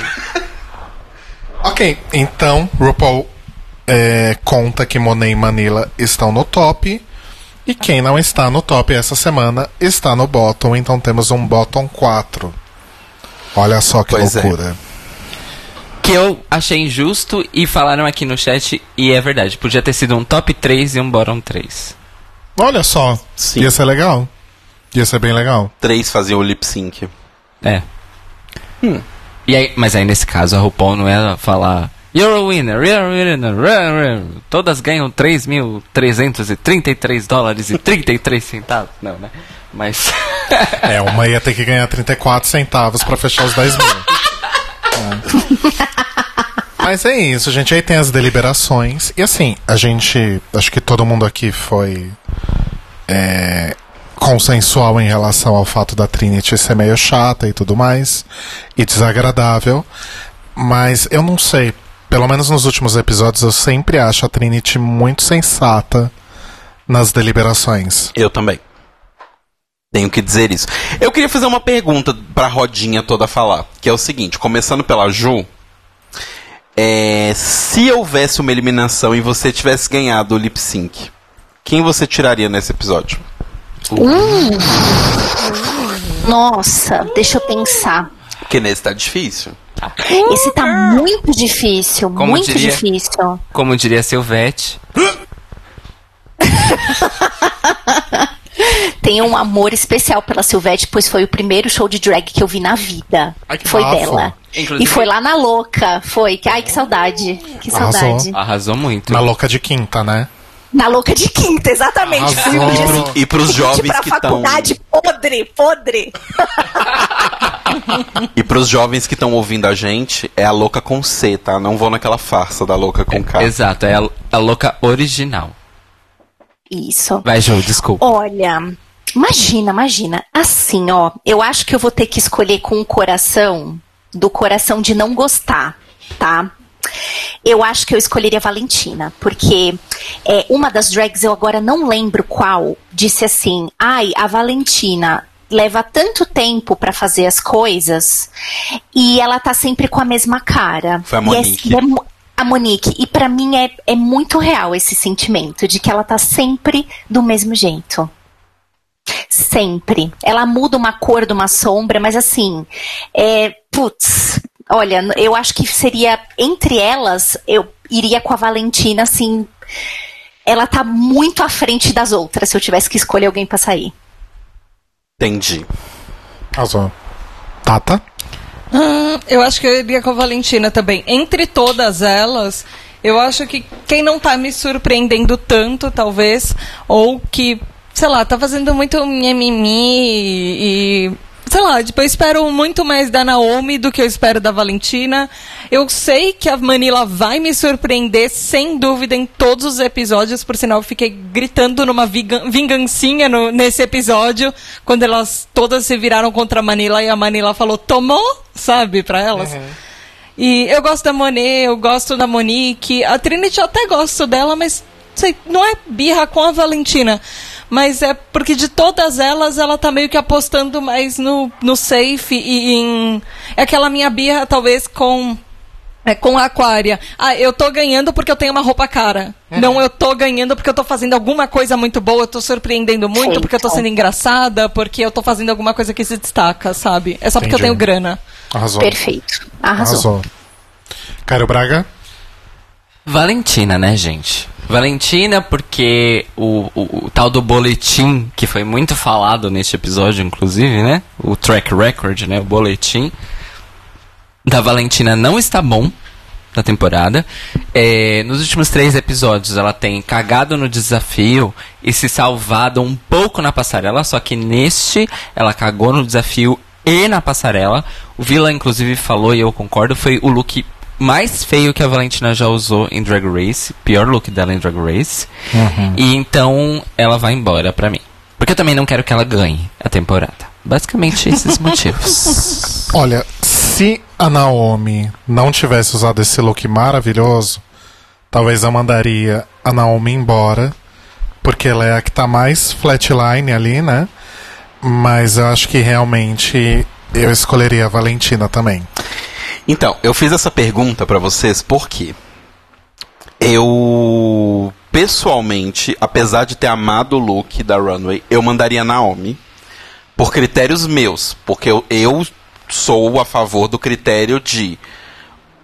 S1: Ok, então RuPaul é, conta que Monet e Manila estão no top. E quem não está no top essa semana está no bottom, então temos um bottom 4. Olha só que
S2: Pois é.
S1: loucura.
S3: Que eu achei injusto e falaram aqui no chat, e é verdade. Podia ter sido um top 3 e um bottom 3.
S1: Olha só,
S2: Sim.
S1: ia ser legal. Ia ser bem legal.
S2: Três faziam o lip sync.
S3: É. E aí, mas aí nesse caso a RuPaul não era falar You're a winner, you're a winner, you're a winner." todas ganham 3.333 dólares e 33 centavos. Não, né? Mas.
S1: É, uma ia ter que ganhar 34 centavos pra fechar os 10 mil. É. Mas é isso, gente. Aí tem as deliberações. E assim, a gente. Acho que todo mundo aqui foi. é, consensual em relação ao fato da Trinity ser meio chata e tudo mais. E desagradável. Mas eu não sei. Pelo menos nos últimos episódios, eu sempre acho a Trinity muito sensata nas deliberações.
S2: Eu também. Tenho que dizer isso. Eu queria fazer uma pergunta pra rodinha toda falar, que é o seguinte, começando pela Ju. É, se houvesse uma eliminação e você tivesse ganhado o lip sync, quem você tiraria nesse episódio?
S5: Nossa, deixa eu pensar.
S2: Porque nesse tá difícil.
S5: Esse tá muito difícil,
S3: Como
S5: muito
S3: diria?
S5: difícil.
S3: Como diria Silvete.
S5: Tenho um amor especial pela Silvete, pois foi o primeiro show de drag que eu vi na vida.
S1: Ai, que
S5: foi
S1: bafo.
S5: dela.
S3: Inclusive-
S5: E foi lá na louca. Foi. Ai, que saudade. Que
S1: Arrasou.
S5: saudade.
S3: Arrasou muito.
S1: Na louca de quinta, né?
S5: Na louca de quinta, exatamente.
S1: Arrasou.
S5: Fui no dia
S1: Pro-
S2: E pros
S5: seguinte
S2: jovens
S5: pra
S2: que estão
S5: faculdade, podre, podre.
S2: E pros jovens que estão ouvindo a gente, é a louca com C, tá? Não vou naquela farsa da louca com K.
S3: Exato, é a, a louca original.
S5: Isso.
S3: Vai, Ju, desculpa.
S5: Olha, imagina, imagina. Assim, ó, eu acho que eu vou ter que escolher com o coração, do coração de não gostar, tá? Eu acho que eu escolheria a Valentina, porque é, uma das drags, eu agora não lembro qual, disse assim: ai, a Valentina leva tanto tempo pra fazer as coisas e ela tá sempre com a mesma cara.
S2: Foi a
S5: E é-
S2: Monique.
S5: e é mu- a Monique, e pra mim é, é muito real esse sentimento de que ela tá sempre do mesmo jeito. Sempre. Ela muda uma cor de uma sombra, mas assim, é, putz, olha, n- eu acho que seria, entre elas, eu iria com a Valentina, assim, ela tá muito à frente das outras, se eu tivesse que escolher alguém pra sair.
S2: Entendi.
S1: Arrasou. Tata?
S4: Hum, eu acho que eu iria com a Valentina também. Entre todas elas, eu acho que quem não tá me surpreendendo tanto, talvez, ou que, sei lá, tá fazendo muito mimimi e. Sei lá, tipo, eu espero muito mais da Naomi do que eu espero da Valentina. Eu sei que a Manila vai me surpreender, sem dúvida, em todos os episódios. Por sinal, eu fiquei gritando numa vigan- vingancinha no- nesse episódio, quando elas todas se viraram contra a Manila e a Manila falou, tomou, sabe, pra elas. E eu gosto da Monet, eu gosto da Monique. A Trinity eu até gosto dela, mas sei, não é birra com a Valentina. Mas é porque de todas elas, ela tá meio que apostando mais no, no safe e em. É aquela minha birra, talvez, com. É com a aquária. Ah, eu tô ganhando porque eu tenho uma roupa cara. Não, eu tô ganhando porque eu tô fazendo alguma coisa muito boa, eu tô surpreendendo muito,
S5: Sim,
S4: porque eu tô
S5: então.
S4: sendo engraçada, porque eu tô fazendo alguma coisa que se destaca, sabe? É só porque eu
S1: Entendi.
S4: tenho grana.
S1: Arrasou.
S5: Perfeito. Arrasou.
S1: Arrasou. Cairo Braga?
S3: Valentina, né, gente? Valentina, porque o, o- o tal do boletim, que foi muito falado neste episódio, inclusive, né? O track record, né? O boletim da Valentina não está bom na temporada. É, nos últimos três episódios, ela tem cagado no desafio e se salvado um pouco na passarela, só que neste, ela cagou no desafio e na passarela. O Vila, inclusive, falou, e eu concordo, foi o look mais feio que a Valentina já usou em Drag Race, pior look dela em Drag Race. E então ela vai embora pra mim. Porque eu também não quero que ela ganhe a temporada. Basicamente esses motivos.
S1: Olha, se a Naomi não tivesse usado esse look maravilhoso, talvez eu mandaria a Naomi embora, porque ela é a que tá mais flatline ali, né? Mas eu acho que realmente eu escolheria a Valentina também.
S2: Então, eu fiz essa pergunta pra vocês porque eu pessoalmente, apesar de ter amado o look da Runway, eu mandaria Naomi por critérios meus, porque eu, eu sou a favor do critério de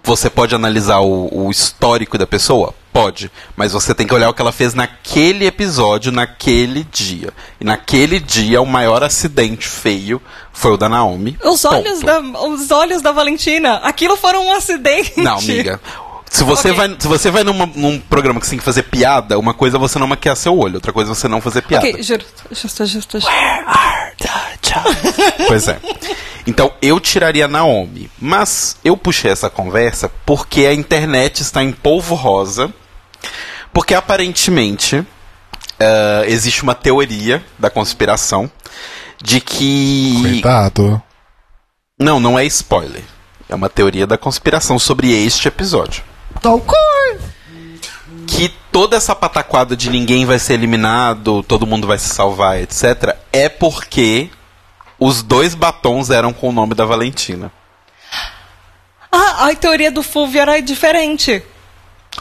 S2: você pode analisar o, o histórico da pessoa? Pode, mas você tem que olhar o que ela fez naquele episódio, naquele dia. E naquele dia, o maior acidente feio foi o da Naomi.
S4: Os olhos,
S2: Ponto.
S4: da, os olhos da Valentina, aquilo foram um acidente.
S2: Não, amiga. Se você
S4: Ok.
S2: vai, se você vai numa- num programa que você tem que fazer piada, uma coisa é você não maquiar seu olho, outra coisa é você não fazer piada.
S4: Ok, juro, justo, justo, justo.
S2: Pois é. Então eu tiraria a Naomi. Mas eu puxei essa conversa porque a internet está em polvo rosa. Porque aparentemente ah, existe uma teoria da conspiração de que.
S1: Cuidado.
S2: Não, não é spoiler. É uma teoria da conspiração sobre este episódio. Que toda essa pataquada de ninguém vai ser eliminado, todo mundo vai se salvar, etc. É porque os dois batons eram com o nome da Valentina.
S4: Ah, a teoria do Fulvio era diferente.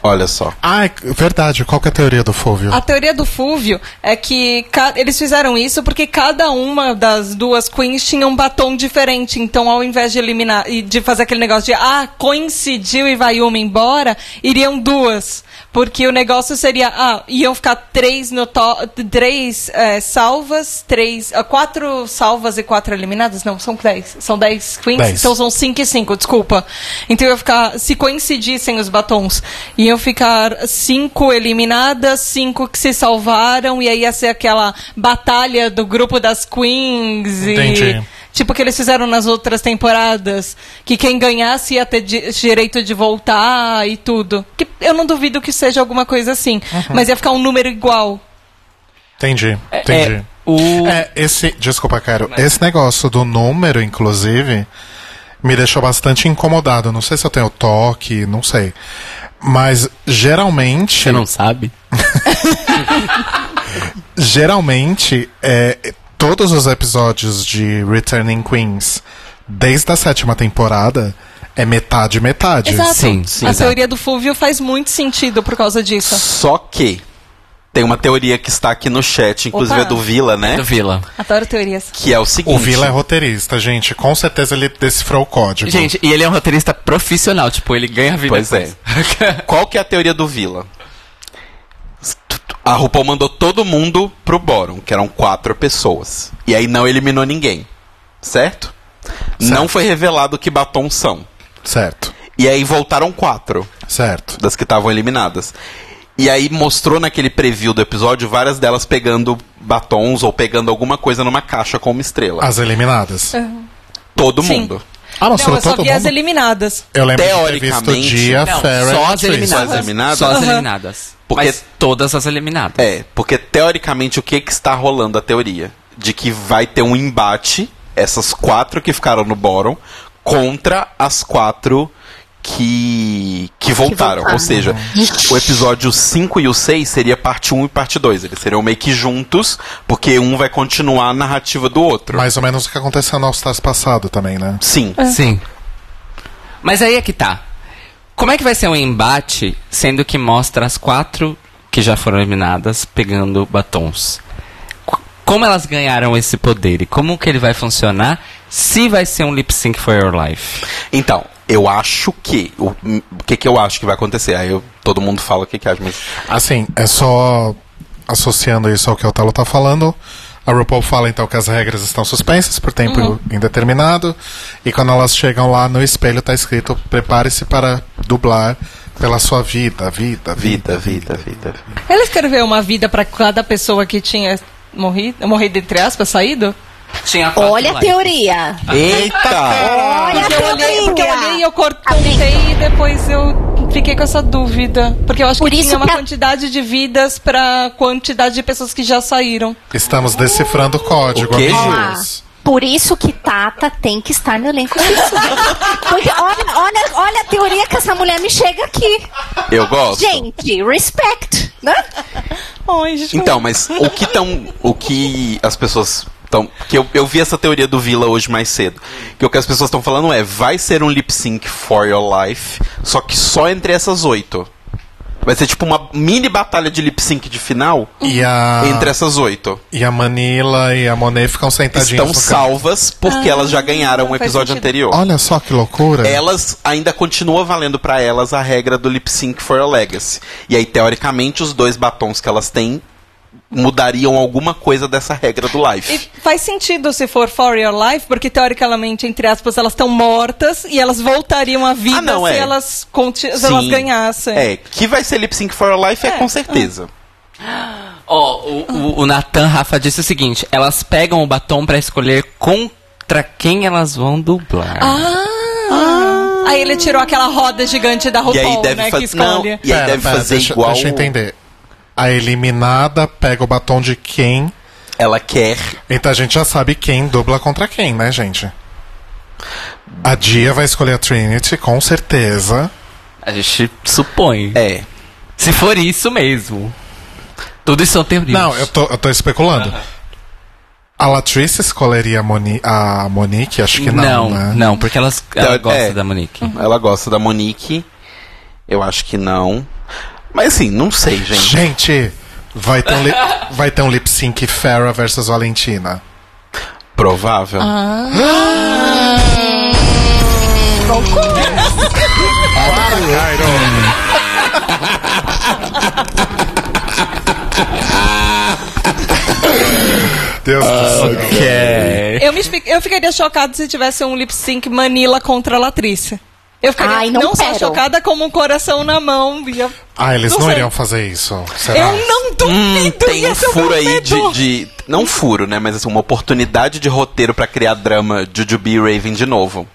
S2: Olha só.
S1: Ah, é verdade. Qual que é a teoria do Fulvio?
S4: A teoria do Fulvio é que ca- eles fizeram isso porque cada uma das duas queens tinha um batom diferente. Então, ao invés de eliminar e de fazer aquele negócio de ah, coincidiu e vai uma embora, iriam duas. Porque o negócio seria, ah, iam ficar três no to- três eh, salvas, três. ah, quatro salvas e quatro eliminadas? Não, são dez. São dez queens,
S1: Dez.
S4: então são cinco e cinco, desculpa. Então eu ia ficar. Se coincidissem os batons, iam ficar cinco eliminadas, cinco que se salvaram, e aí ia ser aquela batalha do grupo das queens.
S1: Entendi.
S4: E, tipo que eles fizeram nas outras temporadas. Que quem ganhasse ia ter di- direito de voltar e tudo. Que eu não duvido que seja alguma coisa assim.
S3: Uhum.
S4: Mas ia ficar um número igual.
S1: Entendi, entendi.
S3: é, o-
S1: É, esse. Desculpa, Caro. Esse negócio do número, inclusive, me deixou bastante incomodado. Não sei se eu tenho toque, não sei. Mas geralmente.
S3: Você não sabe?
S1: Geralmente, é, todos os episódios de Returning Queens, desde a sétima temporada, é metade, metade.
S3: Sim, sim.
S4: a
S3: exato.
S4: teoria do Fulvio faz muito sentido por causa disso.
S2: Só que tem uma teoria que está aqui no chat, inclusive
S4: Opa.
S2: é do Vila, né?
S3: Do Vila.
S4: Adoro teorias.
S2: Que é o seguinte.
S1: O Vila é roteirista, gente. Com certeza ele decifrou o código.
S3: Gente, e ele é um roteirista profissional, tipo, ele ganha a vida.
S2: Tipo, Pois
S3: com
S2: é.
S3: isso.
S2: Qual que é a teoria do Vila? A RuPaul mandou todo mundo pro Borum, que eram quatro pessoas. E aí não eliminou ninguém. Certo? Não foi revelado que batom são.
S1: Certo,
S2: E aí voltaram quatro
S1: certo.
S2: das que estavam eliminadas. E aí mostrou naquele preview do episódio várias delas pegando batons ou pegando alguma coisa numa caixa com uma estrela.
S1: As eliminadas.
S2: Todo
S4: Sim.
S2: mundo.
S1: Ah,
S4: Não,
S1: mostrou
S4: eu só
S1: todo
S4: vi as
S1: mundo?
S4: eliminadas.
S1: Eu lembro de ter visto
S2: Teoricamente,
S1: Dia,
S3: Não,
S1: Farrah
S3: só
S1: e
S3: as
S1: Tracy.
S3: eliminadas.
S2: Só as eliminadas?
S3: Só as
S4: Aham.
S3: eliminadas.
S2: Porque-
S3: Mas todas as eliminadas.
S2: É, porque teoricamente o que, que está rolando a teoria? De que vai ter um embate, essas quatro que ficaram no bórum, contra as quatro que, que voltaram.
S5: voltaram.
S2: Ou seja, o episódio 5 e o 6 seria parte 1 e parte 2. Eles seriam meio que juntos, porque um vai continuar a narrativa do outro.
S1: Mais ou menos o que aconteceu no All Stars passado também, né?
S2: Sim.
S3: Sim. Mas aí é que tá. Como é que vai ser um embate, sendo que mostra as quatro que já foram eliminadas pegando batons? Qu- Como elas ganharam esse poder e como que ele vai funcionar se vai ser um lip sync for your life?
S2: Então, eu acho que. O, o que, que eu acho que vai acontecer? Aí eu- todo mundo fala o que, que acha, mas.
S1: Assim, é só associando isso ao que o Otelo tá falando. A RuPaul fala então que as regras estão suspensas por tempo
S2: Uhum.
S1: indeterminado. E quando elas chegam lá no espelho tá escrito: prepare-se para dublar pela sua vida, vida, vida,
S2: Vida, vida, vida. vida.
S4: Ela escreveu uma vida pra cada pessoa que tinha morrido, morrido entre aspas, saído?
S3: Tinha quatro
S5: Olha a
S3: lives.
S5: teoria.
S2: Eita!
S5: Olha a
S4: Ah, Porque eu olhei, porque eu olhei e
S5: teoria.
S4: eu cor- contei e depois eu fiquei com essa dúvida. Porque eu acho
S5: Por
S4: que
S5: isso
S4: tinha uma
S5: que a-
S4: quantidade de vidas pra quantidade de pessoas que já saíram.
S1: Estamos decifrando o código,
S2: O quê?
S1: amigos.
S5: Por isso que Tata tem que estar no elenco fixo. Porque olha, olha, olha a teoria que essa mulher me chega aqui.
S2: Eu gosto.
S5: Gente, respect. Né?
S4: Ai, gente.
S2: Então, mas o que tão, o que as pessoas estão, que eu, eu vi essa teoria do Vila hoje mais cedo, que o que as pessoas estão falando é, vai ser um lip sync for your life, só que só entre essas oito. Vai ser tipo uma mini batalha de lip sync de final
S1: E a,
S2: entre essas oito.
S1: e a Manila e a Monet ficam sentadinhas.
S2: Estão
S1: no canto.
S2: salvas porque elas já ganharam um
S4: Ah, faz
S2: episódio
S4: sentido.
S2: anterior.
S1: Olha só que loucura.
S4: É.
S2: Elas ainda continua valendo pra elas a regra do lip sync for a legacy. E aí teoricamente os dois batons que elas têm mudariam alguma coisa dessa regra do life.
S4: E faz sentido se for for your life, porque teoricamente, entre aspas, elas estão mortas e elas voltariam à vida
S2: Ah, não,
S4: se,
S2: é.
S4: elas conti- se
S2: Sim.
S4: elas ganhassem.
S2: É, que vai ser Lip Sync for Your Life é,
S4: É,
S2: com certeza.
S3: Ó, o, o, o Natan Rafa disse o seguinte: elas pegam o batom pra escolher contra quem elas vão dublar.
S4: Aí ele tirou aquela roda gigante da
S2: E aí
S4: RuPaul,
S2: deve
S4: né, que
S2: fazer. Não,
S4: escolhe.
S2: e aí deve fazer
S1: deixa,
S2: igual.
S1: Deixa eu entender. A eliminada pega o batom de quem?
S2: Ela quer.
S1: Então a gente já sabe quem dubla contra quem, né, gente? A Dia vai escolher a Trinity, com certeza.
S3: A gente supõe.
S2: É.
S3: Se for isso mesmo. Tudo isso são teorias.
S1: Não, eu tô, eu tô especulando. A Latrice escolheria a, Moni- a Monique? Acho que
S3: Não,
S1: não, né?
S3: não, porque elas, ela
S2: Então,
S3: gosta
S2: é.
S3: da Monique.
S2: Ela gosta da Monique. Eu acho que não. Mas assim, não sei, gente.
S1: Gente, vai ter um, li- vai ter um lip sync Farah versus Valentina.
S2: É Provável.
S4: Ah,
S1: Deus do céu.
S3: É.
S4: Eu, me explico- eu ficaria chocada se tivesse um lip sync Manila contra a Latrice. Eu ficaria
S5: Ai,
S4: não,
S5: não
S4: só
S5: quero.
S4: chocada, como um coração na mão. ia-
S1: Ah, eles
S4: Não
S1: não,
S4: sei.
S1: iriam fazer isso. Será?
S4: Eu não
S2: Hum,
S4: duvido,
S2: tem um
S4: ia ser é o
S2: furo
S4: meu
S2: aí de,
S4: medo.
S2: de- Não furo, né? Mas assim, uma oportunidade de roteiro pra criar drama Jujubee e Raven de novo.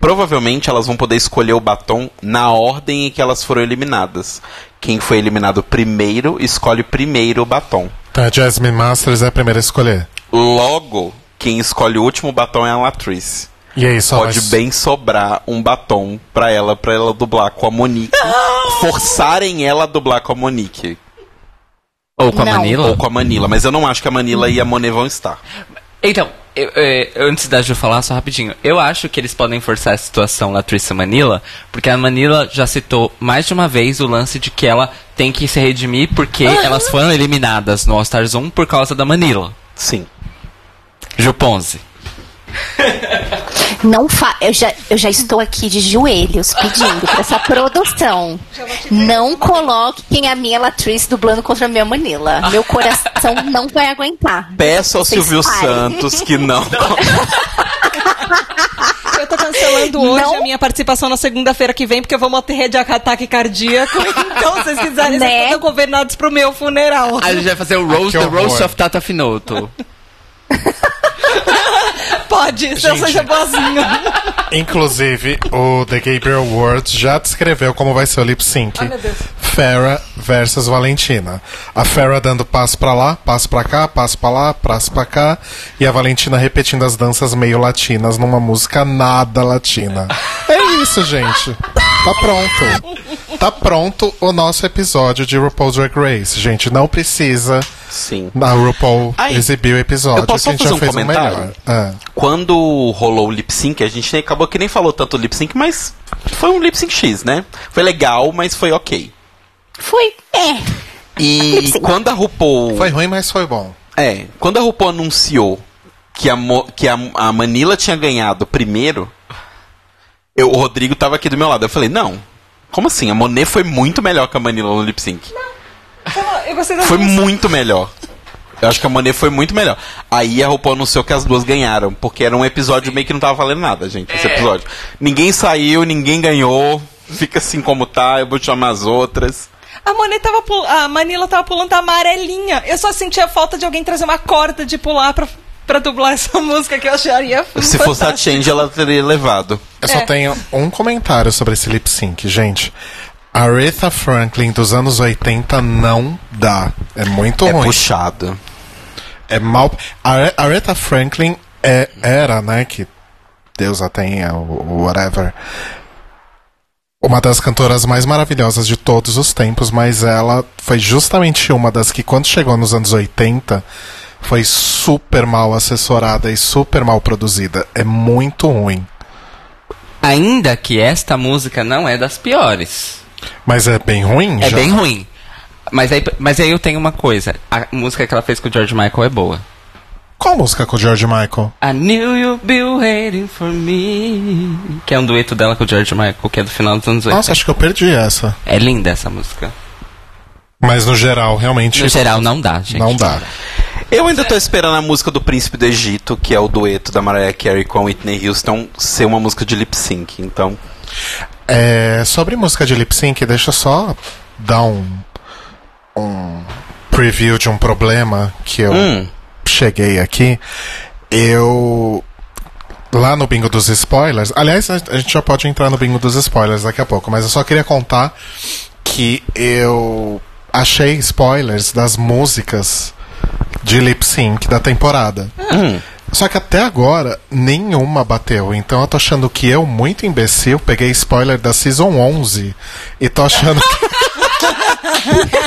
S2: Provavelmente elas vão poder escolher o batom na ordem em que elas foram eliminadas. Quem foi eliminado primeiro, escolhe primeiro o batom.
S1: Então a Jasmine Masters é a primeira a escolher.
S2: Logo, quem escolhe o último batom é a Latrice.
S1: E aí, só
S2: Pode
S1: vai-
S2: bem sobrar um batom pra ela, pra ela dublar com a Monique. Forçarem ela a dublar com a Monique.
S3: Ou com a
S5: Não.
S3: Manila?
S2: Ou com a Manila, mas eu não acho que a Manila e a Monet vão estar.
S3: Então, eu, é, antes da Ju falar, só rapidinho. Eu acho que eles podem forçar a situação Latrice Manila, porque a Manila já citou mais de uma vez o lance de que ela tem que se redimir porque elas foram eliminadas no All Stars 1 por causa da Manila.
S2: Sim.
S3: Ju Ponzi.
S5: Não fa eu, já, eu já estou aqui de joelhos pedindo pra essa produção. Não coloquem a minha Latrice dublando contra a minha Manila. Meu coração não vai aguentar.
S2: Peço ao
S5: Vocês
S2: Silvio
S5: parem.
S2: Santos que não.
S4: adiantando hoje
S5: Não.
S4: a minha participação na segunda-feira que vem, porque eu vou morrer de ataque cardíaco. Então, se vocês quiserem,
S5: Né?
S4: vocês estão governados pro meu funeral.
S3: A gente vai fazer o Roast,
S1: Ah,
S3: The
S1: que
S3: Roast
S1: horror.
S3: of Tata Finoto.
S4: Pode, se eu
S1: Gente.
S4: seja boazinho.
S1: Inclusive, o The Gabriel Awards já descreveu como vai ser o lip sync.
S4: Ai, meu Deus.
S1: Farah versus Valentina. A Farah dando passo pra lá, passo pra cá, passo pra lá, passo pra cá. E a Valentina repetindo as danças meio latinas numa música nada latina. É isso, gente. Tá pronto. Tá pronto o nosso episódio de RuPaul's Drag Race. Gente, não precisa.
S2: Sim.
S1: A RuPaul
S2: Ai,
S1: exibir o episódio.
S2: eu posso
S1: que a gente
S2: só
S1: já
S2: fazer
S1: fez
S2: um
S1: o
S2: comentário?
S1: melhor. É.
S2: Quando rolou o lip sync, a gente acabou que nem falou tanto lip sync, mas foi um lip sync X, né? Foi legal, mas foi ok.
S5: Foi. É.
S2: E
S5: Lip sync.
S2: quando a RuPaul.
S1: Foi ruim, mas foi bom.
S2: É, quando a RuPaul anunciou que a, Mo- que a, a Manila tinha ganhado primeiro, eu, o Rodrigo tava aqui do meu lado. Eu falei, não. Como assim? A Monet foi muito melhor que a Manila no lip sync.
S4: Eu gostei da
S2: Foi muito melhor. Eu acho que a Monet foi muito melhor. Aí a RuPaul anunciou que as duas ganharam, porque era um episódio meio que não tava valendo nada, gente,
S4: É.
S2: esse episódio. Ninguém saiu, ninguém ganhou. Fica assim como tá, eu vou chamar as outras.
S4: A Monet tava pul... a Manila tava pulando da amarelinha. Eu só sentia falta de alguém trazer uma corda de pular pra, pra dublar essa música que eu acharia.
S2: Se fosse a Change, ela teria levado.
S1: Eu só
S4: É.
S1: tenho um comentário sobre esse lip sync, gente. Aretha Franklin dos anos 80 não dá. É muito
S2: é
S1: ruim.
S2: puxado.
S1: É mal. Are- Aretha Franklin é, era, né? Que Deus a tenha, ou whatever. Uma das cantoras mais maravilhosas de todos os tempos, mas ela foi justamente uma das que, quando chegou nos anos 80, foi super mal assessorada e super mal produzida. É muito ruim.
S3: Ainda que esta música não é das piores.
S1: Mas é bem ruim,
S3: É
S1: já.
S3: bem ruim. Mas aí, mas aí eu tenho uma coisa. A música que ela fez com o George Michael é boa.
S1: Qual música com o George Michael?
S3: I knew you'd be waiting for me. Que é um dueto dela com o George Michael, que é do final dos anos 80.
S1: Nossa, acho que eu perdi essa.
S3: É linda essa música.
S1: Mas no geral, realmente,
S3: No geral, não dá, gente.
S1: Tipo, não dá.
S2: Eu ainda tô
S1: É.
S2: esperando a música do Príncipe do Egito, que é o dueto da Mariah Carey com Whitney Houston, ser uma música de lip sync. Então,
S1: É, sobre música de lip sync, deixa eu só dar um, um preview de um problema que eu
S2: Hum.
S1: cheguei aqui. Eu. Lá no bingo dos spoilers. Aliás, a a gente já pode entrar no bingo dos spoilers daqui a pouco, mas eu só queria contar que eu achei spoilers das músicas de lip sync da temporada. Só que até agora nenhuma bateu. Então eu tô achando que eu, muito imbecil, peguei spoiler da Season 11 e tô achando que.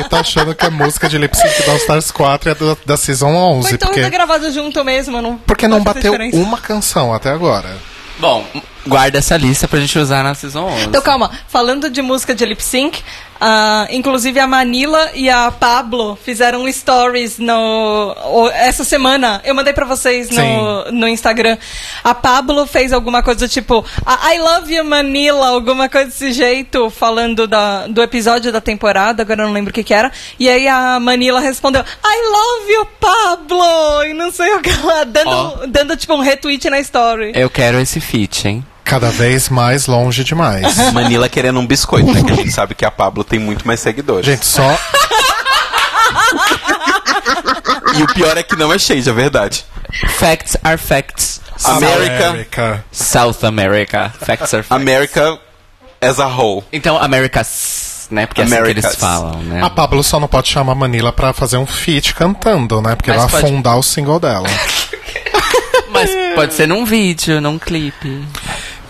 S1: e tô achando que a música de lip sync da All Stars 4 é da, da Season
S4: Ou
S1: 11.
S4: então
S1: Porque,
S4: tá gravado junto mesmo, não.
S1: porque não
S4: faz
S1: bateu um.
S4: diferença.
S1: uma canção até agora.
S3: Bom, guarda essa lista pra gente usar na Season 11.
S4: Então calma, falando de música de lip sync, ah, inclusive a Manila e a Pablo fizeram stories no o- essa semana. Eu mandei pra vocês no,
S1: Sim.
S4: no Instagram. A Pablo fez alguma coisa tipo "Ah, I love you Manila, alguma coisa desse jeito, falando da, do episódio da temporada, agora eu não lembro o que que era. E aí a Manila respondeu I love you Pablo e não sei o que lá, dando,
S3: Ó.
S4: dando tipo um retweet na story.
S3: Eu quero esse feat, hein?
S1: Cada vez mais longe demais.
S2: Manila querendo um biscoito, né? Que a gente sabe que a Pablo tem muito mais seguidores.
S1: Gente, só.
S2: E o pior é que não é shade, é verdade.
S3: Facts are facts.
S2: America, America,
S1: América.
S3: South America. Facts are facts.
S2: as a whole.
S3: Então, Americas, né? Porque é assim que
S2: Americas.
S3: eles falam, né?
S1: A
S2: Ah,
S1: Pablo só não pode chamar a Manila pra fazer um feat cantando, né? Porque
S3: Mas
S1: vai
S3: pode-
S1: afundar o single dela.
S3: Mas pode ser num vídeo, num clipe.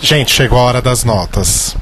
S1: Gente, chegou a hora das notas.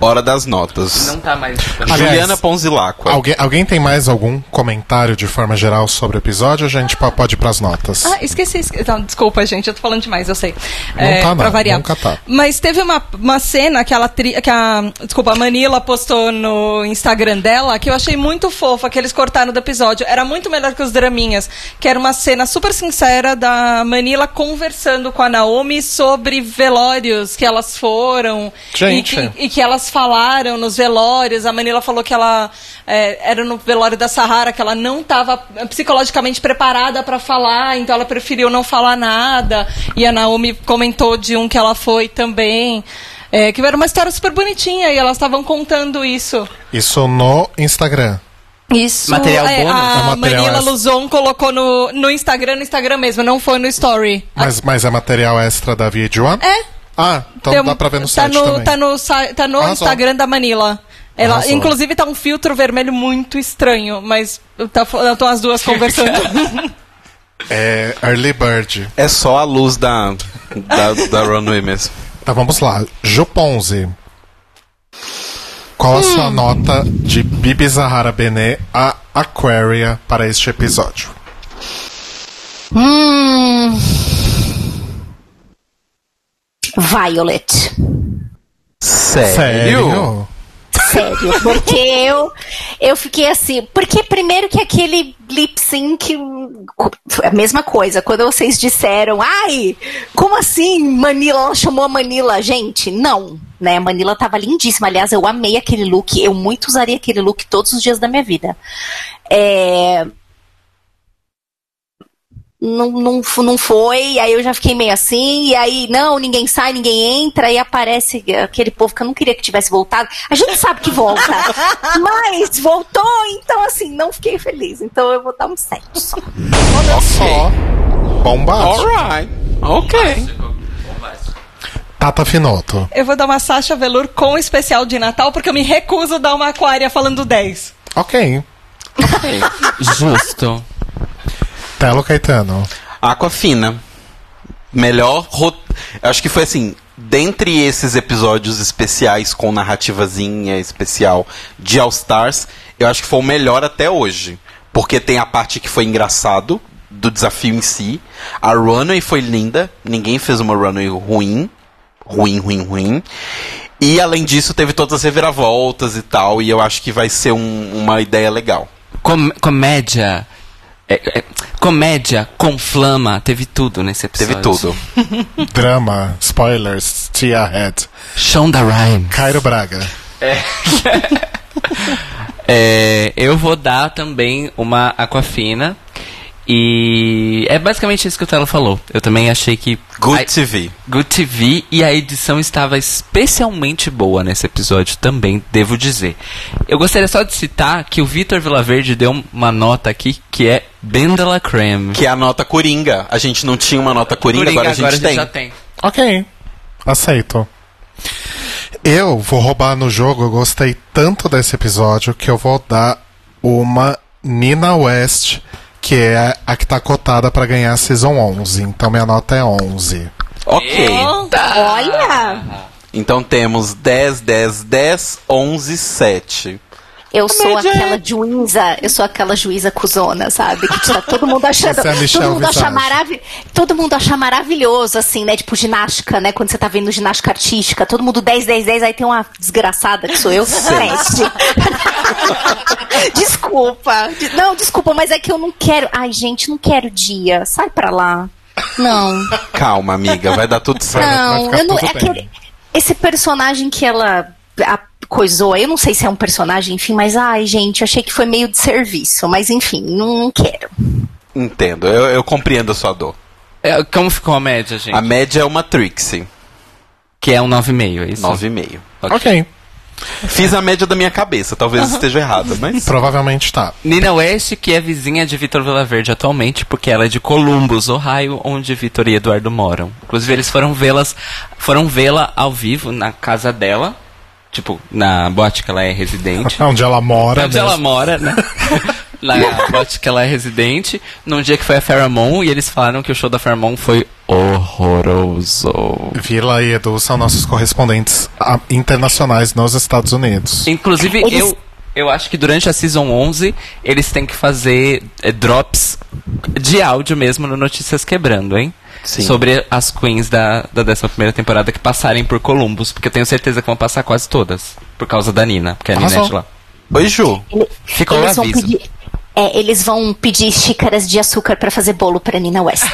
S2: Hora das notas.
S3: Não tá mais.
S1: Aliás,
S2: Juliana Ponzilacqua.
S1: Alguém, alguém tem mais algum comentário de forma geral sobre o episódio? A gente po- pode ir pras notas.
S4: Ah, esqueci. esque- não, desculpa, gente, eu tô falando demais, eu sei. É,
S1: Não tá, não,
S4: pra variar.
S1: nunca tá.
S4: Mas teve uma, uma cena que, ela tri- que a. Desculpa, a Manila postou no Instagram dela que eu achei muito fofa, que eles cortaram do episódio. Era muito melhor que os draminhas. Que era uma cena super sincera da Manila conversando com a Naomi sobre velórios que elas foram.
S1: Gente.
S4: E que, e que elas falaram nos velórios. A Manila falou que ela é, era no velório da Sahara, que ela não estava psicologicamente preparada para falar, então ela preferiu não falar nada. E a Naomi comentou de um que ela foi também. é, que era uma história super bonitinha e elas estavam contando isso.
S1: Isso no Instagram.
S4: Isso.
S3: Material
S4: é,
S3: bônus?
S4: A
S1: É um material
S4: Manila
S1: extra.
S4: Luzon colocou no, no Instagram, no Instagram mesmo, não foi no Story.
S1: Mas, mas é material extra da VH1?
S4: Ah. É.
S1: Ah, então
S4: Tem um-
S1: dá pra ver no
S4: tá
S1: site
S4: no,
S1: também.
S4: Tá no, sa- tá no
S1: Arrasou.
S4: Instagram da Manila. Ela,
S1: Arrasou.
S4: inclusive tá um filtro vermelho muito estranho, mas tá, fo- tão as duas conversando.
S1: É Early Bird.
S2: É só a luz da, da, da runway mesmo.
S1: Tá, vamos lá. Juponze. Qual a sua nota de Bibi Zahara Benet a Aquaria para este episódio?
S5: Hum. Violet.
S2: Sério?
S5: Sério, porque eu, eu fiquei assim. Porque primeiro que aquele lip sync é a mesma coisa. Quando vocês disseram, ai, como assim Manila? Ela chamou a Manila, gente? Não, né? Manila tava lindíssima. Aliás, eu amei aquele look. Eu muito usaria aquele look todos os dias da minha vida. É, não, não, f- não foi, aí eu já fiquei meio assim, e aí, não, ninguém sai, ninguém entra, e aparece aquele povo que eu não queria que tivesse voltado. A gente sabe que volta, mas voltou, então assim, não fiquei feliz. Então eu vou dar um 7 só.
S1: Olha só. Bombado.
S2: Ah, Alright. Ok.
S1: Tata Finoto.
S4: eu vou dar uma Sasha Velour com um especial de Natal, porque eu me recuso a dar uma aquária falando 10.
S1: Ok.
S3: Justo.
S1: Telo Caetano.
S2: Aquafina. Melhor rot... Acho que foi assim, dentre esses episódios especiais com narrativazinha especial de All Stars, eu acho que foi o melhor até hoje. Porque tem a parte que foi engraçado do desafio em si. A runway foi linda, ninguém fez uma runway ruim. Ruim, ruim, ruim. E além disso, teve todas as reviravoltas e tal, e eu acho que vai ser um- uma ideia legal.
S3: Com- comédia. É, é, comédia com flama. Teve tudo nesse episódio.
S2: Teve tudo.
S1: Drama. Spoilers. Tia Head.
S3: Shonda Rhimes.
S1: Cairo Braga.
S3: É, eu vou dar também uma aquafina. E é basicamente isso que o Telo falou. Eu também achei que.
S2: Good
S3: Ai-
S2: TV.
S3: Good TV e a edição estava especialmente boa nesse episódio também, devo dizer. Eu gostaria só de citar que o Vitor Vilaverde deu uma nota aqui que é Bendela Creme.
S2: Que é a nota coringa. A gente não tinha uma nota coringa, agora a gente tem.
S3: já tem.
S1: Ok. Aceito. Eu vou roubar no jogo, eu gostei tanto desse episódio que eu vou dar uma Nina West, que é a que tá cotada pra ganhar a Season 11. Então minha nota é 11.
S2: Ok.
S5: Olha,
S2: Então temos 10, 10, 10, 11, 7.
S5: eu sou aquela juíza, eu sou aquela juíza cuzona, sabe? Que tá todo mundo achando,
S1: Você é a Michelle
S5: todo mundo acha
S1: Visage.
S5: maravilhoso, todo mundo acha maravilhoso assim, né? Tipo ginástica, né? Quando você tá vendo ginástica artística, todo mundo 10 10 10, aí tem uma desgraçada que sou eu, sete. desculpa. De- Não, desculpa, mas é que eu não quero. Ai, gente, não quero dia. Sai pra lá. Não.
S2: Calma, amiga, vai dar tudo certo.
S1: vai
S5: Não,
S1: ficar
S5: eu não.
S1: tudo
S5: é
S1: bem.
S5: aquele- esse personagem que ela a- coisou, eu não sei se é um personagem, enfim, mas ai, gente, achei que foi meio de serviço, mas enfim, não, não quero.
S2: Entendo, eu, eu compreendo a sua dor.
S3: É, como ficou a média, gente?
S2: A média é uma Trixie,
S3: Que é um 9,5, é isso?
S2: 9,5.
S1: Ok.
S2: Fiz a média da minha cabeça, talvez esteja errada, mas.
S1: Provavelmente tá.
S3: Nina West, que é vizinha de Vitor Vilaverde atualmente, porque ela é de Columbus, Ohio, onde Vitor e Eduardo moram. Inclusive, eles foram vê-las, foram vê-la ao vivo na casa dela, tipo, na boate que ela é residente.
S1: Onde ela mora.
S3: onde ela
S1: mesmo.
S3: mora, né? na boate que ela é residente, num dia que foi a Pheromone, e eles falaram que o show da Pheromone foi horroroso.
S1: Vila e Edu são nossos correspondentes ah, internacionais nos Estados Unidos.
S3: Inclusive,
S5: Eles-
S3: eu, eu acho que durante a Season 11, eles têm que fazer eh, drops de áudio mesmo no Notícias Quebrando, hein?
S2: Sim.
S3: Sobre as queens da, da 11 temporada que passarem por Columbus, porque eu tenho certeza que vão passar quase todas, por causa da Nina, porque a Nina é
S1: Arrasou.
S3: de lá.
S2: Oi, Ju.
S5: Ele-
S3: Ficou o
S5: vão
S3: aviso.
S5: pedir. é, eles vão pedir xícaras de açúcar pra fazer bolo pra Nina West.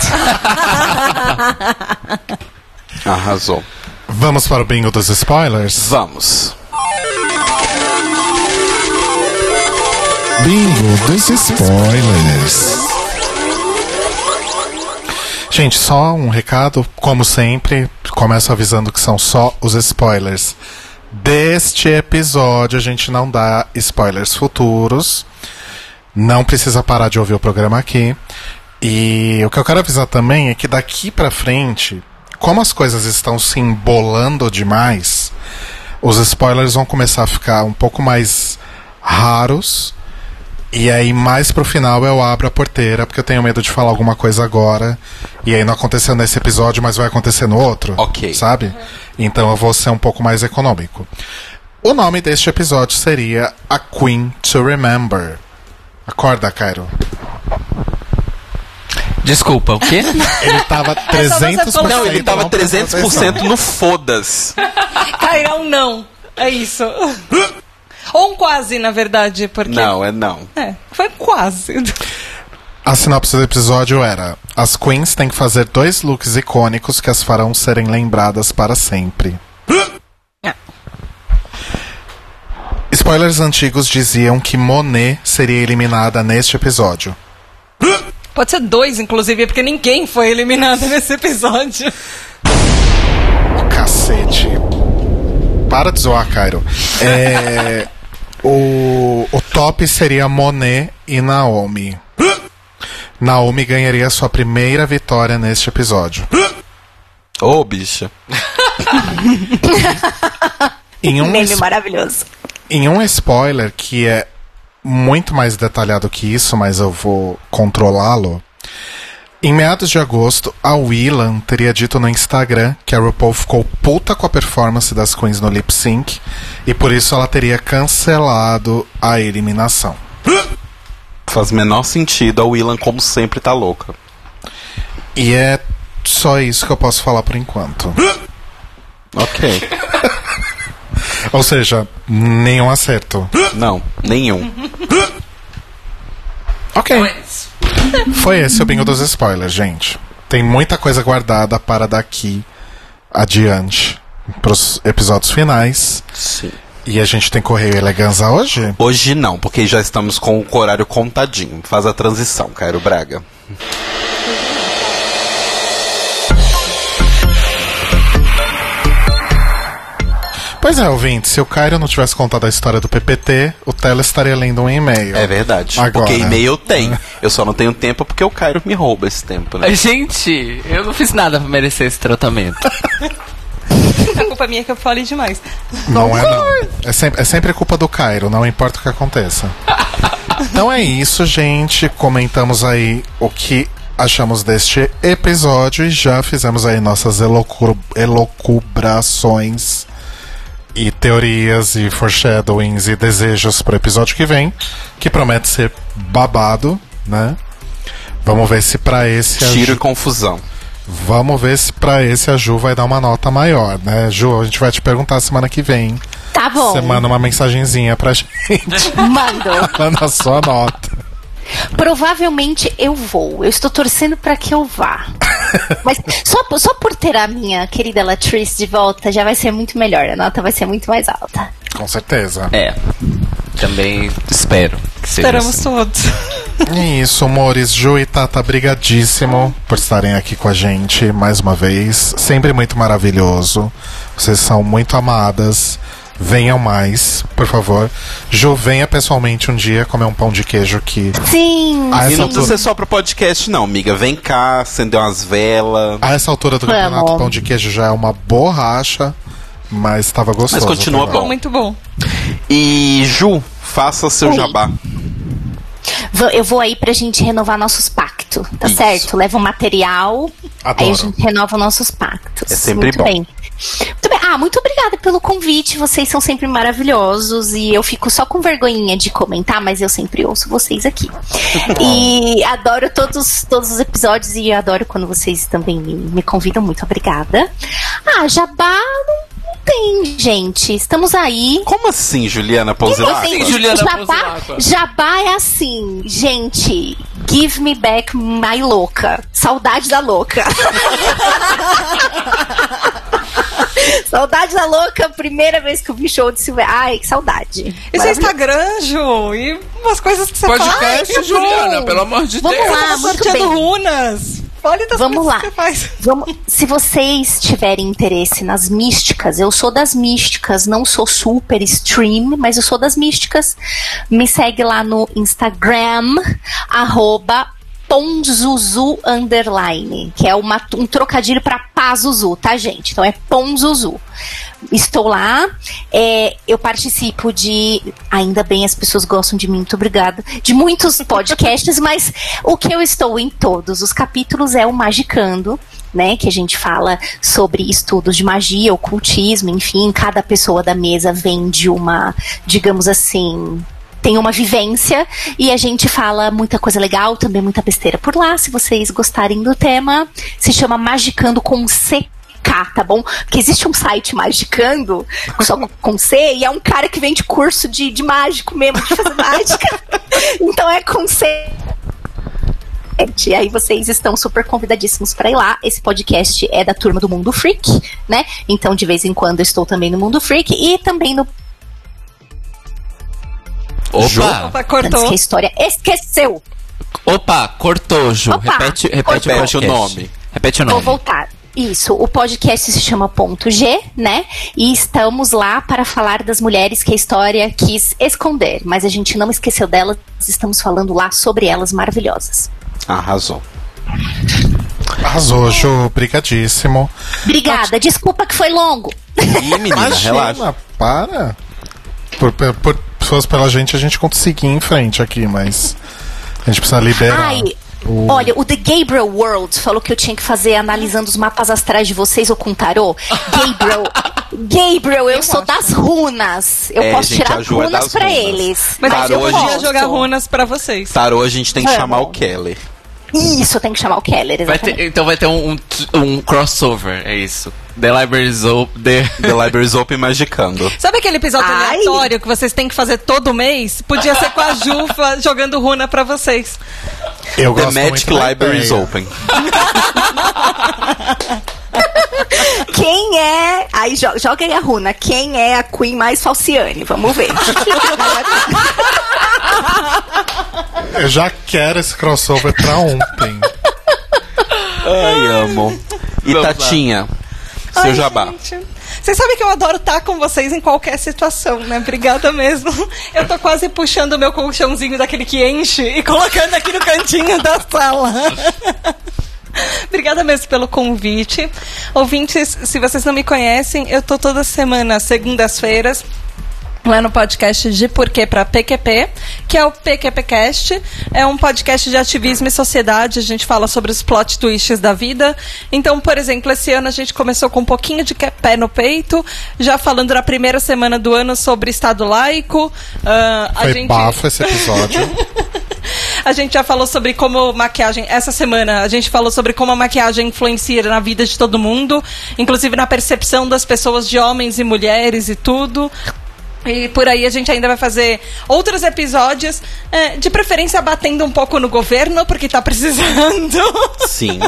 S5: É
S2: Arrasou.
S1: Vamos para o bingo dos spoilers?
S2: Vamos.
S1: Bingo dos spoilers. Gente, só um recado, como sempre, começo avisando que são só os spoilers deste episódio. A gente não dá spoilers futuros. Não precisa parar de ouvir o programa aqui. E o que eu quero avisar também é que daqui pra frente, como as coisas estão se embolando demais, os spoilers vão começar a ficar um pouco mais raros. E aí, mais pro final, eu abro a porteira, porque eu tenho medo de falar alguma coisa agora. E aí não aconteceu nesse episódio, mas vai acontecer no outro.
S2: Ok.
S1: Sabe? Então eu vou ser um pouco mais econômico. O nome deste episódio seria A Queen to Remember. Acorda, Cairo.
S3: Desculpa, o quê?
S1: Ele tava 300%.
S2: Não, ele tava
S1: não prestou
S2: 300% no foda-se.
S4: Cairá um não. É isso. Ou um quase, na verdade, porque.
S2: Não, é não.
S4: É, foi quase.
S1: A sinopse do episódio era: As queens têm que fazer dois looks icônicos que as farão serem lembradas para sempre. Spoilers antigos diziam que Monet seria eliminada neste episódio.
S4: Pode ser dois, inclusive, porque ninguém foi eliminado nesse episódio.
S1: Cacete. Para de zoar, Cairo. É, o, o top seria Monet e Naomi. Naomi ganharia sua primeira vitória neste episódio.
S2: Ô, bicha.
S1: Em um,
S5: Meme
S1: es-
S5: maravilhoso.
S1: em um spoiler que é muito mais detalhado que isso, mas eu vou controlá-lo. Em meados de agosto, a Willan teria dito no Instagram que a RuPaul ficou puta com a performance das Queens no lip sync e por isso ela teria cancelado a eliminação.
S2: Faz menor sentido. A Willan, como sempre, tá louca.
S1: E é só isso que eu posso falar por enquanto.
S2: Ok.
S1: Ou seja, nenhum acerto.
S2: Não, nenhum.
S1: Ok. Foi esse o bingo dos spoilers, gente. Tem muita coisa guardada para daqui adiante pros episódios finais.
S2: Sim.
S1: E a gente tem correio eleganza hoje?
S2: Hoje não, porque já estamos com o horário contadinho. Faz a transição, Cairo Braga.
S1: Pois é, ouvinte, se o Cairo não tivesse contado a história do PPT, o Telo estaria lendo um e-mail.
S2: É verdade.
S1: Agora.
S2: Porque e-mail eu tenho. Eu só não tenho tempo porque o Cairo me rouba esse tempo, né?
S3: Gente, eu não fiz nada pra merecer esse tratamento.
S4: A culpa minha é que eu falei demais.
S1: Não é não. É sempre, é sempre culpa do Cairo, não importa o que aconteça. Então é isso, gente. Comentamos aí o que achamos deste episódio e já fizemos aí nossas elocu- elocubrações e teorias e foreshadowings e desejos pro episódio que vem, que promete ser babado, né? Vamos ver se pra esse a
S2: Tiro e
S1: Ju-
S2: confusão.
S1: vamos ver se para esse a Ju vai dar uma nota maior, né? Ju, a gente vai te perguntar semana que vem.
S5: Tá bom,
S1: Você manda uma mensagenzinha pra gente.
S5: mando.
S1: manda a sua nota.
S5: Provavelmente eu vou. Eu estou torcendo para que eu vá. Mas só, po- só por ter a minha querida Latrice de volta já vai ser muito melhor. A nota vai ser muito mais alta.
S1: Com certeza.
S3: É. Também espero que seja
S4: Esperamos
S3: assim.
S4: todos.
S1: E É Isso, amores. Ju e Tata, brigadíssimo por estarem aqui com a gente mais uma vez. Sempre muito maravilhoso. Vocês são muito amadas. Venham mais, por favor. Ju, venha pessoalmente um dia comer um pão de queijo que.
S5: Sim,
S1: A
S2: E
S1: essa,
S2: não precisa
S1: altura,
S2: ser só pro podcast, não, amiga. Vem cá, acender umas velas.
S1: a essa altura do
S5: Vamos.
S1: campeonato, pão de queijo já é uma borracha, mas estava gostoso.
S2: continua
S1: tá
S2: bom.
S4: Muito bom.
S2: E Ju, faça seu
S5: Oi.
S2: jabá.
S5: Va- eu vou aí pra gente renovar nossos pactos, tá
S2: Isso.
S5: certo? Leva o material,
S1: Adoro.
S5: aí a gente renova nossos pactos.
S2: É sempre
S5: muito
S2: bom.
S5: Bem. Muito bem. Ah, muito obrigada pelo convite. Vocês são sempre maravilhosos e eu fico só com vergonhinha de comentar, mas eu sempre ouço vocês aqui. E adoro todos, todos os episódios e adoro quando vocês também me, me convidam. Muito obrigada. Ah, jabá não- não tem, gente. Estamos aí.
S2: Como assim, Juliana
S5: Eu
S2: Pouselato?
S5: tenho-
S3: Sim, Juliana
S5: Ah, Tipo, jabá,
S3: Pozzolato.
S5: jabá é assim, gente. Give me back my louca. Saudade da louca. Saudade da louca, primeira vez que eu vi show de Silvia. Ai, que saudade.
S4: Isso é Instagram, Ju, e umas coisas que você faz.
S9: Podcast, Juliana, pelo amor de
S5: Vamos
S9: Deus.
S5: lá.
S4: Tá
S5: Ah, muito
S4: sorteando
S5: bem.
S4: runas. Fale das
S5: Vamos
S4: coisas
S5: lá.
S4: que você faz.
S5: Vamos- se vocês tiverem interesse nas místicas, eu sou das místicas, não sou super stream, mas eu sou das místicas. Me segue lá no Instagram, arroba Ponzuzu underline, que é uma- um trocadilho para Pazuzu, tá, gente? Então é Ponzuzu. Estou lá, é, eu participo de. Ainda bem as pessoas gostam de mim, muito obrigada. De muitos podcasts, mas o que eu estou em todos os capítulos é o Magicando, né? Que a gente fala sobre estudos de magia, ocultismo, enfim. Cada pessoa da mesa vem de uma, digamos assim. Tem uma vivência e a gente fala muita coisa legal, também muita besteira por lá. Se vocês gostarem do tema, se chama Magicando com C K, tá bom? Porque existe um site magicando, só com- com C, e é um cara que vende curso de, de mágico mesmo, de fazer mágica. Então é com C. E aí vocês estão super convidadíssimos pra ir lá. Esse podcast é da turma do Mundo Freak, né? Então de vez em quando eu estou também no Mundo Freak e também no
S9: Ah.
S3: Opa,
S4: Opa,
S5: Antes
S4: cortou.
S5: que a história esqueceu.
S3: opa, cortou, Ju.
S5: Opa.
S3: repete repete,
S2: Repete o
S3: podcast.
S2: nome.
S3: Repete o
S5: Vou
S3: nome.
S5: voltar. Isso, o podcast se chama Ponto G, né? E estamos lá para falar das mulheres que a história quis esconder, mas a gente não esqueceu delas, estamos falando lá sobre elas maravilhosas.
S2: Arrasou.
S1: Arrasou, Ju, brigadíssimo.
S5: Obrigada, desculpa que foi longo.
S2: Ih, menina, relaxa.
S1: Imagina, para. Por, por, por, se fosse pela gente, a gente conseguir em frente aqui, mas a gente precisa liberar.
S5: Ai,
S1: o-
S5: olha, o The Gabriel World falou que eu tinha que fazer analisando os mapas astrais de vocês ou com tarô. Gabriel, Gabriel, eu, sou das runas. Eu
S2: É,
S5: posso
S2: gente,
S5: tirar
S2: a
S5: as
S2: Ju é
S5: runas
S2: das
S5: pra
S2: runas.
S5: eles.
S4: Mas
S2: Parou,
S4: eu podia
S5: gente.
S4: jogar runas pra
S9: Tá.
S4: vocês.
S2: Tarô, a gente tem que
S5: É,
S2: chamar
S5: bom.
S2: o Keller.
S5: Isso, eu tenho que chamar o Keller,
S3: Vai
S5: exatamente.
S3: ter- então vai ter um, um, um crossover, é isso. The Libraries Open. The...
S2: The Libraries Open Magicando.
S4: Sabe aquele episódio
S5: Ai.
S4: aleatório que vocês têm que fazer todo mês? Podia ser com a Jufa jogando runa pra vocês.
S1: Eu
S2: The
S1: gosto
S2: Magic
S1: muito da
S2: Libraries
S1: ideia.
S2: Open.
S5: Quem é. Aí jo- joga aí a runa. Quem é a Queen mais falciane? Vamos ver.
S1: Eu já quero esse crossover pra ontem.
S2: Ai, amo. E Tatinha,
S4: Ai,
S2: seu jabá.
S4: gente. Vocês sabem que eu adoro estar com vocês em qualquer situação, né? Obrigada mesmo. Eu tô quase puxando o meu colchãozinho daquele que enche e colocando aqui no cantinho da sala. Obrigada mesmo pelo convite. Ouvintes, se vocês não me conhecem, eu tô toda semana, às segundas-feiras, lá no podcast de Porquê para PQP, que é o PQPcast. É um podcast de ativismo e sociedade. A gente fala sobre os plot twists da vida. Então, por exemplo, esse ano a gente começou com um pouquinho de que- pé no peito, já falando na primeira semana do ano sobre Estado laico. Ah, a
S1: Foi
S4: gente...
S1: bafo esse episódio.
S4: A gente já falou sobre como maquiagem. Essa semana a gente falou sobre como a maquiagem influencia na vida de todo mundo, inclusive na percepção das pessoas de homens e mulheres e tudo. E por aí a gente ainda vai fazer outros episódios, eh, de preferência batendo um pouco no governo, porque tá precisando.
S2: Sim.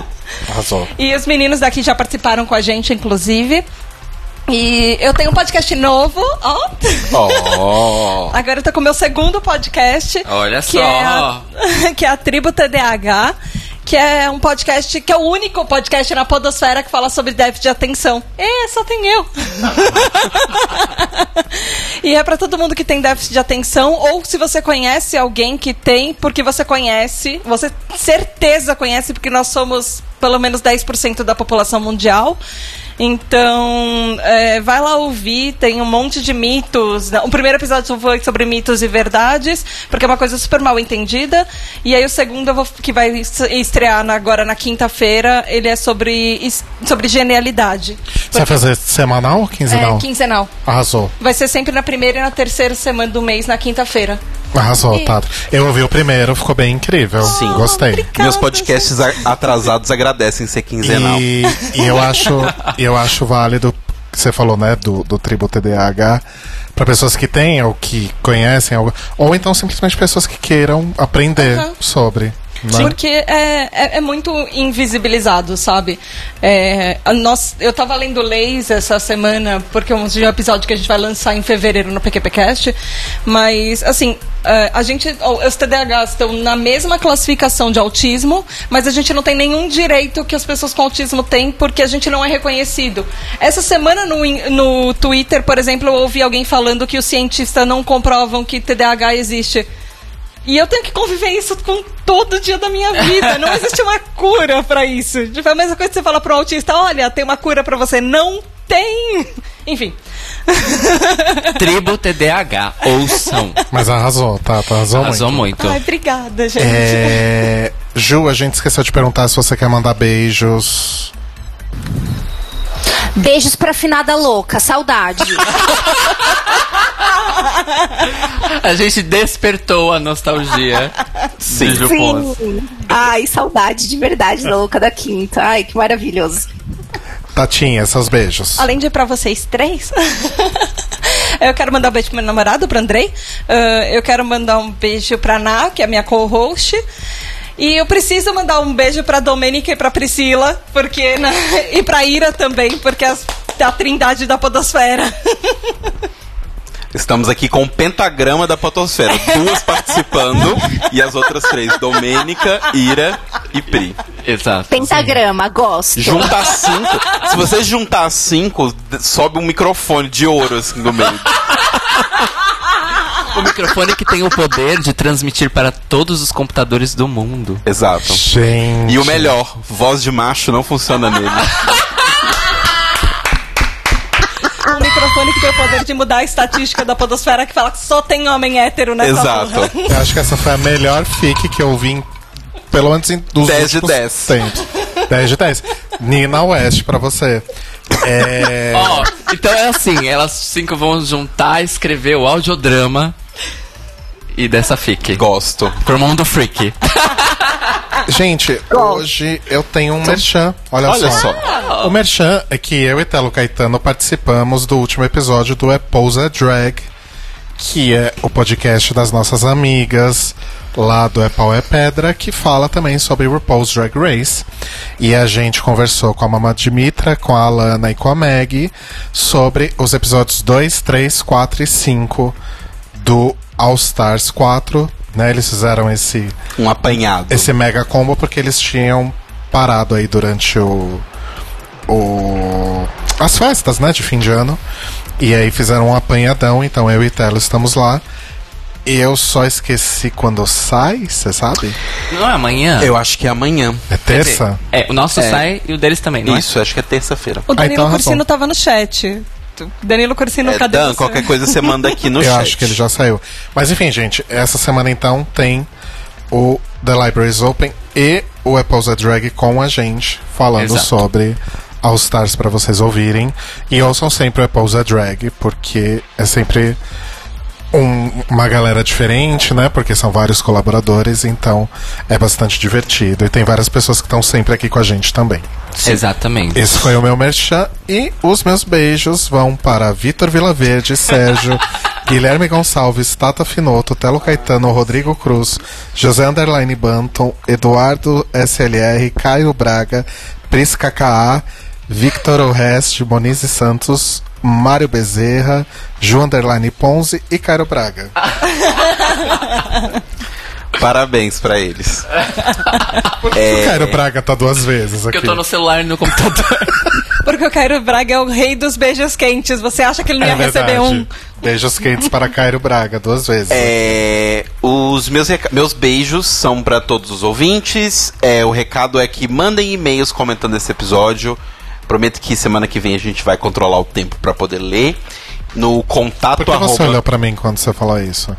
S1: Arrasou.
S4: E os meninos daqui já participaram com a gente, inclusive. E eu tenho um podcast novo, ó.
S2: Ó.
S4: Agora eu tô com o meu segundo podcast.
S3: Olha
S4: que
S3: só.
S4: É a, que é a Tribo TDAH. Que é um podcast, que é o único podcast na podosfera que fala sobre déficit de atenção. É, só tem eu. e é pra todo mundo que tem déficit de atenção, ou se você conhece alguém que tem, porque você conhece, você certeza conhece, porque nós somos pelo menos 10% da população mundial. Então, é, vai lá ouvir, tem um monte de mitos. né? O primeiro episódio foi sobre mitos e verdades, porque é uma coisa super mal entendida. E aí o segundo, eu vou- que vai es- estrear na- agora na quinta-feira, ele é sobre, es- sobre genialidade.
S1: Você vai fazer semanal ou quinzenal?
S4: É, quinzenal.
S1: Arrasou.
S4: Vai ser sempre na primeira e na terceira semana do mês, na quinta-feira.
S1: Arrasou, Tato. Eu ouvi o primeiro, ficou bem incrível.
S2: Sim.
S1: Gostei.
S2: Meus podcasts a- atrasados agradecem ser quinzenal.
S1: E, e eu acho eu acho válido que você falou, né, do, do tribo TDAH para pessoas que têm ou que conhecem algo, ou então simplesmente pessoas que queiram aprender sobre. Vai.
S4: Porque é, é, é muito invisibilizado, sabe? É, a nós, eu tava lendo leis essa semana, porque é um de um episódio que a gente vai lançar em fevereiro no PQPcast, mas, assim, é, a gente, ó, os TDAHs estão na mesma classificação de autismo, mas a gente não tem nenhum direito que as pessoas com autismo têm, porque a gente não é reconhecido. Essa semana no, in- no Twitter, por exemplo, eu ouvi alguém falando que os cientistas não comprovam que TDAH existe. E eu tenho que conviver isso com todo dia da minha vida. Não existe uma cura pra isso. Tipo, é a mesma coisa que você fala pro autista: olha, tem uma cura pra você. Não tem! Enfim.
S3: Tribo TDAH, ouçam.
S1: Mas arrasou, tá? tá arrasou,
S3: Arrasou
S1: muito.
S3: muito.
S4: Ai, obrigada, gente.
S1: É... Ju, a gente esqueceu de perguntar se você quer mandar beijos.
S5: Beijos pra finada louca, saudade.
S3: A gente despertou a nostalgia.
S2: Sim.
S3: Beijo, Pons.
S5: Sim. Ai, saudade de verdade da louca da quinta. Ai, que maravilhoso.
S1: Tatinha, seus beijos.
S4: Além de pra vocês três, eu quero mandar um beijo pro meu namorado, pro Andrei. Ah, eu quero mandar um beijo pra Ná, que é minha co-host. E eu preciso mandar um beijo pra Domênica e pra Priscila, porque. né, E pra Ira também, porque as, a trindade da Podosfera.
S2: Estamos aqui com o pentagrama da potosfera. Duas participando e as outras três, Domênica, Ira e Pri.
S3: Exato.
S5: Pentagrama, gosto.
S2: Juntar cinco. Se você juntar cinco, d- sobe um microfone de ouro assim no meio.
S3: O microfone que tem o poder de transmitir para todos os computadores do mundo.
S2: Exato.
S1: Gente.
S2: E o melhor, voz de macho não funciona nele.
S4: um microfone que tem o poder de mudar a estatística da podosfera que fala que só tem homem hétero nessa porra.
S2: Exato.
S1: Eu acho que essa foi a melhor fic que eu vi, em- pelo menos em, dos
S2: 10 de
S1: últimos
S2: 10.
S1: tempos. 10 de 10. Nina West pra você. É...
S3: Ó, então é assim, elas cinco vão juntar, escrever o audiodrama e dessa fique.
S2: Gosto.
S3: Pro mundo freak.
S1: Gente, hoje eu tenho um merchan. Olha,
S2: Olha
S1: só. O merchan é que eu e Telo Caetano participamos do último episódio do É Pousa Drag, que é o podcast das nossas amigas lá do É Pau é Pedra, que fala também sobre RuPaul's Drag Race. E a gente conversou com a Mama Dimitra, com a Alana e com a Maggie sobre os episódios 2, 3, 4 e 5 do All Stars 4. Né, eles fizeram esse
S2: Um apanhado.
S1: esse mega combo porque eles tinham parado aí durante o, o as festas, né, de fim de ano. E aí fizeram um apanhadão, então eu e Telo estamos lá. E eu só esqueci quando sai, você sabe?
S3: Não é amanhã?
S2: Eu acho que é amanhã.
S1: É terça?
S3: É, o nosso
S2: É.
S3: sai e o deles também, não é?
S2: Isso, acho que é terça-feira.
S4: O Danilo
S1: então arrasou.
S4: Cursino tava no chat. Danilo Cursino,
S2: É,
S4: cadê
S2: Dan,
S4: você?
S2: qualquer coisa você manda aqui no
S1: eu
S2: chat.
S1: acho que ele já saiu. Mas enfim, gente, essa semana então tem o The Libraries Open e o Apple's a Drag com a gente, falando
S3: Exato.
S1: sobre All Stars pra vocês ouvirem. E ouçam sempre o Apple's a Drag, porque é sempre um- uma galera diferente, né? Porque são vários colaboradores, então é bastante divertido. E tem várias pessoas que estão sempre aqui com a gente também.
S3: Exatamente.
S1: Esse foi o meu merchan e os meus beijos vão para Vitor Vilaverde, Sérgio, Guilherme Gonçalves, Tata Finoto, Telo Caetano, Rodrigo Cruz, José Underline Banton, Eduardo SLR, Caio Braga, Pris KKA, Victor Oreste, Monize Santos, Mário Bezerra, Ju Underline Ponze e Cairo Braga.
S2: Parabéns pra eles. É.
S1: O Cairo Braga tá duas vezes aqui.
S3: Porque eu tô no celular e no computador.
S4: Porque o Cairo Braga é o rei dos beijos quentes. Você acha que ele não ia
S1: É verdade.
S4: receber um?
S1: Beijos quentes para Cairo Braga, duas vezes.
S2: É, os meus, reca- meus beijos são pra todos os ouvintes. É, o recado é que mandem e-mails comentando esse episódio. Prometo que semana que vem a gente vai controlar o tempo pra poder ler. No contato
S1: Por que você é
S2: arroba-
S1: olhou pra mim quando você falou isso?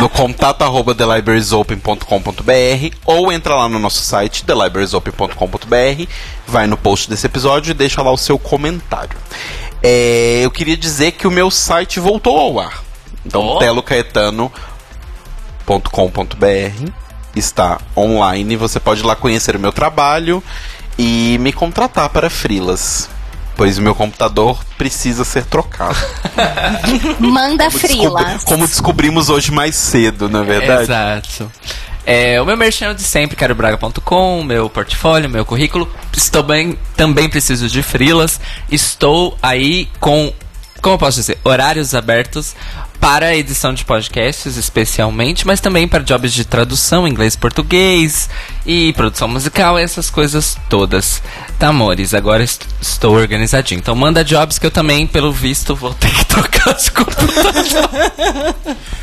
S2: no contato arroba thelibrariesopen.com.br ou entra lá no nosso site thelibrariesopen.com.br vai no post desse episódio e deixa lá o seu comentário É, eu queria dizer que o meu site voltou ao ar então
S3: Oh.
S2: telocaetano.com.br está online você pode ir lá conhecer o meu trabalho e me contratar para frilas pois o meu computador precisa ser trocado
S5: Manda frila.
S2: Descobri- como descobrimos hoje mais cedo, na é verdade.
S3: Exato. É, o meu merchan é o de sempre, carobraga.com, meu portfólio, meu currículo. Estou bem, também preciso de frilas. Estou aí com, como eu posso dizer, horários abertos para a edição de podcasts, especialmente, mas também para jobs de tradução, inglês e português, e produção musical, essas coisas todas. Tá, amores, agora est- estou organizadinho. Então manda jobs que eu também, pelo visto, vou ter que trocar de computador.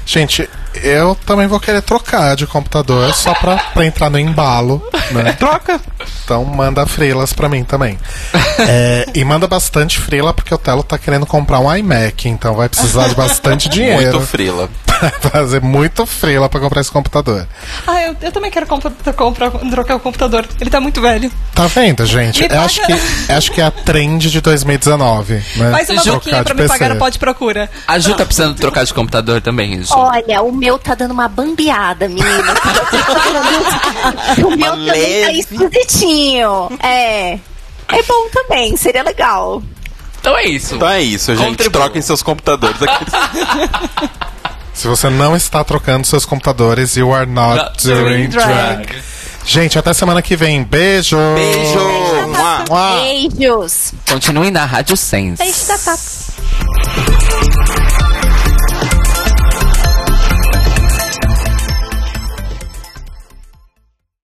S1: Gente, eu também vou querer trocar de computador só pra, pra entrar no embalo, né?
S2: Troca!
S1: Então manda frilas pra mim também. É, e manda bastante frila, porque o Telo tá querendo comprar um iMac, então vai precisar de bastante dinheiro.
S2: Muito frila.
S1: Vai fazer muito frila pra comprar esse computador.
S4: Ah, eu, eu também quero compa- comprar- trocar o computador. Ele tá muito velho.
S1: Tá vendo, gente?
S4: Me
S1: Eu acho,
S4: paga-
S1: que, acho que é a trend de 2019. Né?
S4: Faz uma
S1: Trocar
S4: boquinha
S1: de
S4: pra me
S1: PC.
S4: pagar, pode procura.
S3: A Ju tá precisando trocar de computador também, Ju.
S5: Olha, o meu tá dando uma bambeada, menina. o meu
S2: Uma
S5: também tá
S2: leve.
S5: esquisitinho. É. É bom também, seria legal.
S3: Então é isso.
S2: Então é isso, gente.
S3: Contribua.
S2: Troquem seus computadores.
S1: Se você não está trocando seus computadores, you are not,
S3: Not
S1: doing drag. Gente, até semana que vem. Beijo!
S2: Beijo! Mua.
S1: Mua.
S5: Beijos.
S3: Continue na Rádio Sense.
S5: Beijo da Tata.